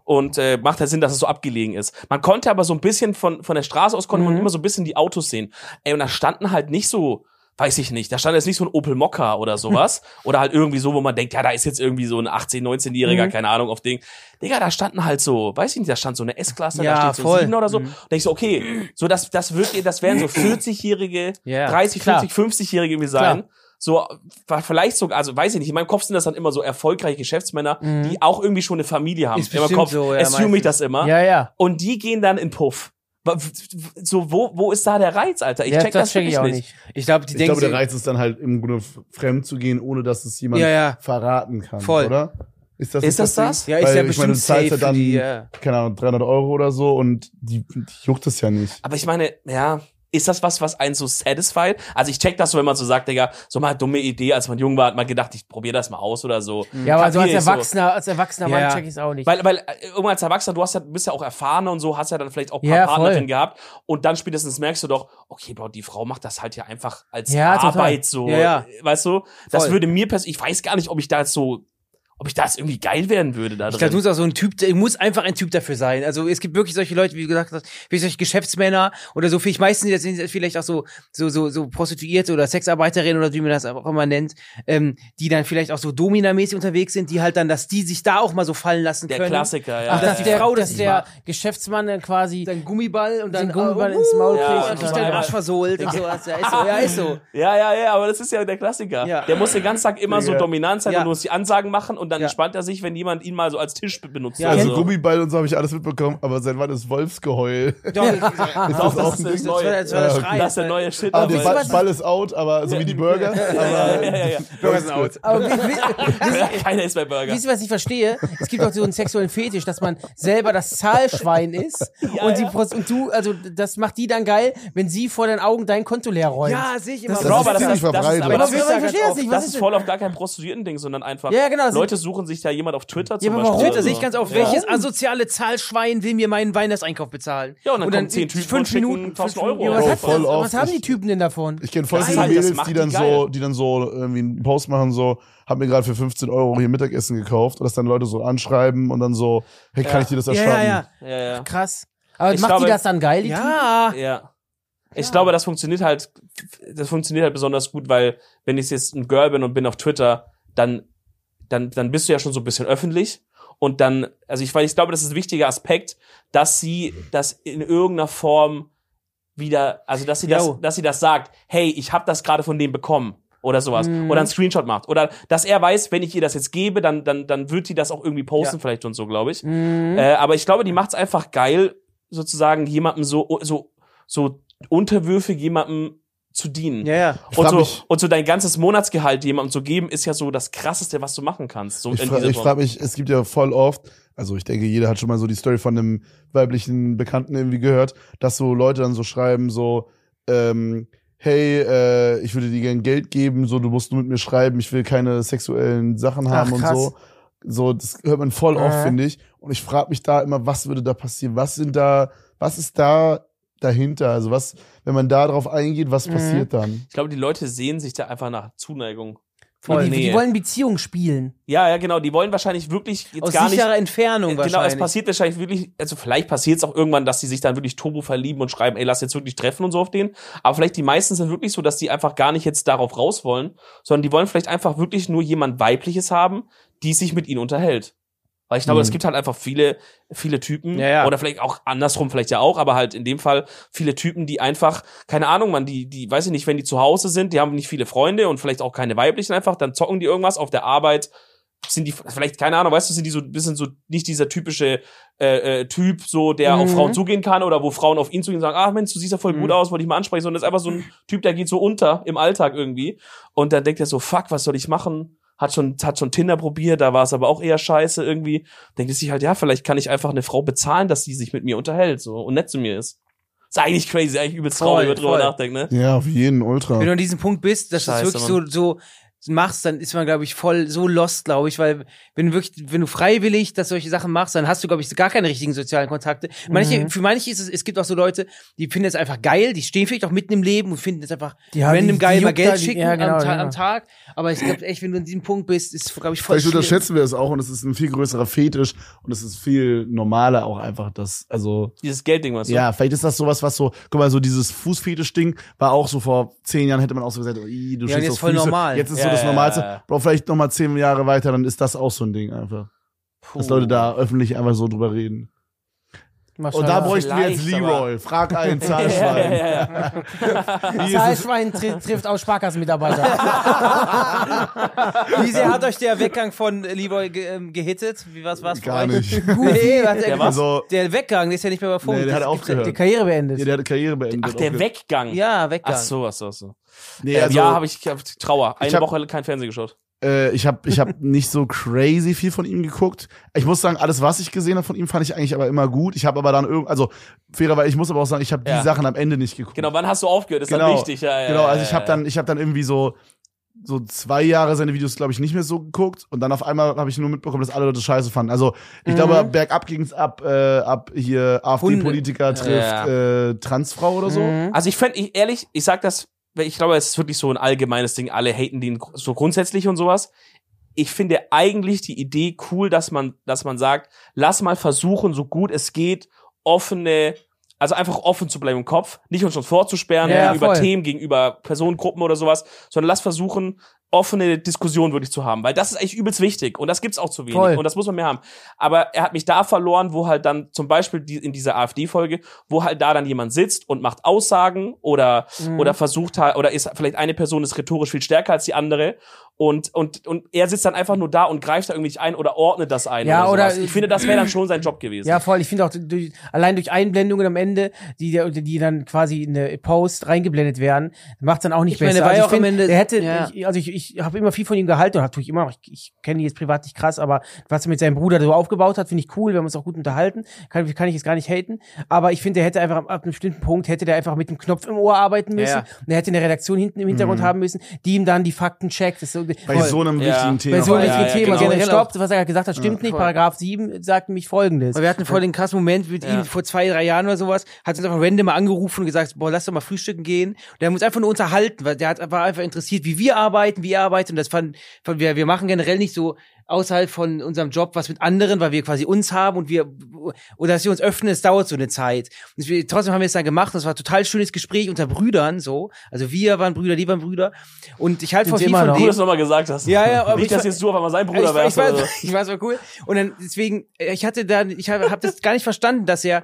Speaker 2: Und äh, macht halt Sinn, dass es so abgelegen ist. Man konnte aber so ein bisschen von, von der Straße aus,
Speaker 3: Mhm.
Speaker 2: konnte man immer so ein bisschen die Autos sehen. Ey, und da standen halt nicht so, weiß ich nicht, da stand jetzt nicht so ein Opel Mokka
Speaker 3: *laughs*
Speaker 2: oder sowas. oder halt irgendwie so, wo man denkt, ja, da ist jetzt irgendwie so ein 18-,
Speaker 3: Mhm.
Speaker 2: 19-Jähriger, keine Ahnung, auf Ding. Digga, da standen halt so, weiß ich nicht, da stand so eine S-Klasse,
Speaker 3: Ja,
Speaker 2: da steht so
Speaker 3: voll. Mhm.
Speaker 2: ein 7 oder so. Und denk ich so, okay, so das, das wird, das werden
Speaker 3: *clears throat*
Speaker 2: so 40-Jährige,
Speaker 3: Ja,
Speaker 2: 30,
Speaker 3: klar.
Speaker 2: 40, 50-Jährige irgendwie sein. So, war vielleicht sogar, also weiß ich nicht, in meinem Kopf sind das dann immer so erfolgreiche Geschäftsmänner, die auch irgendwie schon eine Familie haben.
Speaker 3: Ist
Speaker 2: in meinem
Speaker 3: bestimmt
Speaker 2: Kopf
Speaker 3: so, ja,
Speaker 2: assume
Speaker 3: meistens.
Speaker 2: ich das immer.
Speaker 4: ja, ja.
Speaker 2: Und die gehen dann in Puff. Wa- w- w- So, wo, wo ist da der Reiz, Alter? Ich
Speaker 4: ja,
Speaker 2: check das,
Speaker 4: check ich
Speaker 2: wirklich
Speaker 4: auch
Speaker 2: nicht.
Speaker 4: nicht.
Speaker 3: Ich glaube, die
Speaker 1: Ich
Speaker 3: denken,
Speaker 1: glaube, der
Speaker 3: sie-
Speaker 1: Reiz ist dann halt im Grunde f- fremd zu gehen, ohne dass es jemand
Speaker 3: Ja, ja.
Speaker 1: verraten kann,
Speaker 3: Voll.
Speaker 1: oder? Ist das
Speaker 2: Ist
Speaker 1: nicht
Speaker 2: das das?
Speaker 1: Ding?
Speaker 3: ja, ist
Speaker 1: Weil,
Speaker 3: ja
Speaker 1: ich meine,
Speaker 3: bestimmt
Speaker 1: du zahlst
Speaker 3: safe.
Speaker 1: ja
Speaker 3: für
Speaker 1: dann,
Speaker 3: die, ja.
Speaker 1: keine Ahnung, 300 Euro oder so und die, die juckt es ja nicht.
Speaker 2: Aber ich meine, ja, ist das was, was einen so satisfied? Also ich check das so, wenn man so sagt, Digga, so mal dumme Idee, als man jung war, hat man gedacht, ich probiere das mal aus oder so.
Speaker 4: Ja, aber so als
Speaker 2: Kapier ich
Speaker 4: Erwachsener, als erwachsener
Speaker 3: Ja.
Speaker 4: Mann check ich es auch nicht.
Speaker 2: Weil, weil äh, irgendwann als Erwachsener, du hast ja, bist ja auch erfahrener und so, hast ja dann vielleicht auch ein paar
Speaker 4: Ja, voll.
Speaker 2: Partnerinnen gehabt und dann spätestens merkst du doch, okay, Bro, die Frau macht das halt ja einfach als
Speaker 4: Ja, total.
Speaker 2: Arbeit so, äh,
Speaker 3: Ja, ja.
Speaker 2: weißt du? Das
Speaker 3: Voll.
Speaker 2: würde mir persönlich, ich weiß gar nicht, ob ich da jetzt so, ob ich da jetzt irgendwie geil werden würde da
Speaker 3: Ich
Speaker 2: drin.
Speaker 3: glaube, du musst auch so ein Typ, der muss einfach ein Typ dafür sein. Also es gibt wirklich solche Leute, wie du gesagt hast, wie solche Geschäftsmänner oder so. Ich meistens das sind vielleicht auch so so so, so Prostituierte oder Sexarbeiterinnen oder wie man das auch immer nennt, ähm, die dann vielleicht auch so Dominamäßig unterwegs sind, die halt dann, dass die sich da auch mal so fallen lassen
Speaker 2: der
Speaker 3: können.
Speaker 2: Klassiker, ja.
Speaker 4: Ach,
Speaker 3: dass
Speaker 4: dass,
Speaker 3: die
Speaker 4: der,
Speaker 3: Frau das
Speaker 4: dass
Speaker 3: nicht
Speaker 4: der
Speaker 3: mag.
Speaker 4: Geschäftsmann dann quasi
Speaker 3: Dann Gummiball und dann
Speaker 4: den Gummiball
Speaker 3: oh,
Speaker 4: ins Maul
Speaker 2: ja,
Speaker 4: kriegt
Speaker 2: und
Speaker 4: und
Speaker 3: kriegst
Speaker 4: dann
Speaker 3: du den
Speaker 2: einmal-
Speaker 3: Arsch versohlt und sowas. Ja, ist so. *laughs* Ja, ist so.
Speaker 2: ja, ja, ja, aber das ist ja der Klassiker.
Speaker 3: Ja.
Speaker 2: Der muss den ganzen Tag immer so
Speaker 1: Ja.
Speaker 2: dominant sein
Speaker 3: Ja.
Speaker 2: und muss die Ansagen machen und dann
Speaker 3: Ja.
Speaker 2: entspannt er sich, wenn jemand ihn mal so als Tisch be- benutzt.
Speaker 4: Ja.
Speaker 1: Also
Speaker 2: Also,
Speaker 1: Gummiball und so habe ich alles mitbekommen, aber seit wann ist Wolfsgeheul?
Speaker 3: Doch, ist das,
Speaker 2: auch das
Speaker 1: auch
Speaker 2: ist
Speaker 1: ein
Speaker 2: das
Speaker 1: Ding?
Speaker 2: neue.
Speaker 3: war der
Speaker 1: Ja, okay.
Speaker 3: Schrei.
Speaker 2: Das ist der neue Shit.
Speaker 1: Ah,
Speaker 2: aber-
Speaker 1: der Ball, Ball ist out, aber so wie die Burger.
Speaker 2: ja,
Speaker 1: Aber
Speaker 2: ja, ja, ja.
Speaker 1: Burger sind out.
Speaker 4: Aber wie, wie,
Speaker 2: Ja, *laughs* Keiner ist mehr Burger.
Speaker 4: Wisst ihr, was ich verstehe? Es gibt auch so einen sexuellen Fetisch, dass man selber das Zahlschwein ist und,
Speaker 2: *laughs*
Speaker 4: die,
Speaker 2: ja.
Speaker 4: Prost- und du, also das macht die dann geil, wenn sie vor deinen Augen dein Konto leer räumt.
Speaker 3: Ja, sehe ich immer.
Speaker 4: Das
Speaker 1: ist
Speaker 2: Bro, aber
Speaker 3: das,
Speaker 2: das,
Speaker 1: ziemlich
Speaker 2: das, das ist
Speaker 1: verbreitet.
Speaker 2: aber
Speaker 4: Aber
Speaker 2: das,
Speaker 4: wir-
Speaker 2: ist
Speaker 4: wir
Speaker 2: ja ganz
Speaker 4: verstehen das
Speaker 2: oft-
Speaker 4: nicht, was
Speaker 2: das
Speaker 4: ist
Speaker 2: ist
Speaker 4: denn-
Speaker 2: voll auf gar kein Prostituierten-Ding, sondern einfach
Speaker 4: Ja, genau, das sind-
Speaker 2: Leute suchen sich da jemand auf Twitter zum
Speaker 4: Ja, aber
Speaker 2: Beispiel.
Speaker 4: warum?
Speaker 3: Twitter sehe
Speaker 2: Also,
Speaker 3: ich ganz oft.
Speaker 2: ja.
Speaker 3: Welches asoziale Zahlschwein will mir meinen Weihnachtseinkauf bezahlen?
Speaker 2: Ja, und dann kommen zehn Typen und
Speaker 3: fünf
Speaker 2: schicken
Speaker 3: Minuten,
Speaker 2: 1000
Speaker 3: fünf
Speaker 2: Euro.
Speaker 3: Minuten.
Speaker 4: Ja,
Speaker 2: Ja,
Speaker 4: was,
Speaker 1: Bro,
Speaker 4: hat,
Speaker 1: voll oft.
Speaker 4: was haben die Typen denn davon?
Speaker 1: Ich kenne voll
Speaker 2: Das
Speaker 1: viele
Speaker 2: ist- das
Speaker 1: Mädels,
Speaker 2: macht
Speaker 1: die
Speaker 2: die
Speaker 1: dann
Speaker 2: geil.
Speaker 1: so, die dann so irgendwie einen Post machen, so, hab mir gerade für 15 Euro hier Mittagessen gekauft, und das dann Leute so anschreiben und dann so, hey, kann ich dir das
Speaker 4: Ja,
Speaker 1: erstatten?
Speaker 4: ja, ja.
Speaker 2: Ja, ja.
Speaker 4: Krass. Aber
Speaker 2: Ich
Speaker 4: macht
Speaker 2: glaube-
Speaker 4: die das dann geil, die Typen?
Speaker 3: Ja.
Speaker 2: ja. Ich glaube, das funktioniert halt, das funktioniert halt besonders gut, weil wenn ich jetzt ein Girl bin und bin auf Twitter, dann, dann, dann bist du ja schon so ein bisschen öffentlich. Und dann, also ich, weil ich glaube, das ist ein wichtiger Aspekt, dass sie das in irgendeiner Form wieder, also dass sie das,
Speaker 3: Jo.
Speaker 2: dass sie das sagt, hey, ich habe das gerade von dem bekommen oder sowas oder einen Screenshot macht oder dass er weiß, wenn ich ihr das jetzt gebe, dann dann dann wird die das auch irgendwie posten vielleicht und so, glaube ich.
Speaker 3: Mhm.
Speaker 2: Äh, aber ich glaube, die macht's einfach geil, sozusagen jemandem so oh, so so unterwürfig jemandem zu dienen.
Speaker 3: Ja, ja.
Speaker 1: Ich
Speaker 2: Und
Speaker 1: frag
Speaker 2: so,
Speaker 1: mich-
Speaker 2: und so dein ganzes Monatsgehalt jemandem zu geben, ist ja so das krasseste, was du machen kannst. So
Speaker 1: Ich,
Speaker 2: um in
Speaker 1: fra
Speaker 2: dieser
Speaker 1: ich
Speaker 2: Form.
Speaker 1: frage mich, es gibt ja voll oft, also ich denke, jeder hat schon mal so die Story von einem weiblichen Bekannten irgendwie gehört, dass so Leute dann so schreiben, so, ähm, hey, äh, ich würde dir gern Geld geben, so, du musst nur mit mir schreiben, ich will keine sexuellen Sachen haben und
Speaker 4: krass.
Speaker 1: so. So, das hört man voll oft,
Speaker 4: Äh.
Speaker 1: finde ich. Und ich frage mich da immer, was würde da passieren? Was sind da, was ist da dahinter? Also
Speaker 4: Mhm.
Speaker 1: was, wenn man da drauf eingeht, was passiert dann?
Speaker 2: ich glaube, die Leute sehen sich da einfach nach Zuneigung.
Speaker 3: Voll.
Speaker 4: die, die
Speaker 2: Nähe.
Speaker 4: wollen Beziehungen spielen.
Speaker 2: Ja, ja, genau. Die wollen wahrscheinlich wirklich jetzt
Speaker 3: Aus
Speaker 2: gar nicht.
Speaker 3: sicherer Entfernung
Speaker 2: Genau,
Speaker 3: wahrscheinlich.
Speaker 2: es passiert wahrscheinlich wirklich, also vielleicht passiert es auch irgendwann, dass die sich dann wirklich turbo verlieben und schreiben, ey, lass jetzt wirklich treffen und so auf den. Aber vielleicht die meisten sind wirklich so, dass die einfach gar nicht jetzt darauf raus wollen, sondern die wollen vielleicht einfach wirklich nur jemand Weibliches haben, die sich mit ihnen unterhält. Weil ich glaube,
Speaker 1: Mhm.
Speaker 2: es gibt halt einfach viele, viele Typen,
Speaker 3: Ja, ja.
Speaker 2: oder vielleicht auch andersrum, vielleicht ja auch, aber halt in dem Fall viele Typen, die einfach, keine Ahnung, man, die, die, weiß ich nicht, wenn die zu Hause sind, die haben nicht viele Freunde und vielleicht auch keine weiblichen einfach, dann zocken die irgendwas auf der Arbeit, sind die vielleicht, keine Ahnung, weißt du, sind die so ein bisschen so nicht dieser typische äh, äh, Typ, so der auf
Speaker 4: Mhm.
Speaker 2: Frauen zugehen kann oder wo Frauen auf ihn zugehen und sagen, ach Mensch, du siehst ja voll gut
Speaker 3: Mhm.
Speaker 2: aus, wollte ich mal ansprechen, sondern ist einfach so ein Typ, der geht so unter im Alltag irgendwie und dann denkt er so, fuck, was soll ich machen? Hat schon, hat schon Tinder probiert, da war es aber auch eher scheiße irgendwie. Denkt er sich halt, ja, vielleicht kann ich einfach eine Frau bezahlen, dass die sich mit mir unterhält so und nett zu mir ist. Ist eigentlich crazy, eigentlich übelst
Speaker 3: Voll,
Speaker 2: traurig, wenn man drüber
Speaker 3: voll.
Speaker 2: nachdenkt, ne?
Speaker 1: Ja, auf jeden Ultra.
Speaker 3: Wenn du an diesem Punkt bist, dass
Speaker 2: Scheiße,
Speaker 3: du es wirklich so, so machst, dann ist man, glaube ich, voll so lost, glaube ich, weil wenn du wirklich, wenn du freiwillig das solche Sachen machst, dann hast du, glaube ich, gar keine richtigen sozialen Kontakte.
Speaker 4: Mhm.
Speaker 3: Manche, für manche ist es, es gibt auch so Leute, die finden es einfach geil, die stehen vielleicht auch mitten im Leben und finden es einfach
Speaker 4: Die haben-
Speaker 3: random
Speaker 4: die- die
Speaker 3: geil, mal
Speaker 4: juckt da
Speaker 3: Geld
Speaker 4: die-
Speaker 3: schicken
Speaker 4: ja, genau,
Speaker 3: am, Ta
Speaker 4: ja.
Speaker 3: am Tag. Aber ich glaube echt, wenn du an diesem Punkt bist, ist, glaube ich, voll
Speaker 1: Vielleicht
Speaker 3: schwierig.
Speaker 1: unterschätzen wir das auch und es ist ein viel größerer Fetisch und es ist viel normaler auch einfach, dass, also,
Speaker 2: Dieses Geldding, was
Speaker 1: ja, vielleicht ist das sowas, was so, guck mal, so dieses Fußfetisch-Ding war auch so vor zehn Jahren hätte man auch so gesagt, "Ih, du
Speaker 3: Ja, und
Speaker 1: stehst
Speaker 3: jetzt
Speaker 1: auf
Speaker 3: voll
Speaker 1: Füße.
Speaker 3: normal.
Speaker 1: Jetzt ist
Speaker 2: Ja,
Speaker 1: so das
Speaker 2: ja,
Speaker 1: Normalste.
Speaker 2: ja, ja.
Speaker 1: Aber vielleicht nochmal zehn Jahre weiter, dann ist das auch so ein Ding einfach. Dass Leute da öffentlich einfach so drüber reden.
Speaker 4: Mal schauen.
Speaker 1: Und da bräuchten wir
Speaker 2: vielleicht,
Speaker 1: jetzt Leroy. Frag
Speaker 2: *laughs*
Speaker 1: einen Zahlschwein.
Speaker 2: ja, ja, ja.
Speaker 1: Wie ist es?
Speaker 4: Zahlschwein tri trifft auf Sparkassenmitarbeiter.
Speaker 3: Wie sehr hat euch der Weggang von Leroy ge ähm, gehittet? Wie was war's
Speaker 1: Gar
Speaker 3: für euch?
Speaker 1: nicht.
Speaker 3: Gut. *laughs* Nee, was, der,
Speaker 2: was?
Speaker 1: Also,
Speaker 3: der Weggang, der ist ja nicht mehr bei Funk.
Speaker 1: nee, der hat
Speaker 3: Das gibt's ja-
Speaker 1: aufgehört.
Speaker 4: Die Karriere beendet.
Speaker 1: Ja, der hat Karriere beendet.
Speaker 2: Ach, der
Speaker 1: Okay.
Speaker 2: Weggang.
Speaker 3: Ja, Weggang.
Speaker 2: Ach so, ach so, ach so.
Speaker 1: Nee,
Speaker 2: Ja,
Speaker 1: also,
Speaker 2: ja habe ich, ich hab Trauer. Eine
Speaker 1: hab-
Speaker 2: Woche kein Fernsehen geschaut.
Speaker 1: äh, ich habe ich
Speaker 2: *laughs*
Speaker 1: hab nicht so crazy viel von ihm geguckt. Ich muss sagen, alles, was ich gesehen habe von ihm, fand ich eigentlich aber immer gut. Ich habe aber dann irgendwie, also fairerweise, ich muss aber auch sagen, ich habe die
Speaker 2: Ja.
Speaker 1: Sachen am Ende nicht geguckt.
Speaker 2: Genau, wann hast du aufgehört? Das ist
Speaker 1: Genau,
Speaker 2: dann wichtig. Ja, ja,
Speaker 1: Genau, also
Speaker 2: ja,
Speaker 1: ich habe
Speaker 2: ja.
Speaker 1: dann, ich hab dann irgendwie so, so zwei Jahre seine Videos, glaube ich, nicht mehr so geguckt. Und dann auf einmal habe ich nur mitbekommen, dass alle Leute scheiße fanden. Also ich
Speaker 2: Mhm.
Speaker 1: glaube, bergab ging's ab, äh, ab hier AfD-Politiker trifft äh, Transfrau oder so.
Speaker 2: Also ich fände, ich, ehrlich, ich sag das, weil ich glaube, es ist wirklich so ein allgemeines Ding. Alle haten den gr- so grundsätzlich und sowas. Ich finde eigentlich die Idee cool, dass man, dass man sagt, lass mal versuchen, so gut es geht, offene, also einfach offen zu bleiben im Kopf, nicht uns schon vorzusperren
Speaker 4: Ja, ja,
Speaker 2: gegenüber
Speaker 4: voll.
Speaker 2: Themen, gegenüber Personengruppen oder sowas, sondern lass versuchen, offene Diskussionen wirklich zu haben, weil das ist eigentlich übelst wichtig und das gibt's auch zu wenig
Speaker 4: Voll.
Speaker 2: und das muss man mehr haben. Aber er hat mich da verloren, wo halt dann zum Beispiel die, in dieser AfD-Folge, wo halt da dann jemand sitzt und macht Aussagen oder
Speaker 4: Mhm.
Speaker 2: oder versucht halt oder ist vielleicht eine Person ist rhetorisch viel stärker als die andere und und und er sitzt dann einfach nur da und greift da irgendwie nicht ein oder ordnet das ein.
Speaker 4: Ja,
Speaker 2: oder
Speaker 4: oder-
Speaker 2: sowas. ich finde, das
Speaker 4: *clears throat*
Speaker 2: wäre dann schon sein Job gewesen.
Speaker 4: Ja, voll. Ich finde auch durch, allein durch Einblendungen am Ende, die, der- die dann quasi in eine Post reingeblendet werden, macht dann auch nicht
Speaker 3: Ich meine,
Speaker 4: besser.
Speaker 3: war ja
Speaker 4: also
Speaker 3: auch am
Speaker 4: find,
Speaker 3: Ende-
Speaker 4: er hätte,
Speaker 3: ja.
Speaker 4: ich, also ich, ich habe immer viel von ihm gehalten und hab- tue ich immer noch. Ich, ich kenne ihn jetzt privat nicht krass, aber was er mit seinem Bruder so aufgebaut hat, finde ich cool. Wir haben uns auch gut unterhalten. Kann, kann ich jetzt gar nicht haten. Aber ich finde, er hätte einfach ab einem bestimmten Punkt hätte der einfach mit dem Knopf im Ohr arbeiten müssen.
Speaker 3: ja.
Speaker 4: Und er hätte eine Redaktion hinten im
Speaker 2: Mhm.
Speaker 4: Hintergrund haben müssen, die ihm dann die Fakten checkt. Das ist so,
Speaker 1: Bei
Speaker 4: voll.
Speaker 1: so einem
Speaker 2: Ja.
Speaker 1: wichtigen Thema.
Speaker 4: Bei so
Speaker 2: Ja,
Speaker 4: einem
Speaker 2: ja,
Speaker 4: wichtigen
Speaker 2: ja,
Speaker 4: Thema.
Speaker 2: genau.
Speaker 4: Generell Stopp, was er gesagt hat, stimmt nicht.
Speaker 3: voll.
Speaker 4: Paragraph 7 sagt nämlich folgendes.
Speaker 3: Weil wir hatten voll den krassen Moment mit
Speaker 2: Ja.
Speaker 3: ihm vor zwei, drei Jahren oder sowas, hat uns einfach random mal angerufen und gesagt, boah, lass doch mal frühstücken gehen. Und der hat uns einfach nur unterhalten, weil der hat, war einfach interessiert, wie wir arbeiten, wie er arbeitet. Und das fand, fand wir, wir machen generell nicht so außerhalb von unserem Job was mit anderen, weil wir quasi uns haben und wir, oder dass wir uns öffnen, es dauert so eine Zeit. Und wir, trotzdem haben wir es dann gemacht. und Das war ein total schönes Gespräch unter Brüdern, so. Also wir waren Brüder, die waren Brüder. Und ich halte
Speaker 4: Sind
Speaker 3: von
Speaker 4: sie
Speaker 3: viel
Speaker 4: immer
Speaker 3: von
Speaker 4: noch?
Speaker 2: Gut,
Speaker 3: dem.
Speaker 2: dass du nochmal gesagt hast.
Speaker 3: Ja, ja, aber
Speaker 2: nicht,
Speaker 3: ich
Speaker 2: dass
Speaker 3: ver-
Speaker 2: jetzt du auf einmal sein Bruder
Speaker 3: ich, ich,
Speaker 2: wärst.
Speaker 3: *laughs*
Speaker 2: oder so.
Speaker 3: weiß, ich weiß, war cool. Und dann deswegen, äh, ich hatte dann, ich habe hab das gar nicht verstanden, dass er,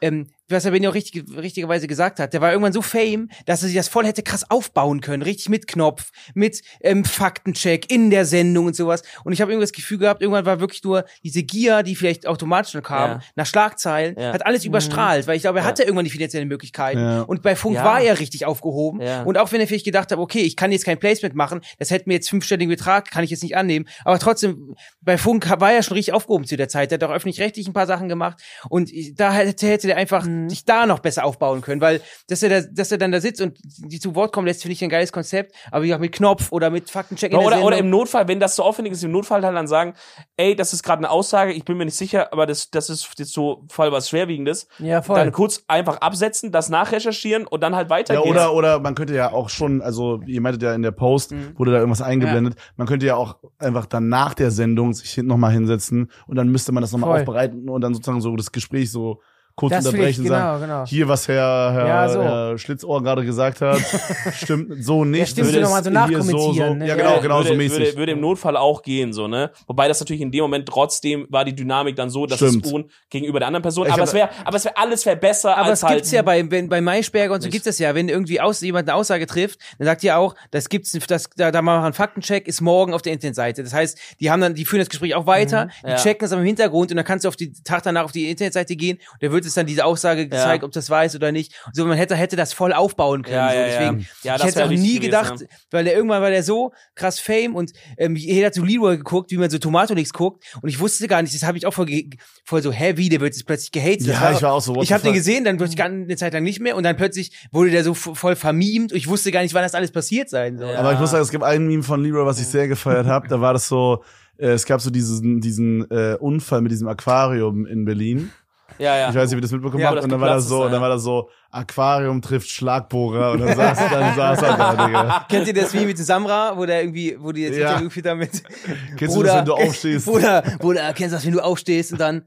Speaker 3: ähm, was er mir auch richtig, richtigerweise gesagt hat, der war irgendwann so fame, dass er sich das voll hätte krass aufbauen können, richtig mit Knopf, mit ähm, Faktencheck in der Sendung und sowas. Und ich habe irgendwie das Gefühl gehabt, irgendwann war wirklich nur diese Gier, die vielleicht automatisch noch kam,
Speaker 2: Ja.
Speaker 3: nach Schlagzeilen,
Speaker 2: Ja. Mhm.
Speaker 3: hat alles überstrahlt, weil ich glaube, er
Speaker 2: Ja.
Speaker 3: hatte irgendwann die finanziellen Möglichkeiten.
Speaker 1: Ja.
Speaker 3: Und bei Funk
Speaker 2: Ja.
Speaker 3: war er richtig aufgehoben.
Speaker 2: Ja.
Speaker 3: Und auch wenn er vielleicht gedacht hat, okay, ich kann jetzt kein Placement machen, das hätte mir jetzt fünfstelligen Betrag, kann ich jetzt nicht annehmen. Aber trotzdem, bei Funk war er schon richtig aufgehoben zu der Zeit. Der hat auch öffentlich-rechtlich ein paar Sachen gemacht. Und ich- da hätte, hätte der einfach
Speaker 2: Mhm.
Speaker 3: dich da noch besser aufbauen können, weil dass er, da, dass er dann da sitzt und die zu Wort kommen lässt, finde ich ein geiles Konzept, aber wie auch mit Knopf oder mit Faktencheck in der
Speaker 2: Oder,
Speaker 3: Sendung.
Speaker 2: oder im Notfall, wenn das so aufwendig ist, im Notfall halt dann sagen, ey, das ist gerade eine Aussage, ich bin mir nicht sicher, aber das, das ist jetzt so voll was Schwerwiegendes.
Speaker 4: Ja, voll.
Speaker 2: Dann kurz einfach absetzen, das nachrecherchieren und dann halt
Speaker 1: Ja,
Speaker 2: weitergehen.
Speaker 1: oder, oder man könnte ja auch schon, also ihr meintet ja in der Post,
Speaker 4: Mhm.
Speaker 1: wurde da irgendwas eingeblendet, man könnte ja auch einfach dann nach der Sendung sich hin, nochmal hinsetzen und dann müsste man das nochmal
Speaker 4: Voll.
Speaker 1: aufbereiten und dann sozusagen so das Gespräch so kurz
Speaker 4: Das will
Speaker 1: unterbrechen
Speaker 4: ich,
Speaker 1: und sagen,
Speaker 4: genau, genau.
Speaker 1: hier, was Herr, Herr,
Speaker 4: Ja, so.
Speaker 1: Herr Schlitzohr gerade gesagt
Speaker 4: *laughs*
Speaker 1: hat, stimmt so nicht.
Speaker 4: stimmt,
Speaker 1: würde
Speaker 4: du noch
Speaker 1: es
Speaker 4: mal
Speaker 1: hier
Speaker 4: so nachkommentieren, ne?
Speaker 1: Ja, genau,
Speaker 2: Ja,
Speaker 1: genau
Speaker 2: Äh, würde,
Speaker 1: so mäßig.
Speaker 2: Würde, würde im Notfall auch gehen, so, ne? Wobei das natürlich in dem Moment trotzdem war die Dynamik dann so, dass
Speaker 1: Stimmt.
Speaker 2: es un gegenüber der anderen Person,
Speaker 1: Ich
Speaker 2: aber
Speaker 1: hab-
Speaker 2: es wäre, aber es wäre, alles wäre besser
Speaker 3: Aber
Speaker 2: als
Speaker 3: es gibt's
Speaker 2: halt.
Speaker 3: ja bei, wenn, bei Maischberger und so gibt's das ja. Wenn irgendwie aus, jemand eine Aussage trifft, dann sagt ihr auch, das gibt's, das, da, da machen wir einen Faktencheck, ist morgen auf der Internetseite. Das heißt, die haben dann, die führen das Gespräch auch weiter, die
Speaker 2: Mhm, Ja.
Speaker 3: checken das am Hintergrund und dann kannst du auf die Tag danach auf die Internetseite gehen und da wird es dann diese Aussage gezeigt, ob das weiß oder nicht. Und so, man hätte, hätte das voll aufbauen können.
Speaker 2: Ja,
Speaker 3: so.
Speaker 2: ja, ja.
Speaker 3: Deswegen,
Speaker 2: Ja,
Speaker 3: ich
Speaker 2: das
Speaker 3: hätte
Speaker 2: wär
Speaker 3: auch
Speaker 2: richtig
Speaker 3: nie
Speaker 2: gewesen,
Speaker 3: gedacht,
Speaker 2: ja.
Speaker 3: weil der irgendwann war der so krass Fame und ähm, jeder hat so Leroy geguckt, wie man so Tomatolix guckt und ich wusste gar nicht, das habe ich auch voll, ge- voll so, hä, wie, der wird jetzt plötzlich gehatet. Das
Speaker 1: Ja, ich war auch so, what
Speaker 3: Ich
Speaker 1: the
Speaker 3: habe den
Speaker 1: fuck?
Speaker 3: gesehen, dann
Speaker 2: Mhm.
Speaker 3: plötzlich gar eine Zeit lang nicht mehr und dann plötzlich wurde der so f- voll vermiemt und ich wusste gar nicht, wann das alles passiert sein soll.
Speaker 1: Aber ich muss sagen, es gibt ein Meme von Leroy, was ich sehr gefeiert habe. Da war das so, äh, es gab so diesen, diesen äh, Unfall mit diesem Aquarium in Berlin.
Speaker 2: ja, ja.
Speaker 1: Ich weiß nicht, wie das mitbekommen
Speaker 2: Ja,
Speaker 1: habt.
Speaker 2: das
Speaker 1: Und dann war das
Speaker 2: geplatzt
Speaker 1: so,
Speaker 2: ist, halt.
Speaker 1: und dann war das so, Aquarium trifft Schlagbohrer. Und dann saß, dann saß er da, Digga.
Speaker 3: Kennt ihr das wie mit Samra, wo der irgendwie, wo die jetzt
Speaker 1: Ja.
Speaker 3: Interview geführt haben mit
Speaker 1: Kennst du das, wenn du aufstehst?
Speaker 3: *laughs* Bruder, Bruder, kennst du das, wenn du aufstehst und dann,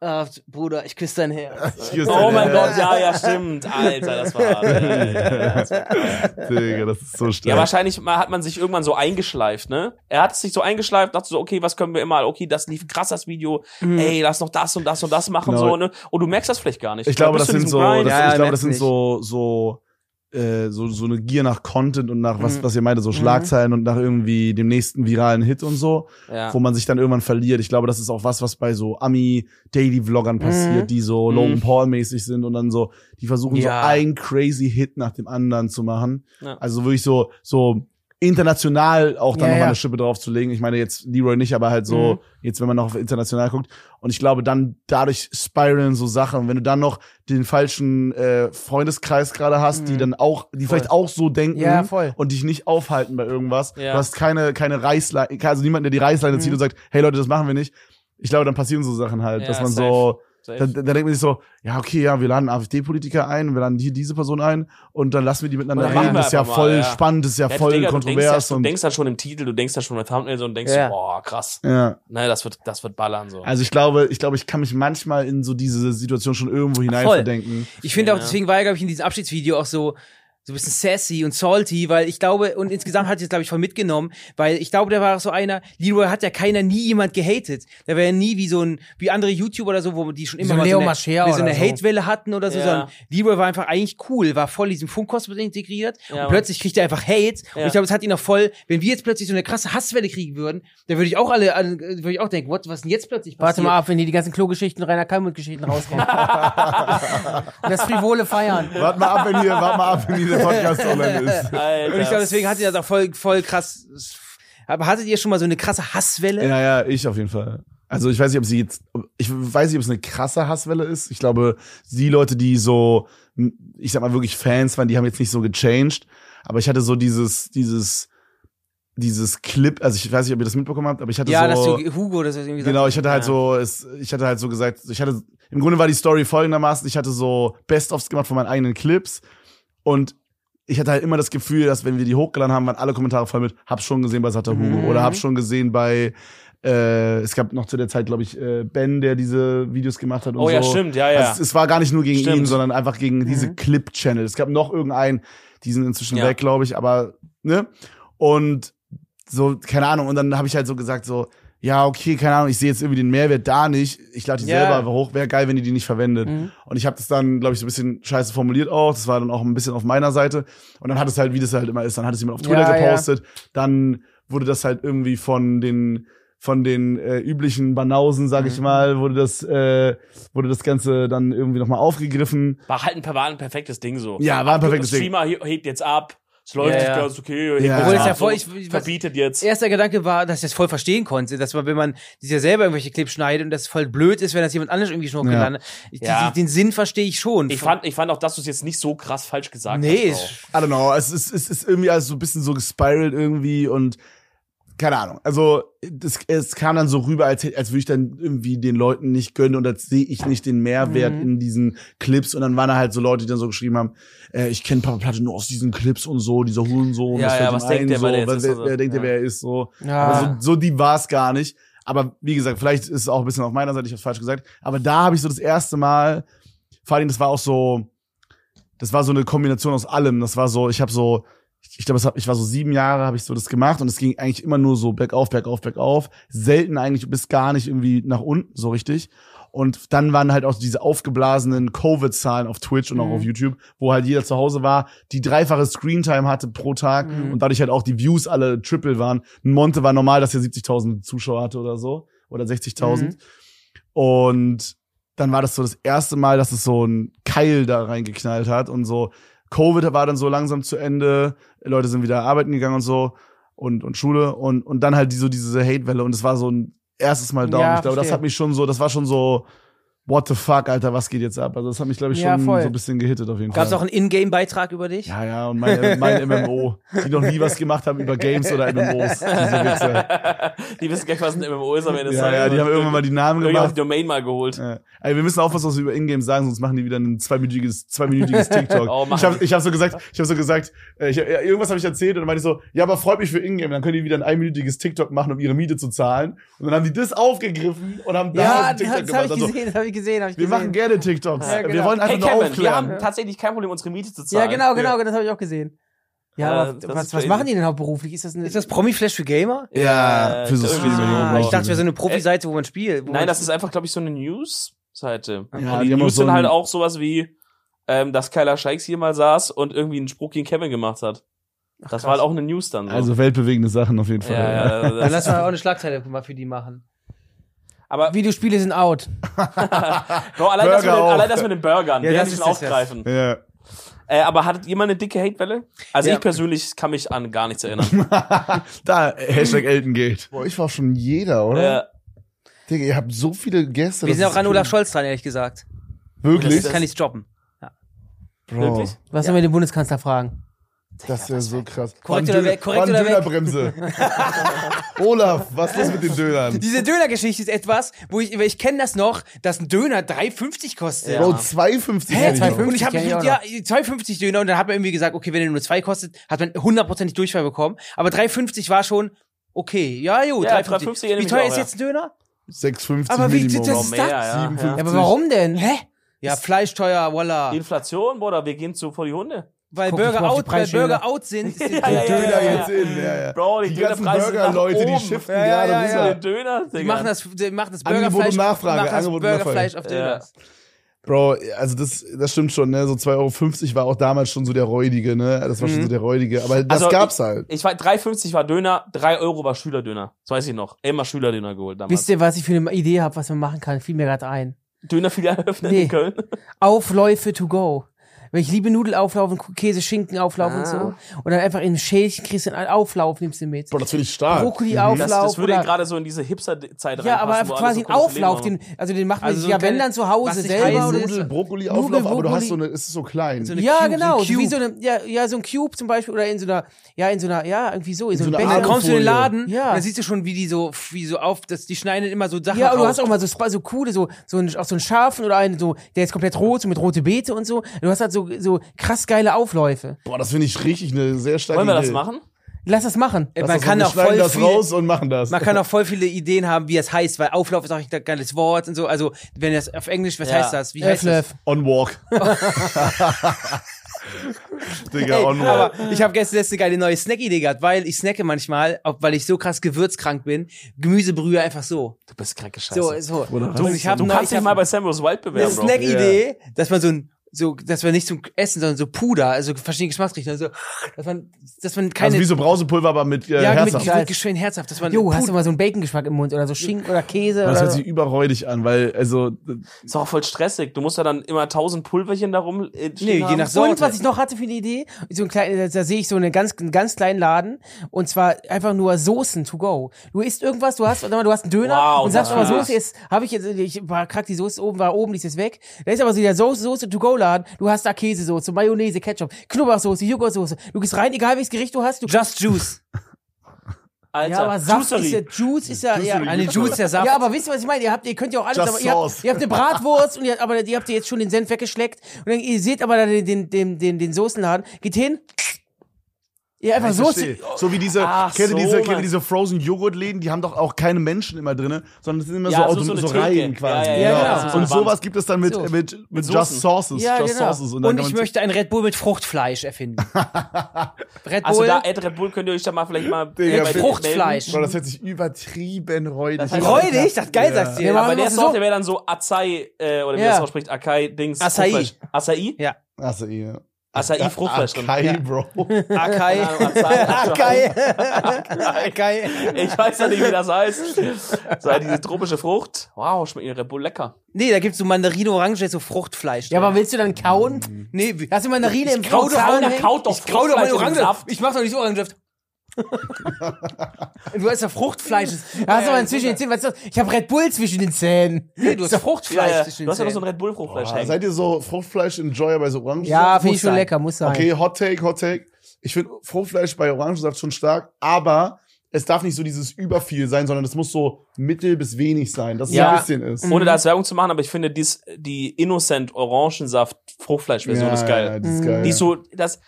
Speaker 3: ah, Bruder, ich küsse dein Herz.
Speaker 1: Hier ist
Speaker 2: Oh
Speaker 1: dein
Speaker 2: mein
Speaker 1: Herz.
Speaker 2: Gott, ja, ja, stimmt. Alter, das war hart.
Speaker 1: *laughs*
Speaker 2: Ja, ja, ja.
Speaker 1: Digga, das ist so
Speaker 2: Ja,
Speaker 1: stark.
Speaker 2: wahrscheinlich mal hat man sich irgendwann so eingeschleift, ne? Er hat sich so eingeschleift, dachte so, okay, was können wir immer? Okay, das lief krass, das Video. Ey, lass noch das und das und das machen,
Speaker 1: Mhm. Genau.
Speaker 2: so, ne? Und du merkst das vielleicht gar nicht.
Speaker 1: ich glaube,
Speaker 2: bist
Speaker 1: das
Speaker 2: du in
Speaker 1: sind so,
Speaker 2: diesem
Speaker 1: das,
Speaker 2: Grind.
Speaker 3: Ja,
Speaker 1: ich glaube,
Speaker 3: merkst
Speaker 1: das sind
Speaker 3: nicht.
Speaker 1: so, so, äh, so, so eine Gier nach Content und nach
Speaker 2: Mhm.
Speaker 1: was, was ihr meinte, so Schlagzeilen und nach irgendwie dem nächsten viralen Hit und so,
Speaker 2: Ja.
Speaker 1: wo man sich dann irgendwann verliert. Ich glaube, das ist auch was, was bei so Ami-Daily-Vloggern passiert, die so Logan Paul-mäßig sind und dann so, die versuchen
Speaker 3: Ja.
Speaker 1: so einen crazy Hit nach dem anderen zu machen.
Speaker 2: Ja.
Speaker 1: Also wirklich so, so international auch dann
Speaker 4: Ja,
Speaker 1: nochmal
Speaker 4: ja.
Speaker 1: eine Schippe draufzulegen. Ich meine jetzt Leroy nicht, aber halt so, jetzt wenn man noch auf international guckt. Und ich glaube, dann dadurch spiralen so Sachen. Und wenn du dann noch den falschen äh, Freundeskreis gerade hast, die dann auch, die vielleicht auch so denken
Speaker 4: Ja, voll.
Speaker 1: und dich nicht aufhalten bei irgendwas.
Speaker 2: Ja. Mhm.
Speaker 1: Du hast keine, keine Reißleine, also niemanden, der die Reißleine zieht und sagt, hey Leute, das machen wir nicht. Ich glaube, dann passieren so Sachen halt,
Speaker 2: Ja,
Speaker 1: dass man
Speaker 2: safe.
Speaker 1: so,
Speaker 2: Safe.
Speaker 1: dann, dann denkt man sich so, ja, okay, ja, wir laden AfD-Politiker ein, wir laden hier diese Person ein und dann lassen wir die miteinander
Speaker 2: Oder machen
Speaker 1: reden.
Speaker 2: wir
Speaker 1: Das ist ja
Speaker 2: einfach mal,
Speaker 1: voll
Speaker 2: ja.
Speaker 1: spannend, das ist ja
Speaker 2: Ja,
Speaker 1: voll
Speaker 2: Digga, Du denkst,
Speaker 1: kontrovers.
Speaker 2: ja, du
Speaker 1: und,
Speaker 2: denkst ja schon im Titel, du denkst ja schon im Thumbnail so und denkst,
Speaker 4: Ja.
Speaker 2: boah, krass.
Speaker 1: ja.
Speaker 2: Ne, das wird, das wird ballern so.
Speaker 1: Also ich glaube, ich glaube, ich kann mich manchmal in so diese Situation schon irgendwo hineinverdenken.
Speaker 3: Ich finde auch,
Speaker 2: Ja.
Speaker 3: deswegen war er, glaube ich, in diesem Abschiedsvideo auch so, so ein bisschen sassy und salty, weil ich glaube, und insgesamt hat jetzt, glaube ich, voll mitgenommen, weil ich glaube, der war auch so einer, Leroy hat ja keiner nie jemand gehatet. Der wäre ja nie wie so ein, wie andere YouTuber oder so, wo die schon
Speaker 4: so
Speaker 3: immer
Speaker 4: ein
Speaker 3: mal
Speaker 4: Leo
Speaker 3: so
Speaker 4: Mascher
Speaker 3: eine, so eine
Speaker 4: oder so.
Speaker 3: Hatewelle hatten oder so,
Speaker 2: Ja.
Speaker 3: sondern Leroy war einfach eigentlich cool, war voll in diesem Funkkosmos integriert
Speaker 2: Ja,
Speaker 3: und plötzlich kriegt er einfach Hate und
Speaker 2: Ja.
Speaker 3: ich glaube, es hat ihn auch voll, wenn wir jetzt plötzlich so eine krasse Hasswelle kriegen würden, dann würde ich auch alle, alle würde ich auch denken, what, was denn jetzt plötzlich
Speaker 4: Warte
Speaker 3: passiert?
Speaker 4: mal ab, wenn hier die ganzen Klogeschichten, Rainer Kalmund-Geschichten rauskommen. das frivole Feiern.
Speaker 1: Wart mal ab, wenn hier, wart mal ab, wenn
Speaker 2: *laughs*
Speaker 1: hier der Podcast online ist.
Speaker 2: Alter.
Speaker 3: Und ich glaube, deswegen hat ihn das auch voll, voll krass. Aber hattet ihr schon mal so eine krasse Hasswelle?
Speaker 1: Ja, ja, ich auf jeden Fall. Also ich weiß nicht, ob sie jetzt, ich weiß nicht, ob es eine krasse Hasswelle ist. Ich glaube, die Leute, die so, ich sag mal wirklich Fans waren, die haben jetzt nicht so gechanged. Aber ich hatte so dieses, dieses, dieses Clip. Also ich weiß nicht, ob ihr das mitbekommen habt, aber ich hatte
Speaker 3: Ja, dass
Speaker 1: so.
Speaker 3: du Hugo oder so irgendwie gesagt
Speaker 1: Genau, ich hatte halt
Speaker 2: Ja.
Speaker 1: so, es, ich hatte halt so gesagt, ich hatte, im Grunde war die Story folgendermaßen, ich hatte so Best-ofs gemacht von meinen eigenen Clips und ich hatte halt immer das Gefühl, dass wenn wir die hochgeladen haben, waren alle Kommentare voll mit, hab schon gesehen bei Sata Hugo oder
Speaker 2: Mhm.
Speaker 1: hab schon gesehen bei, äh, es gab noch zu der Zeit, glaube ich, äh, Ben, der diese Videos gemacht hat und
Speaker 2: Oh
Speaker 1: so.
Speaker 2: ja, stimmt, ja, ja.
Speaker 1: Also es, es war gar nicht nur gegen
Speaker 2: Stimmt.
Speaker 1: ihn, sondern einfach gegen diese Clip-Channel. Es gab noch irgendeinen, die sind inzwischen
Speaker 2: Ja.
Speaker 1: weg, glaube ich, aber, ne? Und so, keine Ahnung, und dann habe ich halt so gesagt, so, ja, okay, keine Ahnung, ich sehe jetzt irgendwie den Mehrwert da nicht. Ich lade die
Speaker 3: Ja.
Speaker 1: selber einfach hoch. Wäre geil, wenn ihr die nicht verwendet. Und ich habe das dann, glaube ich, so ein bisschen scheiße formuliert auch. Das war dann auch ein bisschen auf meiner Seite. Und dann hat es halt, wie das halt immer ist, dann hat es jemand auf Twitter
Speaker 4: Ja, ja.
Speaker 1: gepostet. Dann wurde das halt irgendwie von den von den äh, üblichen Banausen, sag
Speaker 4: Mhm.
Speaker 1: ich mal, wurde das äh, wurde das Ganze dann irgendwie nochmal aufgegriffen.
Speaker 2: War halt ein, war ein perfektes Ding so.
Speaker 1: Ja, war ein perfektes Ding.
Speaker 2: Streamer he- hebt jetzt ab. es läuft
Speaker 3: Ja,
Speaker 2: nicht
Speaker 3: ja.
Speaker 2: ganz okay.
Speaker 1: Ja.
Speaker 3: Obwohl es ja
Speaker 2: Also,
Speaker 3: voll, ich, was,
Speaker 2: verbietet jetzt.
Speaker 3: erster Gedanke war, dass ich das voll verstehen konnte, dass man, wenn man sich ja selber irgendwelche Clips schneidet und das voll blöd ist, wenn das jemand anders irgendwie schon
Speaker 1: Ja.
Speaker 3: hochgeladen hat. Ich-
Speaker 2: Ja.
Speaker 3: die- Den Sinn verstehe ich schon.
Speaker 2: Ich fand, ich fand auch, dass du es jetzt nicht so krass falsch gesagt
Speaker 3: nee,
Speaker 2: hast.
Speaker 3: ist-
Speaker 2: Bro.
Speaker 1: I don't know, es ist, es ist irgendwie alles so ein bisschen so gespiralt irgendwie und keine Ahnung. Also es, es kam dann so rüber, als, hätt- als würde ich dann irgendwie den Leuten nicht gönnen und als sehe ich nicht den Mehrwert
Speaker 2: Mhm.
Speaker 1: in diesen Clips. Und dann waren da halt so Leute, die dann so geschrieben haben, äh, ich kenne Papa Platte nur aus diesen Clips und so, dieser Hurensohn,
Speaker 2: Ja,
Speaker 1: das
Speaker 2: ja,
Speaker 1: fällt ihm
Speaker 2: was denkt der,
Speaker 1: so,
Speaker 2: weil der jetzt
Speaker 1: wer,
Speaker 2: ist
Speaker 1: wer,
Speaker 2: und so.
Speaker 1: wer denkt der,
Speaker 2: Ja.
Speaker 1: wer er ist so.
Speaker 3: Ja.
Speaker 1: Also, so die war es gar nicht. Aber wie gesagt, vielleicht ist es auch ein bisschen auf meiner Seite, ich habe falsch gesagt. Aber da habe ich so das erste Mal, vor allem, das war auch so, das war so eine Kombination aus allem. Das war so, ich habe so, ich glaube, es hab- ich war so sieben Jahre, habe ich so das gemacht und es ging eigentlich immer nur so bergauf, bergauf, bergauf. Selten eigentlich bis gar nicht irgendwie nach unten so richtig. Und dann waren halt auch diese aufgeblasenen Covid-Zahlen auf Twitch und auch auf YouTube, wo halt jeder zu Hause war, die dreifache Screentime hatte pro Tag und dadurch halt auch die Views alle triple waren. Monte war normal, dass er 70.000 Zuschauer hatte oder so oder 60.000. Und dann war das so das erste Mal, dass es so ein Keil da reingeknallt hat und so. Covid war dann so langsam zu Ende, Leute sind wieder arbeiten gegangen und so und, und Schule und, und dann halt die, so diese Hatewelle und es war so ein erstes Mal down.
Speaker 4: Ja,
Speaker 1: ich glaube, das
Speaker 4: verstehe.
Speaker 1: hat mich schon so, das war schon so, what the fuck, Alter, was geht jetzt ab? Also das hat mich, glaube ich, schon
Speaker 4: Ja, voll.
Speaker 1: so ein bisschen gehittet auf jeden
Speaker 3: Gab es
Speaker 1: Fall.
Speaker 3: auch einen Ingame-Beitrag über dich?
Speaker 1: ja, ja, und mein,
Speaker 4: *laughs*
Speaker 1: mein MMO, die noch nie was gemacht haben über Games oder MMOs. Diese Wichser.
Speaker 2: *laughs* die wissen gleich, was ein MMO ist am Ende des
Speaker 1: ja, ja, die haben irgendwann mal die Namen
Speaker 2: *laughs* Irgendjemand
Speaker 1: gemacht.
Speaker 2: hat die Domain mal geholt.
Speaker 1: Ja. Ey, wir müssen aufpassen, was wir über Ingame sagen, sonst machen die wieder ein zweiminütiges,
Speaker 2: *laughs*
Speaker 1: zweiminütiges TikTok.
Speaker 2: Oh, machen
Speaker 1: ich habe ich hab so gesagt, ich habe so gesagt, äh, ich, ja, irgendwas habe ich erzählt und dann meinte ich so, ja, aber freut mich für Ingame, dann können die wieder ein einminütiges TikTok machen, um ihre Miete zu zahlen. Und dann haben die das aufgegriffen und haben da ein TikTok
Speaker 3: hab
Speaker 1: gemacht. Also,
Speaker 3: das habe ich gesehen, hab ich
Speaker 1: wir machen gerne TikToks.
Speaker 3: Ja, genau.
Speaker 1: Wir wollen einfach
Speaker 2: Hey
Speaker 1: nur
Speaker 2: Kevin, wir
Speaker 1: aufklären.
Speaker 2: haben tatsächlich kein Problem, unsere Miete zu
Speaker 4: Ja,
Speaker 2: zahlen.
Speaker 4: genau, genau, das habe ich auch gesehen. Ja,
Speaker 2: Ja,
Speaker 4: aber
Speaker 2: das ist
Speaker 4: was, was
Speaker 2: crazy.
Speaker 4: machen die denn hauptberuflich? Ist das eine.
Speaker 3: Ist das Promi-Flash für Gamer?
Speaker 1: ja, für so
Speaker 2: irgendwie
Speaker 1: Streaming.
Speaker 4: Ah,
Speaker 1: Bro.
Speaker 3: ich dachte, wir sind eine
Speaker 1: Äh,
Speaker 3: Profi-Seite, wo man spielt. Wo
Speaker 2: Nein,
Speaker 3: man
Speaker 2: das ist einfach, glaube ich, so eine News-Seite.
Speaker 1: Ja,
Speaker 2: und die,
Speaker 1: die haben auch
Speaker 2: News
Speaker 1: so
Speaker 2: sind halt
Speaker 1: ein-
Speaker 2: auch sowas wie, ähm, dass Kyla Shikes hier mal saß und irgendwie einen Spruch gegen Kevin gemacht hat. Das war halt auch eine News dann. So.
Speaker 1: Also weltbewegende Sachen auf jeden Fall.
Speaker 2: ja,
Speaker 1: *laughs*
Speaker 2: ja, das-
Speaker 3: Dann lass mal auch eine Schlagzeile mal für die machen.
Speaker 2: aber
Speaker 4: Videospiele sind out.
Speaker 2: Bro, allein, das mit
Speaker 1: Burger
Speaker 2: den,
Speaker 1: auch.
Speaker 2: allein das mit den Burgern,
Speaker 3: Ja,
Speaker 2: ja,
Speaker 3: das
Speaker 2: die
Speaker 3: ist
Speaker 2: schon
Speaker 3: das jetzt.
Speaker 2: aufgreifen.
Speaker 1: ja. *laughs*
Speaker 2: Äh, aber hattet jemand eine dicke Hatewelle? Also
Speaker 3: Ja.
Speaker 2: ich persönlich kann mich an gar nichts erinnern.
Speaker 1: Da, Hashtag Elton geht. Boah, ich war schon jeder,
Speaker 2: äh,
Speaker 1: Digga, ihr habt so viele Gäste.
Speaker 3: Wir
Speaker 1: das
Speaker 3: sind auch
Speaker 1: ist
Speaker 3: an Olaf
Speaker 1: crazy.
Speaker 3: Scholz dran, ehrlich gesagt.
Speaker 1: Wirklich?
Speaker 3: Das kann ich droppen.
Speaker 1: Bro.
Speaker 2: wirklich?
Speaker 4: Was sollen wir den Bundeskanzler fragen?
Speaker 1: Das wäre so krass.
Speaker 3: Korrekt
Speaker 1: Wann
Speaker 3: oder
Speaker 1: Dö-
Speaker 3: weg? Korrekt
Speaker 1: wann
Speaker 3: oder weg? *laughs*
Speaker 1: Dönerbremse. Olaf, was ist mit den Dönern?
Speaker 3: Diese Dönergeschichte ist etwas, wo ich, ich kenne das noch, dass ein Döner 3,50 kostet.
Speaker 1: Bro, 2,50
Speaker 4: Hä,
Speaker 1: kenn ich noch.
Speaker 4: 2,50?
Speaker 3: Und ich habe
Speaker 4: kenn ich auch
Speaker 3: ja, 2,50 Döner und dann hat man irgendwie gesagt, okay, wenn der nur 2 kostet, hat man hundertprozentig Durchfall bekommen. Aber 3,50 war schon okay. Ja, jo,
Speaker 2: Ja, 3,50
Speaker 3: 3,50. Wie
Speaker 2: erinnere
Speaker 3: teuer
Speaker 2: mich auch,
Speaker 3: ist
Speaker 2: ja.
Speaker 3: jetzt ein Döner?
Speaker 1: 6,50
Speaker 3: Aber wie-
Speaker 1: Minimum.
Speaker 3: das-
Speaker 2: Bro,
Speaker 3: ist
Speaker 2: mehr, ja, ja.
Speaker 1: 57.
Speaker 4: Ja, aber warum denn? Hä?
Speaker 3: Ja, Fleisch teuer,
Speaker 2: Die
Speaker 3: voila.
Speaker 2: Inflation, Bruder, wir gehen zu vor die Hunde.
Speaker 3: Weil
Speaker 4: Guck nicht mal
Speaker 3: Burger,
Speaker 4: auf die
Speaker 3: out, weil
Speaker 4: Preisschilder.
Speaker 3: Burger out sind, *laughs* ist die-
Speaker 2: Ja, ja, ja,
Speaker 1: Döner
Speaker 2: ja,
Speaker 1: jetzt in, ja, ja.
Speaker 2: Bro, die
Speaker 1: die ganzen
Speaker 2: Dönerpreise sind nach
Speaker 1: Burger-Leute, die
Speaker 2: oben.
Speaker 1: shiften
Speaker 3: Ja, ja,
Speaker 1: gerade
Speaker 3: ja,
Speaker 1: rüber.
Speaker 3: ja.
Speaker 2: Den Döner, Digga.
Speaker 3: Die machen das, die machen das
Speaker 1: Angebot und
Speaker 3: Burgerfleisch,
Speaker 1: Nachfrage,
Speaker 3: machen das
Speaker 1: Angebot und Nachfrage.
Speaker 3: Burgerfleisch auf Döner.
Speaker 1: Bro, also das, das stimmt schon, ne? So 2,50 Euro war auch damals schon so der Räudige, ne? Das war schon
Speaker 3: Mhm.
Speaker 1: so der Räudige. Aber das
Speaker 2: Also,
Speaker 1: gab's halt.
Speaker 2: Ich war 3,50 war Döner, 3 Euro war Schülerdöner. Das weiß ich noch. Immer Schülerdöner geholt damals.
Speaker 4: Wisst ihr, was ich für eine Idee habe, was man machen kann? Fiel mir gerade ein.
Speaker 2: Döner viel eröffnet
Speaker 4: Nee.
Speaker 2: in Köln.
Speaker 4: Aufläufe to go. Weil ich liebe Nudelauflauf und Käse, Schinken auflaufen und so. Und dann einfach in ein Schälchen kriegst du einen Auflauf, nimmst du mit.
Speaker 1: Bro, das finde ich stark.
Speaker 3: Mhm.
Speaker 1: Mhm.
Speaker 4: Brokkoli
Speaker 2: Das,
Speaker 4: Auflauf.
Speaker 2: das würde
Speaker 4: oder,
Speaker 2: gerade so in diese Hipster-Zeit
Speaker 4: ja, aber
Speaker 2: reinpassen.
Speaker 4: einfach quasi einen Auflauf, den, also den macht man
Speaker 3: Also
Speaker 4: sich
Speaker 3: so
Speaker 4: ja
Speaker 3: ein
Speaker 4: wenn
Speaker 3: kleine-
Speaker 4: dann zu Hause
Speaker 3: was nicht
Speaker 4: selber
Speaker 3: heiß
Speaker 4: oder
Speaker 3: ist.
Speaker 4: so.
Speaker 1: Brokkoli-Auflauf,
Speaker 4: Nudel,
Speaker 1: aber du
Speaker 4: Brokkoli-
Speaker 1: hast so eine, es ist so klein.
Speaker 3: So eine-
Speaker 4: Ja,
Speaker 3: Cube, so
Speaker 4: genau,
Speaker 3: ein
Speaker 4: so wie
Speaker 3: Cube.
Speaker 4: so eine, ja, ja, so ein Cube zum Beispiel oder in so einer, ja, in so einer, ja, irgendwie so, in so,
Speaker 1: so
Speaker 4: einem Also
Speaker 1: einer
Speaker 3: Und
Speaker 4: Becher.
Speaker 3: dann
Speaker 1: Alufolie.
Speaker 3: kommst du in den Laden
Speaker 4: Ja.
Speaker 3: und dann siehst du schon, wie die so, wie so auf, dass die schneiden immer so Sachen
Speaker 4: Ja, und du
Speaker 3: raus.
Speaker 4: hast auch mal so, Spa- so coole, so, so einen, auch so einen scharfen oder einen, so, der ist komplett rot, so mit rote Beete und so. Du hast halt so, so krass geile Aufläufe.
Speaker 1: Boah, das finde ich richtig eine sehr starke
Speaker 2: Wollen wir das
Speaker 1: Idee.
Speaker 2: machen?
Speaker 4: Lass das machen.
Speaker 3: Äh,
Speaker 1: Lass
Speaker 3: man
Speaker 1: das
Speaker 3: kann
Speaker 1: machen.
Speaker 3: auch
Speaker 1: wir schneiden
Speaker 3: voll
Speaker 1: das
Speaker 3: viele,
Speaker 1: raus und machen das.
Speaker 3: man kann auch voll viele Ideen haben, wie das heißt, weil Auflauf ist auch echt ein geiles Wort und so. Also, wenn das auf Englisch, was
Speaker 2: Ja.
Speaker 3: heißt das? Wie heißt das?
Speaker 1: On Walk. Digga,
Speaker 3: Ey,
Speaker 1: On Walk.
Speaker 3: aber ich habe gestern letzte geile neue Snack-Idee gehabt, weil ich snacke manchmal, auch weil ich so krass gewürzkrank bin, Gemüsebrühe einfach so. Also,
Speaker 2: Du bist kranke Scheiße.
Speaker 4: So, so.
Speaker 3: Und ich hab
Speaker 2: du
Speaker 3: neu-
Speaker 2: kannst
Speaker 3: ich
Speaker 2: dich
Speaker 3: hab
Speaker 2: mal bei Samuels Wild
Speaker 3: eine
Speaker 2: bewerben, Bro.
Speaker 3: Snack-Idee, dass man so ein so, das war nicht zum Essen, sondern so Puder, also verschiedene Geschmacksrichtungen, also, dass man, dass man keine,
Speaker 1: Also wie so Brausepulver, aber mit äh,
Speaker 3: ja, mit,
Speaker 1: Herzhaft.
Speaker 3: mit schön herzhaft, dass man,
Speaker 4: Jo, hast du
Speaker 3: Puder-
Speaker 4: mal so einen Bacon-Geschmack im Mund oder so Schinken oder Käse
Speaker 1: das
Speaker 4: oder
Speaker 1: hört
Speaker 4: so.
Speaker 1: sich überräudig an, weil, also,
Speaker 2: Ist doch auch voll stressig. Du musst ja dann immer tausend Pulverchen darum. Äh, stehen
Speaker 3: Nee, je
Speaker 2: haben.
Speaker 3: nach Sorte.
Speaker 4: Und was ich noch hatte für die Idee, so ein klein, da, da sehe ich so einen ganz, einen ganz kleinen Laden und zwar einfach nur Soßen to go. Du isst irgendwas, du hast, warte mal, du hast einen Döner
Speaker 2: Wow,
Speaker 4: und sagst,
Speaker 2: das
Speaker 4: aber
Speaker 2: ist krass.
Speaker 4: Soße ist, habe ich jetzt, ich war krack, die Soße oben war oben, die ist jetzt weg. Da ist aber so der Soße, Soße to go Laden, du hast da Käsesoße, Mayonnaise, Ketchup, Knoblauchsoße, Joghurtsoße. Du gehst rein, egal welches Gericht du hast, du
Speaker 3: Just Juice.
Speaker 2: Alter,
Speaker 4: ja, aber Saft
Speaker 2: Juicery.
Speaker 4: ist ja, Juice ist ja, ja
Speaker 1: Juicery
Speaker 3: Eine
Speaker 1: gibt's
Speaker 3: Juice, der Saft.
Speaker 4: Ja, aber wisst ihr, was ich meine? Ihr habt, ihr könnt ja auch alles,
Speaker 1: Just
Speaker 4: aber ihr habt,
Speaker 1: sauce.
Speaker 4: ihr habt eine Bratwurst und ihr, aber ihr habt ihr jetzt schon den Senf weggeschleckt und dann, ihr seht aber dann den, den, den, den, den Soßenladen, geht hin, ihr einfach
Speaker 1: Ich
Speaker 4: Soße.
Speaker 1: verstehe. So wie diese,
Speaker 2: Ach
Speaker 1: kennt ihr
Speaker 2: so,
Speaker 1: diese, kennt
Speaker 2: Mann.
Speaker 1: ihr diese Frozen Joghurt Läden, die haben doch auch keine Menschen immer drin, sondern es sind immer
Speaker 2: Ja,
Speaker 1: so,
Speaker 2: so-
Speaker 1: Auto
Speaker 2: so
Speaker 1: so,
Speaker 2: eine Theke.
Speaker 1: Reihen quasi.
Speaker 2: Ja, ja,
Speaker 1: genau.
Speaker 4: ja, ja.
Speaker 1: Und
Speaker 2: So eine
Speaker 1: sowas gibt es dann mit,
Speaker 4: So.
Speaker 1: mit, mit,
Speaker 2: Soßen.
Speaker 1: Just Sauces.
Speaker 4: Ja,
Speaker 1: Just
Speaker 4: genau.
Speaker 1: Sauces. dann
Speaker 3: Und
Speaker 1: kann
Speaker 3: ich
Speaker 1: man-
Speaker 3: möchte ein Red Bull mit Fruchtfleisch erfinden. Red
Speaker 2: Also
Speaker 3: Bull.
Speaker 2: da, Ed Red Bull, könnt ihr euch da mal vielleicht mal äh,
Speaker 1: Digga,
Speaker 2: bei-
Speaker 3: Fruchtfleisch.
Speaker 1: Bro, das hört sich übertrieben räudig
Speaker 2: Das
Speaker 1: an.
Speaker 2: heißt-
Speaker 3: Freudig, das geil, sagst du.
Speaker 4: Ja,
Speaker 3: Ja,
Speaker 2: melden.
Speaker 4: aber-
Speaker 2: Bei der
Speaker 4: Machst du
Speaker 2: Sorte
Speaker 4: so?
Speaker 2: wäre dann so Acai, äh, oder wie
Speaker 4: Ja.
Speaker 2: das ausspricht, Acai, Dings.
Speaker 3: Acai.
Speaker 2: Fruchtfleisch. Acai?
Speaker 1: Achso, ja.
Speaker 2: Acai, Fruchtfleisch drin.
Speaker 1: Acai, Bro.
Speaker 3: Akai. *laughs*
Speaker 2: Keine Ahnung, Acai.
Speaker 3: Akai. Akai.
Speaker 2: Ich weiß ja nicht, wie das heißt. So halt diese tropische Frucht. Wow, schmeckt mir Red Bull lecker.
Speaker 3: Nee, da gibt's so Mandarino Orange, so Fruchtfleisch.
Speaker 4: Ja, aber willst du dann kauen?
Speaker 3: nee, wie-
Speaker 4: Hast du Mandarine im
Speaker 2: Mhm. kau doch
Speaker 4: Zaun
Speaker 2: einer,
Speaker 4: hängen?
Speaker 2: kaut doch
Speaker 3: ich grau
Speaker 2: Fruchtfleisch
Speaker 3: doch meine
Speaker 2: in den
Speaker 3: Orange.
Speaker 2: Saft.
Speaker 3: Ich mach doch
Speaker 1: *laughs*
Speaker 3: nicht Orangensaft. du hast ja Fruchtfleisch.
Speaker 4: Da Hast du mal zwischen den Zähnen, weißt du, was? ich habe Red Bull zwischen den Zähnen.
Speaker 3: Nee, du hast
Speaker 2: Ja,
Speaker 3: Fruchtfleisch
Speaker 2: ja.
Speaker 3: zwischen
Speaker 2: Du
Speaker 3: den
Speaker 2: hast ja noch so ein
Speaker 3: Zähnen.
Speaker 2: Red Bull Fruchtfleisch
Speaker 1: Boah,
Speaker 2: hängen.
Speaker 1: Seid ihr so Fruchtfleisch-Enjoyer bei so Orangen?
Speaker 4: Ja,
Speaker 3: muss
Speaker 4: finde ich schon
Speaker 3: sein.
Speaker 4: lecker, muss sein.
Speaker 1: Okay, Hot Take, Hot Take. Ich finde Fruchtfleisch bei Orangensaft schon stark, aber es darf nicht so dieses Überviel sein, sondern es muss so mittel bis wenig sein, dass es
Speaker 2: Ja.
Speaker 1: ein bisschen ist.
Speaker 2: Ohne da jetzt Werbung zu machen, aber ich finde dies, die Innocent Orangensaft Fruchtfleisch-Version ist geil.
Speaker 1: Ja,
Speaker 4: Mhm.
Speaker 1: die ist geil.
Speaker 2: Die ist so, das,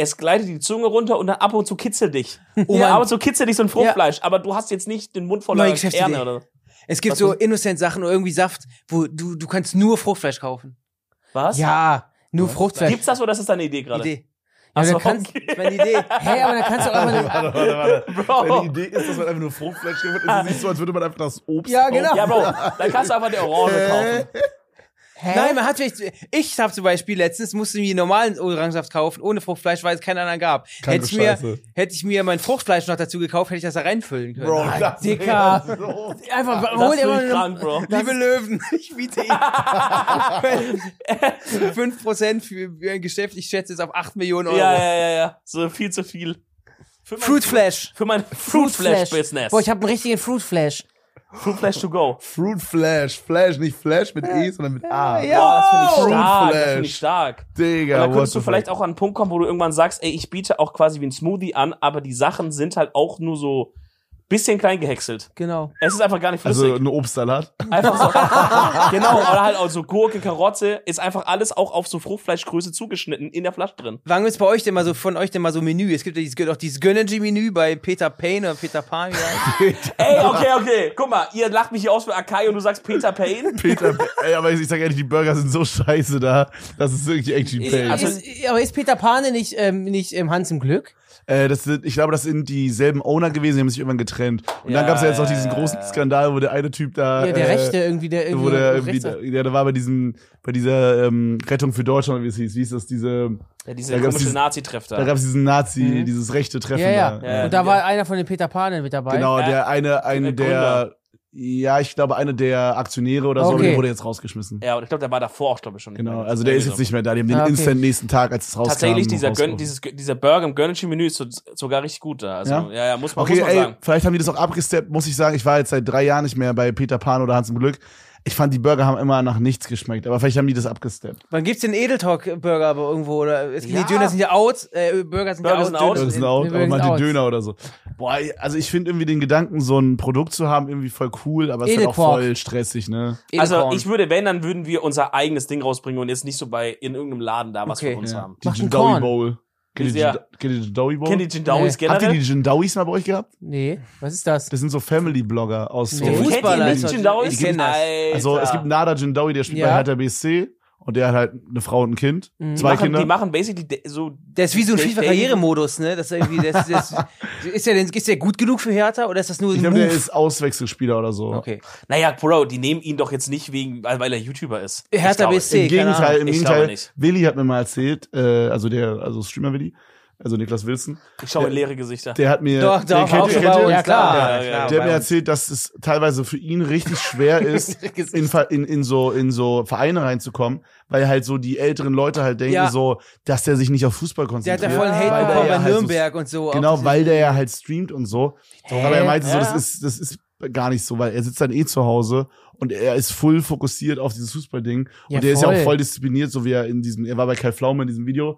Speaker 2: es gleitet die Zunge runter und dann ab und zu kitzelt dich.
Speaker 3: Oh
Speaker 2: ja,
Speaker 3: Mann.
Speaker 2: ab und zu kitzelt dich so ein Fruchtfleisch, aber du hast jetzt nicht den Mund voller
Speaker 3: Neue Geschäftsidee.
Speaker 2: Erne oder
Speaker 3: Es gibt
Speaker 2: Was
Speaker 3: so
Speaker 2: muss-
Speaker 3: Innocent-Sachen oder irgendwie Saft, wo du, du kannst nur Fruchtfleisch kaufen.
Speaker 2: was?
Speaker 4: Ja, nur Fruchtfleisch.
Speaker 2: Gibt's das oder ist das deine Idee gerade?
Speaker 3: Idee.
Speaker 4: Ja,
Speaker 2: Achso,
Speaker 4: dann kannst-
Speaker 2: okay.
Speaker 3: Das ist meine
Speaker 4: *laughs*
Speaker 3: Idee.
Speaker 4: Hey, aber dann kannst du auch einfach eine,
Speaker 1: *laughs* Warte, warte, warte.
Speaker 2: *laughs* Bro.
Speaker 1: Wenn die Idee ist, dass man einfach nur Fruchtfleisch kauft, ist es nicht so, als würde man einfach das Obst
Speaker 4: Ja,
Speaker 1: kaufen.
Speaker 4: genau.
Speaker 2: Ja, Bro, dann kannst du einfach die Orange kaufen.
Speaker 4: Hä?
Speaker 3: Nein, man hat vielleicht, ich habe zum Beispiel letztens, musste mir normalen Orangensaft kaufen, ohne Fruchtfleisch, weil es keinen anderen gab.
Speaker 1: Kranke
Speaker 3: Hätte ich, mir,
Speaker 1: Scheiße.
Speaker 3: hätte ich mir mein Fruchtfleisch noch dazu gekauft, hätte ich das da reinfüllen können.
Speaker 1: Bro, das
Speaker 4: Dicker.
Speaker 1: wäre so-
Speaker 4: Einfach,
Speaker 2: Ah, Das
Speaker 4: hol dir
Speaker 2: finde
Speaker 4: mal
Speaker 2: ich
Speaker 4: eine,
Speaker 2: krank, Bro.
Speaker 3: Liebe Löwen, *laughs* ich biete
Speaker 2: *laughs*
Speaker 3: Ihnen 5% für, für ein Geschäft, ich schätze es auf 8 Millionen Euro.
Speaker 2: Ja, ja, ja, ja. So viel zu viel. Für mein,
Speaker 3: Fruit Flash.
Speaker 2: Für mein Fruit Flash Business.
Speaker 4: Boah, ich habe einen richtigen Fruit Flash.
Speaker 2: Fruit Flash to go.
Speaker 1: Fruit Flash. Flash, nicht Flash mit E, sondern mit A.
Speaker 4: Ja.
Speaker 2: Boah, das finde
Speaker 1: Fruit
Speaker 2: ich stark. Das
Speaker 1: Flash.
Speaker 2: finde ich stark.
Speaker 1: Digga,
Speaker 2: Und da
Speaker 1: what
Speaker 2: könntest du
Speaker 1: the
Speaker 2: vielleicht
Speaker 1: fuck.
Speaker 2: auch an einen Punkt kommen, wo du irgendwann sagst, ey, ich biete auch quasi wie ein Smoothie an, aber die Sachen sind halt auch nur so bisschen klein gehäckselt.
Speaker 4: Genau.
Speaker 2: Es ist einfach gar nicht
Speaker 1: Also,
Speaker 2: flüssig.
Speaker 1: ein
Speaker 2: *laughs*
Speaker 1: Obstsalat. *laughs*
Speaker 2: einfach so. genau, oder halt auch so Gurke, Karotte, ist einfach alles auch auf so Fruchtfleischgröße zugeschnitten in der Flasche drin.
Speaker 3: Wann gibt's bei euch denn mal so, von euch denn mal so Menü? Es gibt ja dieses, auch dieses Gönnergy-Menü bei Peter Payne oder Peter Pan. Ja.
Speaker 2: Ey, okay, okay. Guck mal, ihr lacht mich hier aus für Akai und du sagst Peter Payne.
Speaker 1: Peter, ey, aber ich sag ehrlich, die Burger sind so scheiße da. Das ist wirklich actually
Speaker 2: Ich-
Speaker 1: pain.
Speaker 2: also-
Speaker 4: Ist, aber ist Peter Pane nicht, ähm, nicht ähm, Hans im Glück?
Speaker 1: Äh, das sind, ich glaube, das sind dieselben Owner gewesen, die haben sich irgendwann getrennt. Und dann
Speaker 2: Ja,
Speaker 1: gab es ja jetzt noch
Speaker 2: ja,
Speaker 1: diesen
Speaker 2: ja,
Speaker 1: großen
Speaker 2: ja.
Speaker 1: Skandal, wo der eine Typ da.
Speaker 4: Ja, der
Speaker 1: äh,
Speaker 4: Rechte irgendwie, der irgendwie.
Speaker 1: Wo der, irgendwie,
Speaker 4: Rechts-
Speaker 1: der, ja, der war bei diesem, bei dieser ähm, Rettung für Deutschland, wie es hieß, wie hieß das, diese,
Speaker 2: Ja, diese
Speaker 1: Da gab's
Speaker 2: komische
Speaker 1: diesen-
Speaker 2: Nazi-Treff da.
Speaker 1: da gab es diesen Nazi, dieses rechte Treffen
Speaker 4: ja, ja.
Speaker 1: da.
Speaker 2: Mhm. Ja,
Speaker 4: Und da war einer von den Peter Panen mit dabei.
Speaker 1: Genau,
Speaker 2: Ja.
Speaker 1: der eine, ein
Speaker 2: Der
Speaker 1: der, ja, ich glaube, einer der Aktionäre oder so,
Speaker 4: Okay.
Speaker 1: der wurde jetzt rausgeschmissen.
Speaker 2: ja, und ich glaube, der war davor auch, glaube ich, schon nicht
Speaker 1: Genau,
Speaker 2: mehr.
Speaker 1: also der ist
Speaker 2: Irgendwie
Speaker 1: jetzt nicht mehr da, die haben den
Speaker 4: Ah, okay.
Speaker 1: instant nächsten Tag, als es rauskam.
Speaker 2: Tatsächlich, dieser, Gön
Speaker 1: rausgeworfen.
Speaker 2: dieses, dieser Burger im Gönnergy-Menü ist so, sogar richtig gut da. Also, ja,
Speaker 1: Ja?
Speaker 2: ja, muss man,
Speaker 1: Okay,
Speaker 2: muss man
Speaker 1: ey,
Speaker 2: sagen.
Speaker 1: vielleicht haben die das auch abgesteppt, muss ich sagen. Ich war jetzt seit drei Jahren nicht mehr bei Peter Pan oder Hans im Glück. Ich fand, die Burger haben immer nach nichts geschmeckt, aber vielleicht haben die das abgesteppt.
Speaker 3: Wann gibt's den Edeltalk-Burger aber irgendwo? Oder es,
Speaker 2: Ja.
Speaker 3: Die Döner sind ja out, äh, Burger sind
Speaker 2: Burger
Speaker 3: ja out.
Speaker 2: sind out.
Speaker 1: Das
Speaker 3: Döner
Speaker 1: ist ein Out,
Speaker 4: wir
Speaker 1: aber mal
Speaker 4: sind
Speaker 1: den
Speaker 4: out.
Speaker 1: Döner oder so. Boah, ey, also ich finde irgendwie den Gedanken, so ein Produkt zu haben, irgendwie voll cool, aber es ist halt auch
Speaker 4: Edelquark.
Speaker 1: voll stressig, ne?
Speaker 2: Also
Speaker 3: Edelkorn.
Speaker 2: ich würde, wenn, dann würden wir unser eigenes Ding rausbringen und jetzt nicht so bei in irgendeinem Laden da was
Speaker 3: Okay.
Speaker 2: für uns
Speaker 1: Ja.
Speaker 2: haben.
Speaker 1: Die
Speaker 4: Mach einen
Speaker 1: Jindawi
Speaker 4: Korn.
Speaker 1: Bowl. Kennt ihr
Speaker 2: Ja.
Speaker 1: Jinda- kennt ihr Jindawi Bowl?
Speaker 2: Kennt ihr Jindawis
Speaker 4: Nee.
Speaker 1: Habt ihr die
Speaker 2: generell?
Speaker 1: Jindawis mal bei euch gehabt?
Speaker 4: Nee, was ist das?
Speaker 1: Das sind so Family-Blogger aus so.
Speaker 3: Nee.
Speaker 2: Kennt ihr
Speaker 3: Fußballer
Speaker 2: nicht
Speaker 3: ist-
Speaker 2: Jindawis?
Speaker 3: ich kenn das.
Speaker 2: Alter.
Speaker 1: Also es gibt Nada Jindawi, der spielt
Speaker 4: Ja.
Speaker 1: bei Hertha BSC. Und der hat halt eine Frau und ein Kind, zwei
Speaker 2: Mhm. machen,
Speaker 1: Kinder.
Speaker 2: die machen basically de- so.
Speaker 3: Der ist wie so ein
Speaker 2: Dating-
Speaker 3: FIFA-Karrieremodus, ne? Das ist irgendwie, das, das, ist, der denn, ist der gut genug für Hertha oder ist das nur ein
Speaker 1: ich glaube,
Speaker 3: Move?
Speaker 1: der ist Auswechselspieler oder so.
Speaker 3: okay.
Speaker 2: Naja, Bro, die nehmen ihn doch jetzt nicht wegen, weil weil er YouTuber ist. Ich
Speaker 3: Hertha
Speaker 2: glaube-
Speaker 3: BSC.
Speaker 1: Im
Speaker 3: keine
Speaker 1: Gegenteil,
Speaker 3: Ahnung.
Speaker 1: im
Speaker 2: Ich glaube
Speaker 1: Gegenteil.
Speaker 2: nicht.
Speaker 1: Willi hat mir mal erzählt, äh, also der, also Streamer Willi, also Niklas Wilson,
Speaker 2: Ich schaue in leere Gesichter.
Speaker 1: der hat mir,
Speaker 3: Doch,
Speaker 1: der
Speaker 3: doch, auch schon
Speaker 1: kennt
Speaker 3: bei
Speaker 1: ihr-
Speaker 3: uns.
Speaker 2: Ja,
Speaker 4: Ja, klar.
Speaker 3: klar,
Speaker 1: der hat
Speaker 3: bei
Speaker 1: mir
Speaker 3: uns.
Speaker 1: erzählt, dass es teilweise für ihn richtig
Speaker 3: *laughs*
Speaker 1: schwer ist, in, Ver- in, in, so, in so Vereine reinzukommen, weil halt so die älteren Leute halt denken
Speaker 3: Ja.
Speaker 1: so, dass der sich nicht auf Fußball
Speaker 3: Der
Speaker 1: konzentriert.
Speaker 3: hat da voll einen
Speaker 1: weil
Speaker 3: Hate
Speaker 1: der
Speaker 3: bekommen
Speaker 1: ja
Speaker 3: bei
Speaker 1: halt so-
Speaker 3: Nürnberg und so.
Speaker 1: Genau,
Speaker 3: Auch
Speaker 1: weil der ja halt streamt und so.
Speaker 3: Hä?
Speaker 1: Aber er
Speaker 4: Äh,
Speaker 1: meinte so,
Speaker 3: Ja.
Speaker 1: das ist, das ist gar nicht so, weil er sitzt dann eh zu Hause und er ist voll fokussiert auf dieses Fußballding.
Speaker 4: Ja,
Speaker 1: und der ist ja
Speaker 4: voll.
Speaker 1: auch voll diszipliniert, so wie er in diesem, er war bei Kai Pflaume in diesem Video.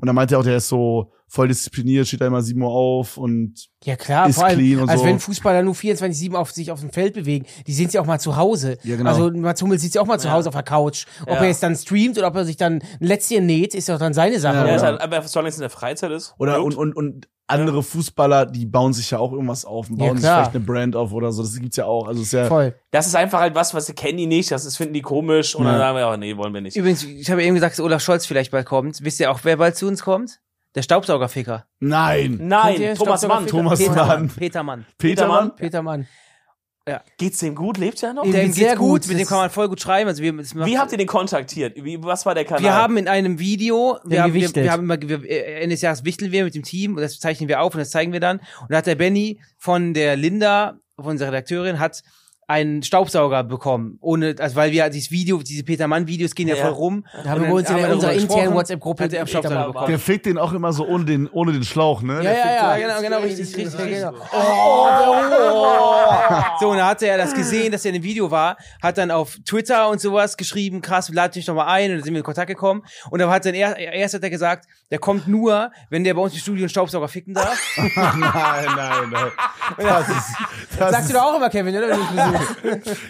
Speaker 1: Und da meinte er auch, der ist so voll diszipliniert, steht da immer 7 Uhr auf und
Speaker 4: Ja klar,
Speaker 1: Ist
Speaker 4: vor allem,
Speaker 1: clean und
Speaker 4: als
Speaker 1: so.
Speaker 4: wenn Fußballer nur 24-7 auf sich auf dem Feld bewegen, die sind ja auch mal zu Hause.
Speaker 1: Ja, genau.
Speaker 4: Also Mats Hummels sitzt ja auch mal zu
Speaker 2: Ja.
Speaker 4: Hause auf der Couch. Ob
Speaker 2: Ja.
Speaker 4: er jetzt dann streamt oder ob er sich dann ein Lätzchen näht, ist doch dann seine Sache.
Speaker 1: Ja,
Speaker 2: Ja,
Speaker 4: oder?
Speaker 2: ist halt, aber solange es in der Freizeit ist. Hm?
Speaker 1: oder
Speaker 2: gut.
Speaker 1: und, und, und andere Fußballer, die bauen sich ja auch irgendwas auf und
Speaker 4: Ja,
Speaker 1: bauen
Speaker 4: klar.
Speaker 1: sich vielleicht eine Brand auf oder so. Das gibt's ja auch. Also es ist ja
Speaker 4: Voll.
Speaker 2: Das ist einfach halt was, was sie kennen die nicht, das ist, finden die komisch und
Speaker 1: Ja.
Speaker 2: dann sagen wir, oh, nee, wollen wir nicht.
Speaker 3: Übrigens, ich habe eben gesagt, dass Olaf Scholz vielleicht bald kommt. Wisst ihr auch, wer bald zu uns kommt? Der Staubsaugerficker.
Speaker 1: Nein.
Speaker 4: Kennt ihr
Speaker 2: Nein,
Speaker 4: den
Speaker 2: Thomas
Speaker 4: Staubsauger
Speaker 2: Mann,
Speaker 4: Peter-
Speaker 1: Thomas
Speaker 3: Petermann.
Speaker 1: Mann.
Speaker 3: Petermann.
Speaker 1: Petermann?
Speaker 4: Petermann.
Speaker 2: geht's dem gut? Lebt er noch?
Speaker 4: Dem
Speaker 3: Der
Speaker 4: geht's
Speaker 3: geht's sehr gut,
Speaker 4: gut,
Speaker 3: mit dem
Speaker 4: das-
Speaker 3: kann man voll gut schreiben. Also wir, das macht-
Speaker 2: Wie habt ihr den kontaktiert? Wie, was war der Kanal?
Speaker 3: wir haben in einem Video, wir haben, wir,
Speaker 4: gewichtelt.
Speaker 3: wir haben immer, wir, äh, Ende des Jahres wichteln wir mit dem Team und das zeichnen wir auf und das zeigen wir dann. Und da hat der Benny von der Linda, von unserer Redakteurin, hat einen Staubsauger bekommen, ohne, also weil wir dieses Video, diese Petermann-Videos gehen ja,
Speaker 2: Ja.
Speaker 3: voll rum.
Speaker 4: Da haben wir bei uns in
Speaker 3: haben wir
Speaker 4: unserer
Speaker 3: darüber
Speaker 4: internen
Speaker 3: gesprochen.
Speaker 4: WhatsApp-Gruppe
Speaker 3: Hat er am
Speaker 4: Petermann
Speaker 3: Staubsauger
Speaker 4: bekommen.
Speaker 1: Der fickt den auch immer so ohne den, ohne den Schlauch, ne? Der fickt-
Speaker 3: Ja,
Speaker 4: Ja, ja,
Speaker 3: genau, genau, richtig,
Speaker 4: richtig,
Speaker 3: richtig,
Speaker 4: richtig,
Speaker 3: genau. So, und da hatte er das gesehen, dass er in dem Video war, hat dann auf Twitter und sowas geschrieben, krass, lad mich nochmal ein und dann sind wir in Kontakt gekommen. Und dann hat dann er, erst hat er gesagt, der kommt nur, wenn der bei uns im Studio einen Staubsauger ficken darf.
Speaker 1: *laughs* nein, nein, nein. Das ist, das
Speaker 4: Sagst
Speaker 1: ist,
Speaker 4: du doch auch immer, Kevin, oder? Wenn du mich besuchst.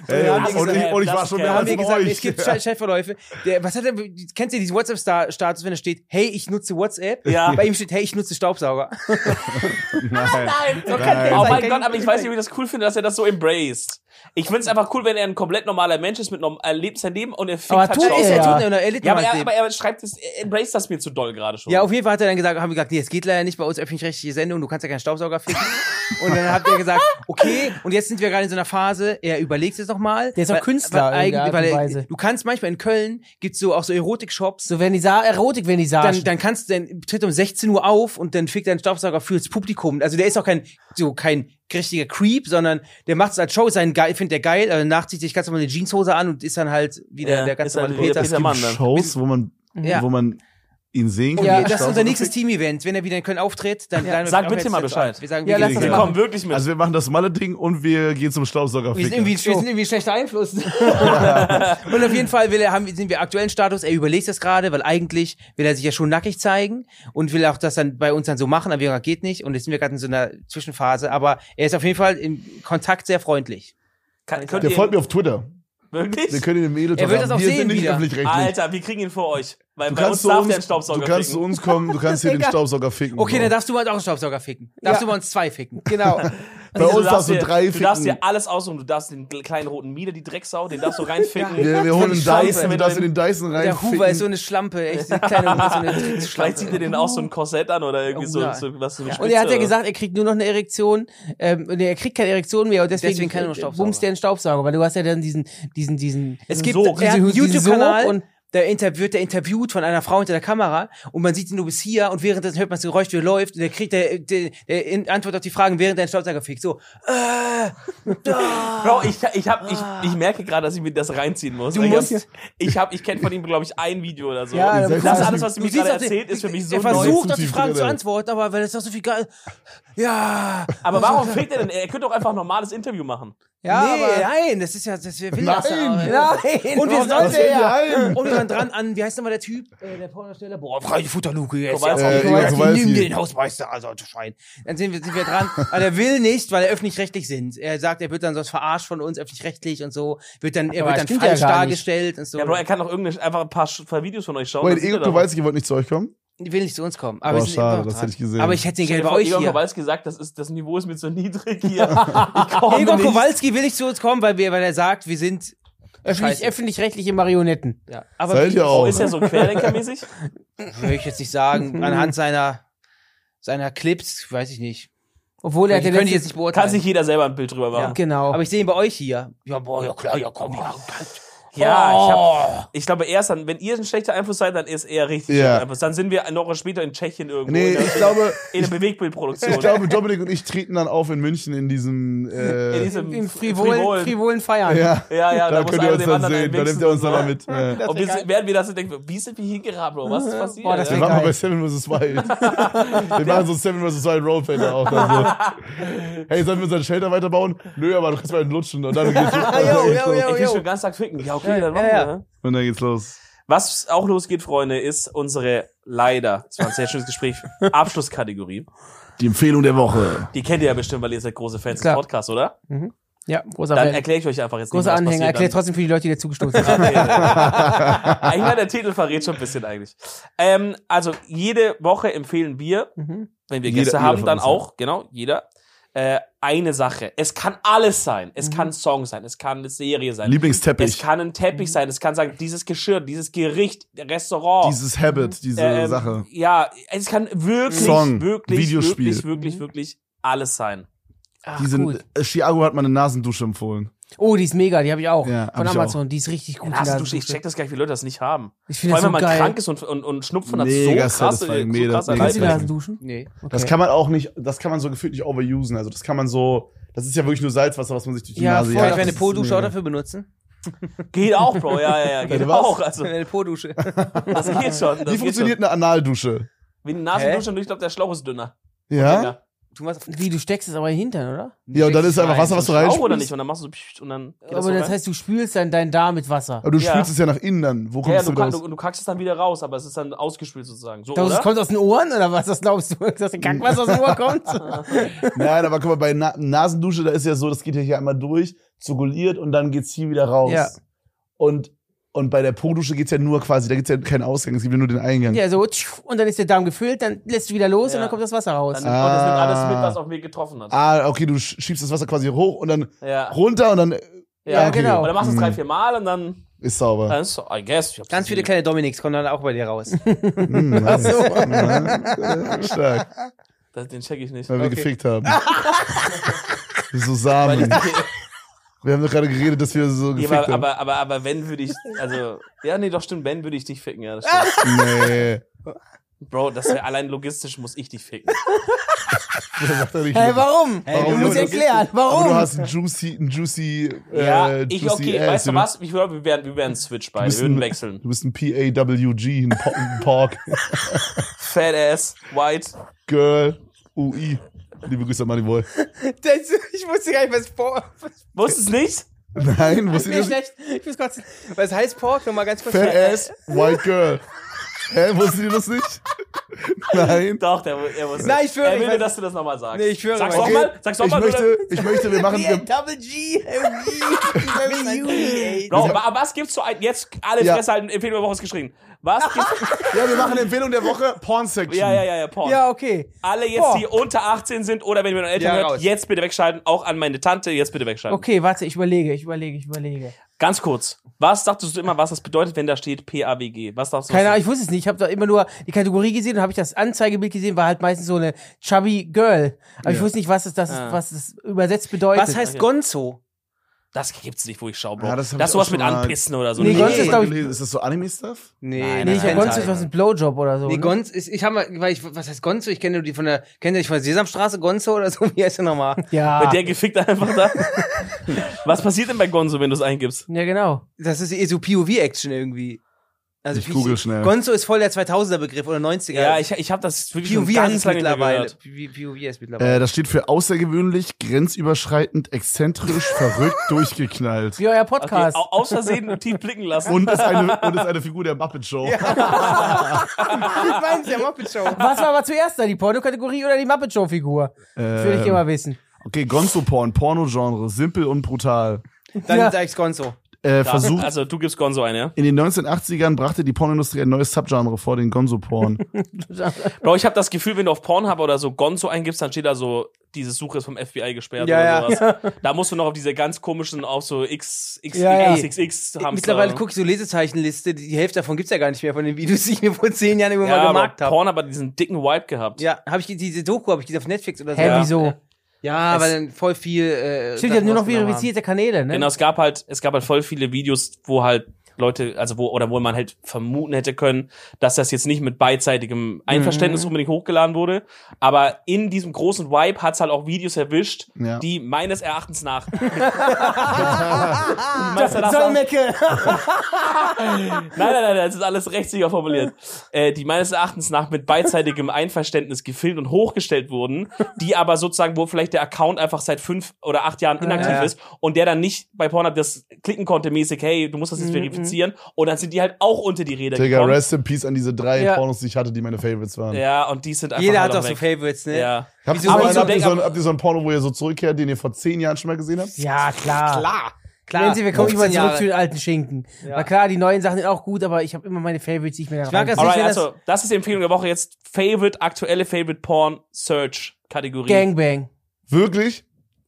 Speaker 1: ey,
Speaker 3: haben die
Speaker 1: und, ich,
Speaker 2: gesagt,
Speaker 1: und ich war
Speaker 2: das
Speaker 1: schon
Speaker 2: kennt-
Speaker 1: mehr
Speaker 3: haben
Speaker 1: als
Speaker 3: wir
Speaker 1: Also bei
Speaker 3: gesagt,
Speaker 1: euch. *laughs*
Speaker 3: es gibt Sch- Chatverläufe. Der, was hat er, kennst du diesen WhatsApp-Status, wenn da steht, hey, ich nutze WhatsApp?
Speaker 2: Ja.
Speaker 3: Bei ihm steht, hey, ich nutze Staubsauger.
Speaker 1: Nein.
Speaker 2: Nein.
Speaker 1: Nein.
Speaker 2: Oh
Speaker 3: Sein
Speaker 2: mein
Speaker 3: kann
Speaker 2: Gott,
Speaker 3: ich
Speaker 2: aber ich
Speaker 3: nicht
Speaker 2: weiß nicht, wie ich das cool finde, dass er das so embraced. Ich find's einfach cool, wenn er ein komplett normaler Mensch ist, mit norm er lebt sein Leben und er fickt
Speaker 4: Aber
Speaker 2: halt
Speaker 4: tut
Speaker 2: Scheiße.
Speaker 4: er ja.
Speaker 3: tut er, und er litt
Speaker 2: Ja, aber
Speaker 3: mal
Speaker 2: er,
Speaker 3: dem.
Speaker 2: aber er schreibt es, er embraced das mir zu doll gerade schon.
Speaker 3: Ja, auf jeden Fall hat er dann gesagt, haben wir gesagt, nee, es geht leider nicht bei uns öffentlich-rechtliche Sendung, du kannst ja keinen Staubsauger ficken. und dann hat er gesagt, okay, und jetzt sind wir gerade in so einer Phase, er überlegt es nochmal.
Speaker 4: Der ist auch
Speaker 3: Weil-
Speaker 4: Künstler
Speaker 3: Weil,
Speaker 4: in
Speaker 3: eigentlich-
Speaker 4: der Art und
Speaker 3: weil er,
Speaker 4: Weise.
Speaker 3: du kannst manchmal in Köln, gibt's so auch so Erotik-Shops,
Speaker 4: So Vernissage, Erotik-Vernissage.
Speaker 3: dann, dann kannst du, dann tritt um 16 Uhr auf und dann fickt dein Staubsauger fürs Publikum. Also der ist auch kein, so kein richtiger Creep, sondern der macht es als Show, sein geil, findet der geil, also nachzieht sich ganz normal eine Jeanshose an und ist dann halt wieder
Speaker 2: Ja,
Speaker 3: der ganz
Speaker 2: ist halt
Speaker 3: normale
Speaker 2: wieder
Speaker 3: Peter.
Speaker 2: Peter.
Speaker 1: Es gibt
Speaker 2: Mann, ne?
Speaker 1: Shows, wo man,
Speaker 3: Ja.
Speaker 1: wo man ihn sehen kann.
Speaker 4: Ja,
Speaker 1: wie er
Speaker 3: Das ist
Speaker 1: Staubsauger
Speaker 3: unser nächstes
Speaker 1: fickt.
Speaker 3: Team-Event. Wenn er wieder in Köln auftritt, dann laden wir
Speaker 2: Sag
Speaker 3: auch
Speaker 2: bitte
Speaker 3: jetzt
Speaker 2: mal
Speaker 3: jetzt
Speaker 2: Bescheid.
Speaker 3: ein. Wir sagen,
Speaker 4: Ja,
Speaker 3: wir
Speaker 4: lass
Speaker 3: gehen
Speaker 4: uns
Speaker 2: Wir
Speaker 1: Ja.
Speaker 3: jetzt.
Speaker 2: kommen wirklich mit.
Speaker 1: Also wir machen das Malle-Ding und wir gehen zum Staubsauger.
Speaker 3: wir sind, irgendwie, wir sind irgendwie ein schlechter Einfluss. und auf jeden Fall will er, haben, sind wir aktuellen Status. Er überlegt das gerade, weil eigentlich will er sich ja schon nackig zeigen und will auch das dann bei uns dann so machen. Aber wir haben gesagt, geht nicht. Und jetzt sind wir gerade in so einer Zwischenphase. Aber er ist auf jeden Fall im Kontakt sehr freundlich.
Speaker 2: Kann, könnt
Speaker 1: Der
Speaker 2: ihr-
Speaker 1: folgt mir auf Twitter. Wir
Speaker 2: Wirklich?
Speaker 1: können ihn im Edel
Speaker 3: Er wird das auch
Speaker 1: wir
Speaker 3: sehen
Speaker 1: sind nicht
Speaker 3: wieder.
Speaker 1: öffentlich-rechtlich.
Speaker 2: Alter, wir kriegen ihn vor euch. Weil
Speaker 1: Du
Speaker 2: bei uns
Speaker 1: kannst, zu
Speaker 2: darf der einen
Speaker 1: uns, du
Speaker 2: Staubsauger
Speaker 1: kannst zu
Speaker 2: ficken.
Speaker 1: uns kommen, du kannst hier den
Speaker 4: Egal.
Speaker 1: Staubsauger ficken.
Speaker 3: Okay,
Speaker 1: so.
Speaker 3: dann darfst du halt auch einen Staubsauger ficken. Darfst
Speaker 4: Ja.
Speaker 3: du bei uns zwei ficken.
Speaker 4: genau.
Speaker 1: Bei uns darfst du
Speaker 2: dir-
Speaker 1: drei
Speaker 2: Du darfst dir
Speaker 1: ficken.
Speaker 2: alles aussuchen. Du darfst den kleinen roten Miele, die Drecksau, den darfst du reinficken.
Speaker 1: Wir, wir holen einen
Speaker 2: Scheiße,
Speaker 1: Dyson, du
Speaker 2: wenn
Speaker 1: darfst
Speaker 2: du-
Speaker 1: in den Dyson rein.
Speaker 3: Der Hoover ist so eine Schlampe. Echt, so eine
Speaker 4: *laughs*
Speaker 3: kleine, so
Speaker 2: *laughs*
Speaker 3: eine
Speaker 2: Vielleicht zieht
Speaker 3: Drecksschlampe.
Speaker 2: ihr den auch so ein Korsett an oder irgendwie
Speaker 3: Oh,
Speaker 2: so,
Speaker 3: ja.
Speaker 2: so, was, so eine
Speaker 4: Und er hat ja
Speaker 2: Spitze.
Speaker 4: gesagt, er kriegt nur noch eine Erektion. Ähm, nee, er kriegt keine Erektion mehr und deswegen, äh,
Speaker 3: Deswegen kann er nur Staubsauger.
Speaker 4: bumst er einen Staubsauger, weil du hast ja dann diesen, diesen, diesen.
Speaker 3: Es gibt
Speaker 2: Sog.
Speaker 3: er hat einen
Speaker 4: Diese- diese
Speaker 3: YouTube-Kanal
Speaker 4: Sog
Speaker 3: und
Speaker 4: und-
Speaker 3: der interviewt, wird der interviewt von einer Frau hinter der Kamera und man sieht ihn nur bis hier und währenddessen hört man das Geräusch, wie er läuft und der kriegt der, der, der in- Antwort auf die Fragen, während er einen Staubsauger fickt. So,
Speaker 2: Bro, ich, ich, hab, ich, ich merke gerade, dass ich mir das reinziehen muss.
Speaker 4: Du
Speaker 2: Weil
Speaker 4: musst-
Speaker 2: Ich, hab- ich, hab- ich kenne von ihm, glaube ich, ein Video oder so.
Speaker 4: Ja,
Speaker 2: das
Speaker 1: das ist-
Speaker 2: alles, was du mir
Speaker 3: siehst
Speaker 2: gerade
Speaker 3: auf den-
Speaker 2: erzählt, ist für mich so
Speaker 3: er
Speaker 2: neu.
Speaker 3: versucht
Speaker 1: Zu
Speaker 3: auf die
Speaker 1: tief
Speaker 3: Fragen
Speaker 1: drin,
Speaker 3: zu
Speaker 1: ey.
Speaker 3: antworten, aber weil das doch so viel geil. Ja.
Speaker 2: Aber warum fehlt er denn? Er könnte doch einfach ein normales Interview machen.
Speaker 4: Ja,
Speaker 3: nee,
Speaker 4: aber-
Speaker 3: nein, das ist ja, das wir will das ja
Speaker 1: Nein.
Speaker 3: auch,
Speaker 4: *laughs* Nein,
Speaker 3: Und wir
Speaker 4: warum
Speaker 3: sind auch
Speaker 4: sollte er?
Speaker 1: ein.
Speaker 3: Und wir waren dran an, wie heißt nochmal der Typ? Äh, der Pornosteller. Boah, freie Futterluke jetzt.
Speaker 2: Kowalski.
Speaker 3: ja,
Speaker 2: Äh,
Speaker 1: Igor Kowalski.
Speaker 3: nimm dir den Hausmeister, also zu schreien. Dann sind wir, sind wir dran. Aber der will nicht, weil er öffentlich-rechtlich sind. Er sagt, er wird dann sonst verarscht von uns, öffentlich-rechtlich und so. Wird dann, er wird
Speaker 4: Aber das
Speaker 3: dann
Speaker 4: stimmt ja
Speaker 3: falsch
Speaker 4: gar
Speaker 3: dargestellt und so.
Speaker 2: Ja, Bro, er kann doch irgendeine, einfach ein paar, Sch- paar Videos von euch schauen. dann
Speaker 1: Wait,
Speaker 2: sieht er
Speaker 1: Igor
Speaker 2: doch was.
Speaker 1: Kowalski wollte nicht zu euch kommen?
Speaker 3: Die will nicht zu uns kommen. Aber
Speaker 1: Oh,
Speaker 3: wir sind
Speaker 1: schade,
Speaker 3: immer noch
Speaker 1: das
Speaker 3: dran.
Speaker 1: hätte ich gesehen.
Speaker 3: Aber ich hätte ihn
Speaker 2: Ich
Speaker 3: gerne
Speaker 2: hätte
Speaker 3: bei
Speaker 2: von
Speaker 3: euch
Speaker 2: Igor
Speaker 3: hier.
Speaker 2: Kowalski gesagt, das, ist, das Niveau ist mir zu niedrig hier. *laughs* Ich komme
Speaker 3: Igor
Speaker 2: nicht.
Speaker 3: Kowalski will nicht zu uns kommen, weil, wir, weil er sagt, wir sind
Speaker 4: Öffentlich-
Speaker 2: Scheiße.
Speaker 4: Öffentlich-rechtliche Marionetten.
Speaker 2: Ja.
Speaker 4: Aber
Speaker 1: Seid
Speaker 4: wie-
Speaker 1: ihr auch.
Speaker 2: Ist ja so querdenkermäßig.
Speaker 3: Würde ich jetzt
Speaker 1: *laughs*
Speaker 3: nicht sagen. Anhand seiner, seiner Clips, weiß ich nicht.
Speaker 4: Obwohl er
Speaker 3: Könnte
Speaker 4: der
Speaker 3: ich jetzt
Speaker 4: letzte-
Speaker 3: nicht
Speaker 2: Kann sich
Speaker 3: beurteilen.
Speaker 2: jeder selber ein Bild drüber machen.
Speaker 4: Genau.
Speaker 3: Aber ich sehe ihn bei euch hier.
Speaker 2: Ja, boah, ja klar, ja komm. Ja, Oh. ja ich, hab, ich glaube erst dann, wenn ihr ein schlechter Einfluss seid, dann ist er richtig
Speaker 1: Ja.
Speaker 2: schlechter Einfluss. Dann sind wir eine Woche später in Tschechien irgendwo
Speaker 1: Nee,
Speaker 2: in, der,
Speaker 1: ich glaube,
Speaker 2: in der Bewegbildproduktion.
Speaker 1: ich glaube, Dominik und ich treten dann auf in München in diesem.
Speaker 2: in
Speaker 1: Äh,
Speaker 2: diesem
Speaker 4: Im frivolen, frivolen Feiern.
Speaker 1: *laughs* ja,
Speaker 2: Ja, ja, da
Speaker 1: da
Speaker 2: muss
Speaker 1: könnt ihr
Speaker 2: einer
Speaker 1: uns
Speaker 2: dem
Speaker 1: dann
Speaker 2: anderen
Speaker 1: sehen.
Speaker 2: einen
Speaker 1: Da nimmt er uns dann mal mit.
Speaker 2: wenigstens
Speaker 1: Ja.
Speaker 2: *laughs* Und wir, sind- werden wir das so denken, wie sind wir hier geraten, Bro? Was ist passiert?
Speaker 4: Boah, das
Speaker 1: Wir
Speaker 2: ja.
Speaker 4: wär-
Speaker 1: waren mal
Speaker 4: geil.
Speaker 1: bei Seven vs.
Speaker 2: *laughs*
Speaker 1: Wild. Wir machen so Seven vs. Wild Roleplay da auch. Dann
Speaker 2: *laughs*
Speaker 1: so. Hey, sollen wir unseren Shelter weiterbauen? Nö, aber du kannst mal einen lutschen und dann
Speaker 2: *laughs*
Speaker 1: geht's
Speaker 3: yo,
Speaker 1: los.
Speaker 3: yo, yo.
Speaker 2: ich will schon den ganzen Tag ficken. Ja, okay, dann machen
Speaker 3: ja, ja.
Speaker 2: wir. ne?
Speaker 1: Und dann geht's los.
Speaker 2: Was auch losgeht, Freunde, ist unsere leider, es war ein sehr
Speaker 1: *laughs*
Speaker 2: schönes Gespräch, Abschlusskategorie.
Speaker 1: Die Empfehlung der Woche.
Speaker 2: Die kennt ihr ja bestimmt, weil ihr seid große Fans
Speaker 4: Klar.
Speaker 2: des Podcasts, oder?
Speaker 4: Ja, großer,
Speaker 2: Dann
Speaker 4: Fan.
Speaker 2: erkläre ich euch einfach jetzt
Speaker 4: großer
Speaker 2: nicht, mehr, was
Speaker 4: Anhänger. Erklär
Speaker 2: passiert.
Speaker 4: trotzdem für die Leute, die dazugestoßen sind.
Speaker 2: Ich meine, der Titel verrät schon ein bisschen eigentlich. Ähm, also jede Woche empfehlen wir,
Speaker 4: Mhm.
Speaker 2: wenn wir
Speaker 1: Jeder-
Speaker 2: Gäste
Speaker 1: jeder
Speaker 2: haben,
Speaker 1: von
Speaker 2: dann
Speaker 1: uns, ja.
Speaker 2: auch, genau, jeder, äh, eine Sache. Es kann alles sein.
Speaker 4: Mhm.
Speaker 2: Es kann ein Song sein, es kann eine Serie sein. Es
Speaker 1: Lieblingsteppich.
Speaker 2: kann ein Teppich
Speaker 4: Mhm.
Speaker 2: sein, es kann sein, dieses Geschirr, dieses Gericht, Restaurant.
Speaker 1: Dieses Habit, diese
Speaker 2: ähm,
Speaker 1: Sache.
Speaker 2: Ja, es kann wirklich,
Speaker 1: Song,
Speaker 2: wirklich,
Speaker 1: Videospiel.
Speaker 2: wirklich, wirklich, wirklich alles sein.
Speaker 4: Ach,
Speaker 1: Diesen,
Speaker 4: gut.
Speaker 1: äh, Chiago hat mal eine Nasendusche empfohlen.
Speaker 4: Ah, Oh, die ist mega, die habe ich auch.
Speaker 1: Ja, hab
Speaker 4: Von
Speaker 1: ich
Speaker 4: Amazon, die ist richtig gut. die
Speaker 2: Nasendusche, ich
Speaker 4: Nasendusche.
Speaker 2: check das gar nicht, wie Leute das nicht haben.
Speaker 4: Ich
Speaker 2: Vor allem,
Speaker 4: finde das so
Speaker 2: wenn man
Speaker 4: geil.
Speaker 2: krank ist und, und, und Schnupfen hat, so
Speaker 1: Mega
Speaker 2: krass, so
Speaker 1: satisfying, mega-
Speaker 2: krass
Speaker 1: mega
Speaker 4: Kannst du die
Speaker 2: allein.
Speaker 4: Nasen duschen?
Speaker 3: Nee.
Speaker 1: Das kann man auch nicht, das kann man so gefühlt nicht overusen. Also das kann man so, das ist ja wirklich nur Salzwasser, was man sich durch die
Speaker 4: Ja,
Speaker 1: Nase
Speaker 4: voll.
Speaker 3: Kann
Speaker 1: jagt.
Speaker 3: ich meine
Speaker 1: Das ist
Speaker 3: Po-Dusche auch
Speaker 1: mega.
Speaker 3: dafür benutzen?
Speaker 2: Geht auch, Bro, ja, ja, ja, geht
Speaker 1: Warte, was?
Speaker 2: auch. Also,
Speaker 3: Meine Po-Dusche.
Speaker 2: das geht schon. Das
Speaker 1: Wie
Speaker 2: geht
Speaker 1: funktioniert eine Analdusche?
Speaker 2: Schon. Wie eine Nasendusche, nur ich glaube, der Schlauch ist dünner.
Speaker 1: Ja?
Speaker 2: Länger.
Speaker 3: Du machst
Speaker 4: Wie, du steckst es aber in den Hintern, oder?
Speaker 1: Ja, und dann ist einfach Wasser, was du
Speaker 2: Auch
Speaker 1: reinspülst.
Speaker 2: oder nicht? Und dann machst du so pssst und dann geht das
Speaker 4: aber
Speaker 2: so
Speaker 4: das
Speaker 2: rein.
Speaker 4: heißt, du spülst dann deinen Darm mit Wasser.
Speaker 1: Aber du
Speaker 2: Ja.
Speaker 1: spülst es ja nach innen dann. Wo
Speaker 2: ja,
Speaker 1: kommst
Speaker 2: ja,
Speaker 1: du
Speaker 2: du,
Speaker 1: wieder
Speaker 2: kann,
Speaker 1: raus?
Speaker 2: du, du kackst es dann wieder raus, aber es ist dann ausgespült sozusagen. So,
Speaker 4: Glaubst du,
Speaker 2: oder?
Speaker 4: es kommt aus den Ohren oder was? Das glaubst du, *laughs* dass der Kackwasser aus den Ohren
Speaker 2: *laughs*
Speaker 4: kommt?
Speaker 1: Nein, aber guck mal, bei Na Nasendusche, da ist ja so, das geht ja hier einmal durch, zirkuliert und dann geht's hier wieder raus.
Speaker 4: Ja.
Speaker 1: Und, und bei der Po-Dusche geht's ja nur quasi, da gibt's ja keinen Ausgang, es gibt ja nur den Eingang.
Speaker 4: ja, so tsch, und dann ist der Darm gefüllt, dann lässt du wieder los
Speaker 2: Ja.
Speaker 4: und dann kommt das Wasser
Speaker 2: Dann
Speaker 4: raus.
Speaker 2: nimmt, und es nimmt
Speaker 1: Ah.
Speaker 2: alles mit, was auf mir getroffen hat.
Speaker 1: Ah, okay, du sch- schiebst das Wasser quasi hoch und dann
Speaker 2: Ja.
Speaker 1: runter und dann äh,
Speaker 4: Ja,
Speaker 1: okay.
Speaker 4: genau.
Speaker 2: Und dann machst du es
Speaker 1: Mhm.
Speaker 2: drei, vier Äh, Mal und dann,
Speaker 1: ist sauber.
Speaker 2: dann ist so, I guess. ich hab's
Speaker 3: Ganz viele
Speaker 2: gesehen.
Speaker 3: kleine Dominiks kommen dann auch bei dir raus.
Speaker 1: Mhm, nice.
Speaker 2: *laughs*
Speaker 1: Mhm, Stark,
Speaker 2: Das, den check ich nicht.
Speaker 1: weil wir
Speaker 2: Okay.
Speaker 1: gefickt haben. so
Speaker 2: *laughs* Weil ich
Speaker 1: Samen.
Speaker 2: *laughs* die-
Speaker 1: Wir haben doch gerade geredet, dass wir so
Speaker 2: Ja,
Speaker 1: gefickt
Speaker 2: aber,
Speaker 1: haben.
Speaker 2: aber, aber, aber wenn würde ich, also, ja, nee, doch stimmt, wenn würde ich dich
Speaker 1: *laughs*
Speaker 2: ficken, ja, das stimmt.
Speaker 1: Nee.
Speaker 2: Bro, das wär, allein logistisch muss ich dich ficken.
Speaker 1: Das macht er nicht
Speaker 4: Hey, warum?
Speaker 3: Hey,
Speaker 4: du
Speaker 1: warum
Speaker 4: musst
Speaker 1: nur-
Speaker 4: erklären,
Speaker 1: Aber du
Speaker 4: warum?
Speaker 1: hast einen juicy, einen juicy, äh,
Speaker 2: ja,
Speaker 1: juicy
Speaker 2: ich, okay,
Speaker 1: Ass,
Speaker 2: weißt du was? Ich glaube, wir werden, wir werden switch beide, wir
Speaker 1: bist
Speaker 2: würden
Speaker 1: ein-
Speaker 2: wechseln.
Speaker 1: Du bist ein PAWG, ein, Po- ein Pork.
Speaker 2: Fat ass, white.
Speaker 1: Girl, UI. Liebe Grüße an Money Boy.
Speaker 4: Das, ich wusste gar nicht, was vor.
Speaker 2: Wusstest du nicht?
Speaker 1: Nein, muss ich
Speaker 4: Mir
Speaker 1: nicht.
Speaker 4: schlecht. Ich muss kurz.
Speaker 3: Was heißt Pork? Nochmal ganz kurz.
Speaker 1: Fat Ass, White Girl. Hä, wussten ihr das nicht? *laughs* Nein.
Speaker 2: Doch, der, er muss.
Speaker 4: Nein, ich schwöre,
Speaker 2: Er
Speaker 4: ich
Speaker 2: will
Speaker 4: weiß-
Speaker 2: nur, dass du das nochmal sagst.
Speaker 4: Nee, ich schwöre,
Speaker 2: Sag's
Speaker 4: ich-
Speaker 2: doch mal, sag's doch
Speaker 1: Ich
Speaker 2: mal.
Speaker 1: möchte, ich möchte, wir
Speaker 2: *laughs*
Speaker 1: machen, wir,
Speaker 4: Double G, G,
Speaker 2: Bro, wa- was gibt's zu ein, jetzt alle
Speaker 1: Ja.
Speaker 2: Fresse halten, Empfehlung der Woche ist geschrieben. Was gibt's?
Speaker 1: ja, wir machen Empfehlung der Woche, Porn Section.
Speaker 2: ja, ja, ja, ja, Porn.
Speaker 4: Ja, okay.
Speaker 2: Alle jetzt,
Speaker 4: Boah.
Speaker 2: die unter 18 sind oder wenn ihr noch Eltern
Speaker 3: Ja,
Speaker 2: hört,
Speaker 3: raus.
Speaker 2: jetzt bitte wegschalten. Auch an meine Tante, jetzt bitte wegschalten.
Speaker 4: Okay, warte, ich überlege, ich überlege, ich überlege.
Speaker 2: Ganz kurz. Was dachtest du immer, was das bedeutet, wenn da steht PAWG? Was dachtest du?
Speaker 4: Keine
Speaker 2: was
Speaker 4: Ahnung, ich wusste es nicht. Ich habe da immer nur die Kategorie gesehen und habe ich das Anzeigebild gesehen, war halt meistens so eine chubby Girl. Aber ich wusste nicht, was es das,
Speaker 2: Ah.
Speaker 4: was es übersetzt bedeutet.
Speaker 3: Was heißt Gonzo?
Speaker 2: Das gibt's nicht, wo ich schau, Bro.
Speaker 1: Ja, das
Speaker 2: das
Speaker 1: hab
Speaker 2: das
Speaker 1: ich
Speaker 2: sowas
Speaker 1: auch
Speaker 2: mit
Speaker 1: schon mal-
Speaker 2: Anpissen oder so.
Speaker 4: Nee,
Speaker 2: Nee,
Speaker 4: Gonzo ist, glaub ich-
Speaker 1: Ist das so Anime-Stuff?
Speaker 3: Nee,
Speaker 4: Nee, ich
Speaker 2: Nein,
Speaker 4: hab
Speaker 2: nein,
Speaker 4: Gonzo ist was
Speaker 3: ein
Speaker 4: mit Blowjob oder so.
Speaker 3: Nee,
Speaker 4: ne?
Speaker 3: Gonz ist, ich habe mal, weil ich, was heißt Gonzo? Ich kenne nur die von der, kennt ihr nicht von der Sesamstraße Gonzo oder so? Wie heißt der nochmal?
Speaker 4: ja.
Speaker 2: Wird der gefickt einfach da? Was passiert denn bei Gonzo, wenn du es eingibst?
Speaker 4: ja, genau.
Speaker 3: Das ist eh so POV-Action irgendwie. Also
Speaker 1: Ich google schnell.
Speaker 3: Gonzo ist voll der 2000er-Begriff oder 90er.
Speaker 2: Ja, ich, ich habe das wirklich schon
Speaker 3: POV heißt
Speaker 2: ganz
Speaker 3: es
Speaker 2: lange nicht mehr
Speaker 3: mittlerweile.
Speaker 2: gehört.
Speaker 3: POV POV heißt mittlerweile.
Speaker 1: Äh, das steht für außergewöhnlich, grenzüberschreitend, exzentrisch, verrückt, durchgeknallt.
Speaker 4: Wie euer
Speaker 2: Okay,
Speaker 4: Podcast.
Speaker 2: au- aus Versehen tief blicken lassen.
Speaker 1: Und ist eine, und ist eine Figur der Muppet Show.
Speaker 2: Ah,
Speaker 3: ich meine, der Muppet
Speaker 2: *laughs*
Speaker 3: Show.
Speaker 4: Was war aber zuerst da, die Porno-Kategorie oder die Muppet Show-Figur? Das will ich
Speaker 1: Ähm,
Speaker 4: immer wissen.
Speaker 1: Okay, Gonzo-Porn, Porno-Genre, simpel und brutal.
Speaker 3: Dann
Speaker 4: Ja.
Speaker 3: sag ich's Gonzo.
Speaker 1: äh,
Speaker 2: Ja,
Speaker 1: versucht,
Speaker 2: Also du gibst Gonzo eine, ja?
Speaker 1: in den 1980ern brachte die Pornindustrie ein neues Subgenre vor, den Gonzo-Porn.
Speaker 2: Bro, ich habe das Gefühl, wenn du auf Pornhub oder so Gonzo eingibst, dann steht da so, diese Suche ist vom FBI gesperrt
Speaker 4: Ja,
Speaker 2: oder
Speaker 4: ja.
Speaker 2: sowas. Da musst du noch auf diese ganz komischen, auf so X, X,
Speaker 4: Ja, ja.
Speaker 2: X, X, X Hamster.
Speaker 3: Mittlerweile gucke ich so Lesezeichenliste, die Hälfte davon gibt's ja gar nicht mehr von den Videos, die ich mir vor zehn Jahren irgendwo mal
Speaker 2: ja, aber
Speaker 3: gemarkt habe.
Speaker 2: Porn aber diesen dicken Wipe gehabt.
Speaker 3: Ja, habe ich diese Doku, habe ich die auf Netflix oder so.
Speaker 4: Hä,
Speaker 2: Ja.
Speaker 4: wieso?
Speaker 3: Ja,
Speaker 2: Es-
Speaker 3: weil dann voll viel. Äh,
Speaker 4: Stimmt, die haben nur noch
Speaker 3: rausgenommen
Speaker 4: verifizierte Kanäle, ne?
Speaker 2: Genau, es gab halt, es gab halt voll viele Videos, wo halt Leute, also wo, oder wo man halt vermuten hätte können, dass das jetzt nicht mit beidseitigem Einverständnis unbedingt hochgeladen wurde. Aber in diesem großen Vibe hat's halt auch Videos erwischt,
Speaker 1: Ja.
Speaker 2: die meines Erachtens nach. *laughs*
Speaker 4: Das Solmecke.
Speaker 2: Nein, nein, nein, das ist alles rechtssicher formuliert. Äh, die meines Erachtens nach mit beidseitigem Einverständnis gefilmt und hochgestellt wurden, die aber sozusagen, wo vielleicht der Account einfach seit fünf oder acht Jahren inaktiv
Speaker 4: ja.
Speaker 2: ist und der dann nicht bei Pornhub das klicken konnte, mäßig, hey, du musst das jetzt
Speaker 3: Mhm,
Speaker 2: verifizieren. Und dann sind die halt auch unter die Räder
Speaker 1: Digga,
Speaker 2: gekommen.
Speaker 1: rest in peace an diese drei
Speaker 4: Ja.
Speaker 1: Pornos, die ich hatte, die meine Favorites waren.
Speaker 2: Ja, und die sind einfach
Speaker 3: Jeder
Speaker 2: halt
Speaker 3: hat
Speaker 2: auch
Speaker 3: auch so
Speaker 2: weg.
Speaker 3: Favorites, ne?
Speaker 1: Habt, ihr
Speaker 2: Ja.
Speaker 1: so
Speaker 3: Wieso soll
Speaker 1: einen,
Speaker 3: ich so
Speaker 1: habt, ihr so
Speaker 2: denken?
Speaker 1: einen, habt ihr so einen Porno, wo ihr so zurückkehrt, den ihr vor zehn Jahren schon mal gesehen habt?
Speaker 4: Ja, klar.
Speaker 2: Klar.
Speaker 3: Klar,
Speaker 4: Nancy, wir kommen immer
Speaker 3: 15
Speaker 4: zurück
Speaker 3: Jahre.
Speaker 4: zu den alten Schinken.
Speaker 3: Ja.
Speaker 4: Na klar, die neuen Sachen sind auch gut, aber ich habe immer meine Favorites, die ich mir da
Speaker 3: Ich mag das
Speaker 4: reinpacke.
Speaker 2: Alright,
Speaker 3: wenn das-
Speaker 2: also, das ist die Empfehlung der Woche jetzt. Favorite, aktuelle Favorite Porn Search Kategorie.
Speaker 4: Gangbang.
Speaker 1: Wirklich?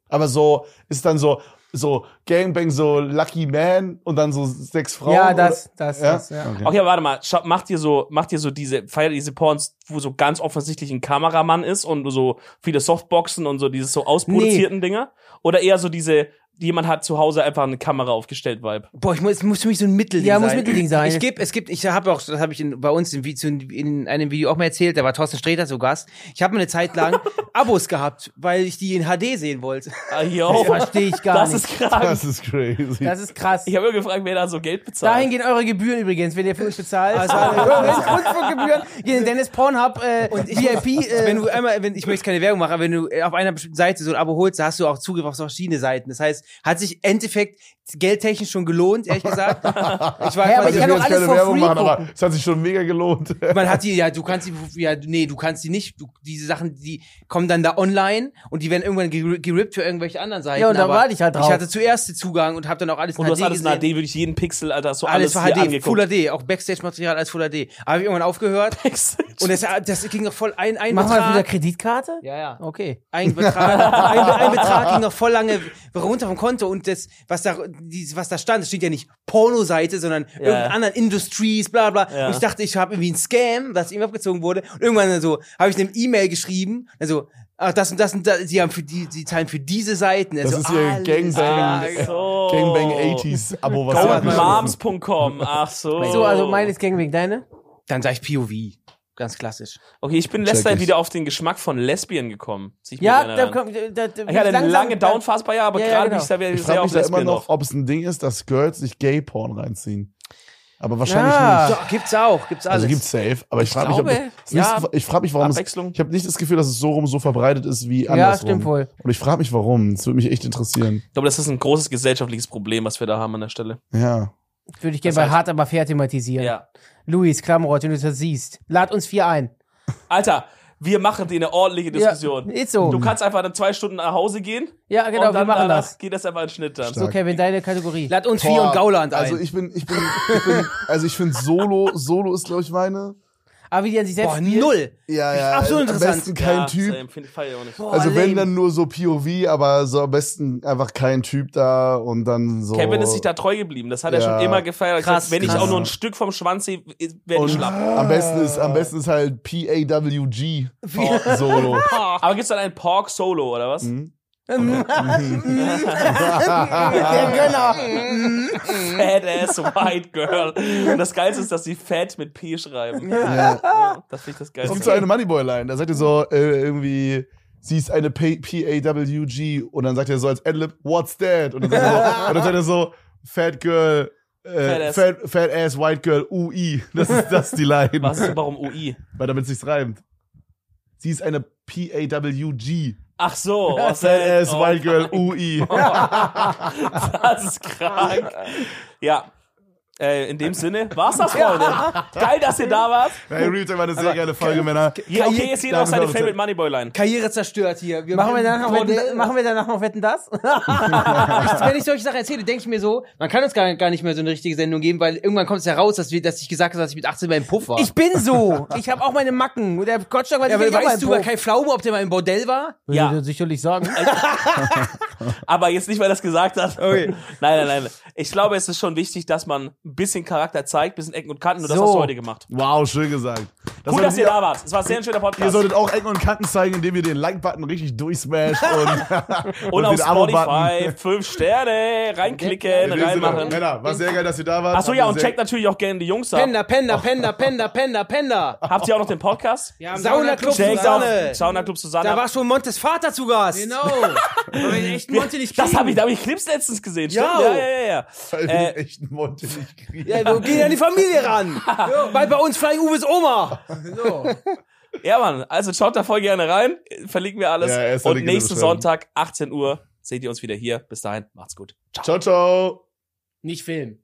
Speaker 1: Aber so ist dann so, so Gangbang, so Lucky Man und dann so sechs Frauen.
Speaker 4: ja, das, das,
Speaker 1: Oder?
Speaker 4: das, ja.
Speaker 1: Okay.
Speaker 2: Okay, aber warte mal, Schau, macht ihr so, macht ihr so diese, feiert ihr diese Porns, wo so ganz offensichtlich ein Kameramann ist und so viele Softboxen und so diese so ausproduzierten Dinger? Oder eher so diese, jemand hat zu Hause einfach eine Kamera aufgestellt, Vibe?
Speaker 3: Boah, ich muss, es muss für mich so ein Mittelding
Speaker 4: Ja,
Speaker 3: sein.
Speaker 4: muss Mittelding sein.
Speaker 3: Ich gebe, es gibt, ich habe auch, das habe ich in, bei uns in, Vi- zu- in einem Video auch mal erzählt, da war Thorsten Sträter so Gast. Ich habe mir eine Zeit
Speaker 4: *laughs*
Speaker 3: lang Abos gehabt, weil ich die in HD sehen wollte.
Speaker 2: Ah, yo,
Speaker 4: Verstehe ich
Speaker 2: *laughs*
Speaker 4: gar
Speaker 2: das
Speaker 4: nicht.
Speaker 2: ist krass.
Speaker 1: Das ist crazy.
Speaker 4: das ist krass.
Speaker 2: Ich habe immer gefragt, wer da so Geld bezahlt.
Speaker 4: Dahin gehen eure Gebühren übrigens, wenn ihr für uns bezahlt. Also, *laughs* Rundfunkgebühren gehen in Dennis Pornhub äh, und VIP. Äh,
Speaker 3: wenn du einmal, wenn, ich möchte keine Werbung machen, aber wenn du auf einer bestimmten Seite so ein Abo holst, da hast du auch Zugriff auf verschiedene Seiten. Das heißt, hat sich im Endeffekt geldtechnisch schon gelohnt, ehrlich gesagt. Ich war
Speaker 4: Hä, aber
Speaker 3: quasi-
Speaker 4: ich
Speaker 1: Also will
Speaker 4: kann doch
Speaker 1: jetzt
Speaker 4: alles
Speaker 1: keine
Speaker 4: for
Speaker 1: Werbung
Speaker 4: free
Speaker 1: machen, aber
Speaker 4: gucken.
Speaker 1: es hat sich schon mega gelohnt. *laughs*
Speaker 3: man hat die, ja, du kannst die, ja, nee, du kannst die nicht. Du, diese Sachen, die kommen dann da online und die werden irgendwann ger- gerippt für irgendwelche anderen Seiten.
Speaker 4: Ja, und da
Speaker 3: aber
Speaker 4: war ich halt drauf.
Speaker 3: Ich hatte zuerst den Zugang und habe dann auch alles
Speaker 2: und
Speaker 3: in
Speaker 2: du hast
Speaker 3: HD
Speaker 2: alles in HD,
Speaker 3: gesehen.
Speaker 2: wirklich jeden Pixel, Alter, hast du alles,
Speaker 3: Alles war
Speaker 2: hier
Speaker 3: HD,
Speaker 2: angeguckt.
Speaker 3: Full HD, auch Backstage-Material als Full HD. Aber hab ich
Speaker 2: *laughs*
Speaker 3: irgendwann aufgehört und das, das ging noch voll ein, ein
Speaker 4: Machen wir das mit der
Speaker 3: Betrag.
Speaker 4: Kreditkarte?
Speaker 3: Ja, ja.
Speaker 4: Okay.
Speaker 3: Ein Betrag,
Speaker 4: *laughs*
Speaker 3: ein, ein Betrag ging noch voll lange runter vom Konto und das, was da, dieses, was da stand, das steht ja nicht Pornoseite, sondern irgendeinen anderen Industries, bla bla.
Speaker 2: Ja.
Speaker 3: Und ich dachte, ich habe irgendwie einen Scam, dass ihm abgezogen wurde. Und irgendwann dann so habe ich eine E-Mail geschrieben, also ach, das und das und das, sie haben für die, sie zahlen für diese Seiten.
Speaker 1: Das
Speaker 3: Also,
Speaker 1: ist ihr
Speaker 3: alles
Speaker 1: Gangbang,
Speaker 3: klar.
Speaker 2: so.
Speaker 1: *laughs* Gangbang 80s Abo, was
Speaker 3: Go at
Speaker 1: abgeschlossen.
Speaker 2: Moms.com, ach so.
Speaker 4: So, also meine ist Gangbang, deine?
Speaker 3: Dann sage ich POV, ganz klassisch.
Speaker 2: Okay, ich bin
Speaker 1: Check
Speaker 2: letzter
Speaker 1: ich.
Speaker 2: wieder auf den Geschmack von Lesbien gekommen. Zieh ich mir
Speaker 4: Ja,
Speaker 2: gerne
Speaker 4: da
Speaker 2: ran.
Speaker 4: kommt.
Speaker 3: äh,
Speaker 4: Da, da,
Speaker 2: Ich hatte eine
Speaker 4: langsam- ne?
Speaker 2: lange Downphase bei ja, aber
Speaker 4: Ja, ja,
Speaker 2: gerade
Speaker 4: genau.
Speaker 2: bin ich da wieder
Speaker 1: Ich
Speaker 2: sehr
Speaker 1: frage
Speaker 2: auf
Speaker 1: mich da immer
Speaker 2: Lesbien
Speaker 1: noch,
Speaker 2: noch.
Speaker 1: ob es ein Ding ist, dass Girls sich Gay-Porn reinziehen. Aber wahrscheinlich
Speaker 4: Ja.
Speaker 1: nicht.
Speaker 3: So, gibt's auch, gibt's alles.
Speaker 1: Also gibt's safe, aber ich frage mich, ob,
Speaker 2: glaube,
Speaker 1: es nicht
Speaker 2: ja,
Speaker 1: so- ich frag mich, warum es,
Speaker 2: Abwechslung.
Speaker 1: ich habe nicht das Gefühl, dass es so rum so verbreitet ist wie andersrum.
Speaker 4: stimmt wohl.
Speaker 1: Und ich frage mich, warum. Das würde mich echt interessieren.
Speaker 2: Ich glaube, das ist ein großes gesellschaftliches Problem, was wir da haben an der Stelle.
Speaker 1: Ja.
Speaker 4: Würde ich
Speaker 2: Das
Speaker 4: gerne bei
Speaker 2: heißt-
Speaker 4: hart aber fair thematisieren.
Speaker 2: Ja.
Speaker 4: Luis, Klammerort, wenn du das siehst, lad uns vier ein.
Speaker 2: Alter, wir machen dir eine ordentliche Diskussion.
Speaker 4: Ja, ist so.
Speaker 2: Du kannst einfach dann zwei Stunden nach Hause gehen.
Speaker 4: ja, genau,
Speaker 2: und dann
Speaker 4: wir machen
Speaker 2: danach
Speaker 4: das.
Speaker 2: geht das einfach in den Schnitt dann.
Speaker 1: Stark.
Speaker 4: So, Kevin, deine Kategorie.
Speaker 3: Lad uns vier und Gauland ein.
Speaker 1: Also ich bin, ich bin, ich bin also ich finde Solo, Solo ist glaube ich meine.
Speaker 4: Aber wie die an sich selbst
Speaker 3: Boah,
Speaker 4: spielen.
Speaker 3: null.
Speaker 1: Ja, ja.
Speaker 3: absolut
Speaker 1: am
Speaker 3: interessant.
Speaker 1: besten kein
Speaker 2: ja,
Speaker 1: Typ.
Speaker 2: same, find ich- feier ich auch nicht.
Speaker 4: Boah,
Speaker 1: Also
Speaker 4: lame.
Speaker 1: wenn dann nur so POV, aber so am besten einfach kein Typ da und dann so.
Speaker 2: Kevin ist sich da treu geblieben. Das hat er
Speaker 1: Ja.
Speaker 2: schon immer gefeiert. Er hat
Speaker 3: Krass,
Speaker 2: gesagt, wenn
Speaker 3: krass.
Speaker 2: ich auch nur ein Stück vom Schwanz sehe, werde
Speaker 1: und
Speaker 2: ich schlapp.
Speaker 1: am besten ist, am besten ist halt PAWG Porn
Speaker 3: *laughs*
Speaker 1: Solo.
Speaker 2: Aber gibt's dann einen Pork Solo oder was?
Speaker 1: Mhm.
Speaker 4: Der Gönner.
Speaker 2: Fat ass white girl. Und das Geilste ist, dass sie Fat mit P schreiben.
Speaker 1: ja.
Speaker 2: Ja, Das finde ich das
Speaker 1: Es
Speaker 2: Geilste.
Speaker 1: gibt so eine Moneyboy-Line, da sagt ihr so äh, irgendwie, sie ist eine P- PAWG und dann sagt er so als Adlib, what's that? Und dann sagt er
Speaker 2: *laughs*
Speaker 1: so, und dann sagt er so Fat Girl, äh,
Speaker 2: Fat
Speaker 1: fat, fat Ass White Girl UI. Das ist das ist die Line,
Speaker 2: Was ist um warum UI?
Speaker 1: weil damit sich's reimt. Sie ist eine PAWG.
Speaker 2: Ach so.
Speaker 1: *laughs*
Speaker 2: was
Speaker 1: Fat
Speaker 2: denn?
Speaker 1: Ass
Speaker 2: Oh,
Speaker 1: White Girl UI.
Speaker 2: Das ist krank. Ja. Äh, in dem Sinne, war's das, Freunde. Geil, dass ihr da wart.
Speaker 1: Nein, Real Talk war eine sehr geile Folge, Männer.
Speaker 2: Hier, okay, jetzt jeder
Speaker 1: Damen
Speaker 2: auf seine
Speaker 1: und Herren.
Speaker 2: Favorite Moneyboy-Line.
Speaker 3: Karriere zerstört hier. Wir
Speaker 4: Machen wir, danach noch wetten,
Speaker 3: Bordell-
Speaker 4: machen wir danach noch wetten das?
Speaker 3: Ich- wenn ich solche Sachen erzähle, denke ich mir so, man kann uns gar, gar nicht mehr so eine richtige Sendung geben, weil irgendwann kommt es ja raus, dass, wir, dass ich gesagt habe, dass ich mit 18 mal im Puff war.
Speaker 4: Ich bin so. Ich habe auch meine Macken. Der Gottschalk war
Speaker 3: ja, aber
Speaker 4: sicherlich auch
Speaker 3: weißt du
Speaker 4: mal
Speaker 3: bei
Speaker 4: ein
Speaker 3: Kai Pflaume, ob der mal im Bordell war?
Speaker 4: Pro.
Speaker 2: Ja.
Speaker 4: Würde er sicherlich sagen.
Speaker 2: Aber jetzt nicht, weil er es gesagt hat. nein, *laughs* nein, nein. Ich glaube, es ist schon wichtig, dass man ein bisschen Charakter zeigt, ein bisschen Ecken und Kanten. Und das
Speaker 4: So.
Speaker 2: hast du heute gemacht.
Speaker 1: Wow, schön gesagt. Das
Speaker 2: Gut,
Speaker 1: solltet
Speaker 2: dass ihr da wart. Es war ein sehr schöner
Speaker 1: Ihr
Speaker 2: Podcast.
Speaker 1: solltet auch Ecken und Kanten zeigen, indem ihr den Like-Button richtig durchsmasht
Speaker 2: *laughs*
Speaker 1: und,
Speaker 2: Und auf
Speaker 1: den Abo-Button.
Speaker 2: Spotify fünf Sterne reinklicken,
Speaker 1: In dem Sinne,
Speaker 2: reinmachen.
Speaker 1: Männer, war sehr geil, dass ihr da wart.
Speaker 2: Achso,
Speaker 1: Hat
Speaker 2: ja,
Speaker 1: mir
Speaker 2: und
Speaker 1: sehr-
Speaker 2: checkt natürlich auch gerne die Jungs ab.
Speaker 4: Genau.
Speaker 3: Pender, Pender, Pender, Pender, Pender, Pender.
Speaker 2: Habt ihr auch noch den Podcast?
Speaker 4: Ja,
Speaker 3: Sauna Club
Speaker 2: Checkt auch
Speaker 3: Susanne.
Speaker 2: Sauna Club Susanne.
Speaker 3: Da war schon Montes Vater zu Gast.
Speaker 4: Genau. Wenn wir den echten Monte nicht
Speaker 2: das
Speaker 4: kriegen.
Speaker 2: habe ich, da habe ich Clips letztens gesehen. Stimmt?
Speaker 3: Ja.
Speaker 2: Ja, ja, ja, ja.
Speaker 1: Weil wir
Speaker 2: Äh,
Speaker 1: *laughs* den echten Monte nicht kriegen.
Speaker 3: Ja, wir gehen an die Familie
Speaker 4: *laughs*
Speaker 3: ran. Weil bei uns Flying Uwes Oma.
Speaker 2: Ja, Mann. Also schaut da voll gerne rein. Verlinken wir alles.
Speaker 1: Ja, er ist da
Speaker 2: Und
Speaker 1: liegen in der
Speaker 2: nächsten
Speaker 1: Beschreibung.
Speaker 2: Sonntag, 18 Uhr, seht ihr uns wieder hier. Bis dahin, macht's gut. Ciao.
Speaker 1: Ciao, ciao.
Speaker 4: Nicht filmen.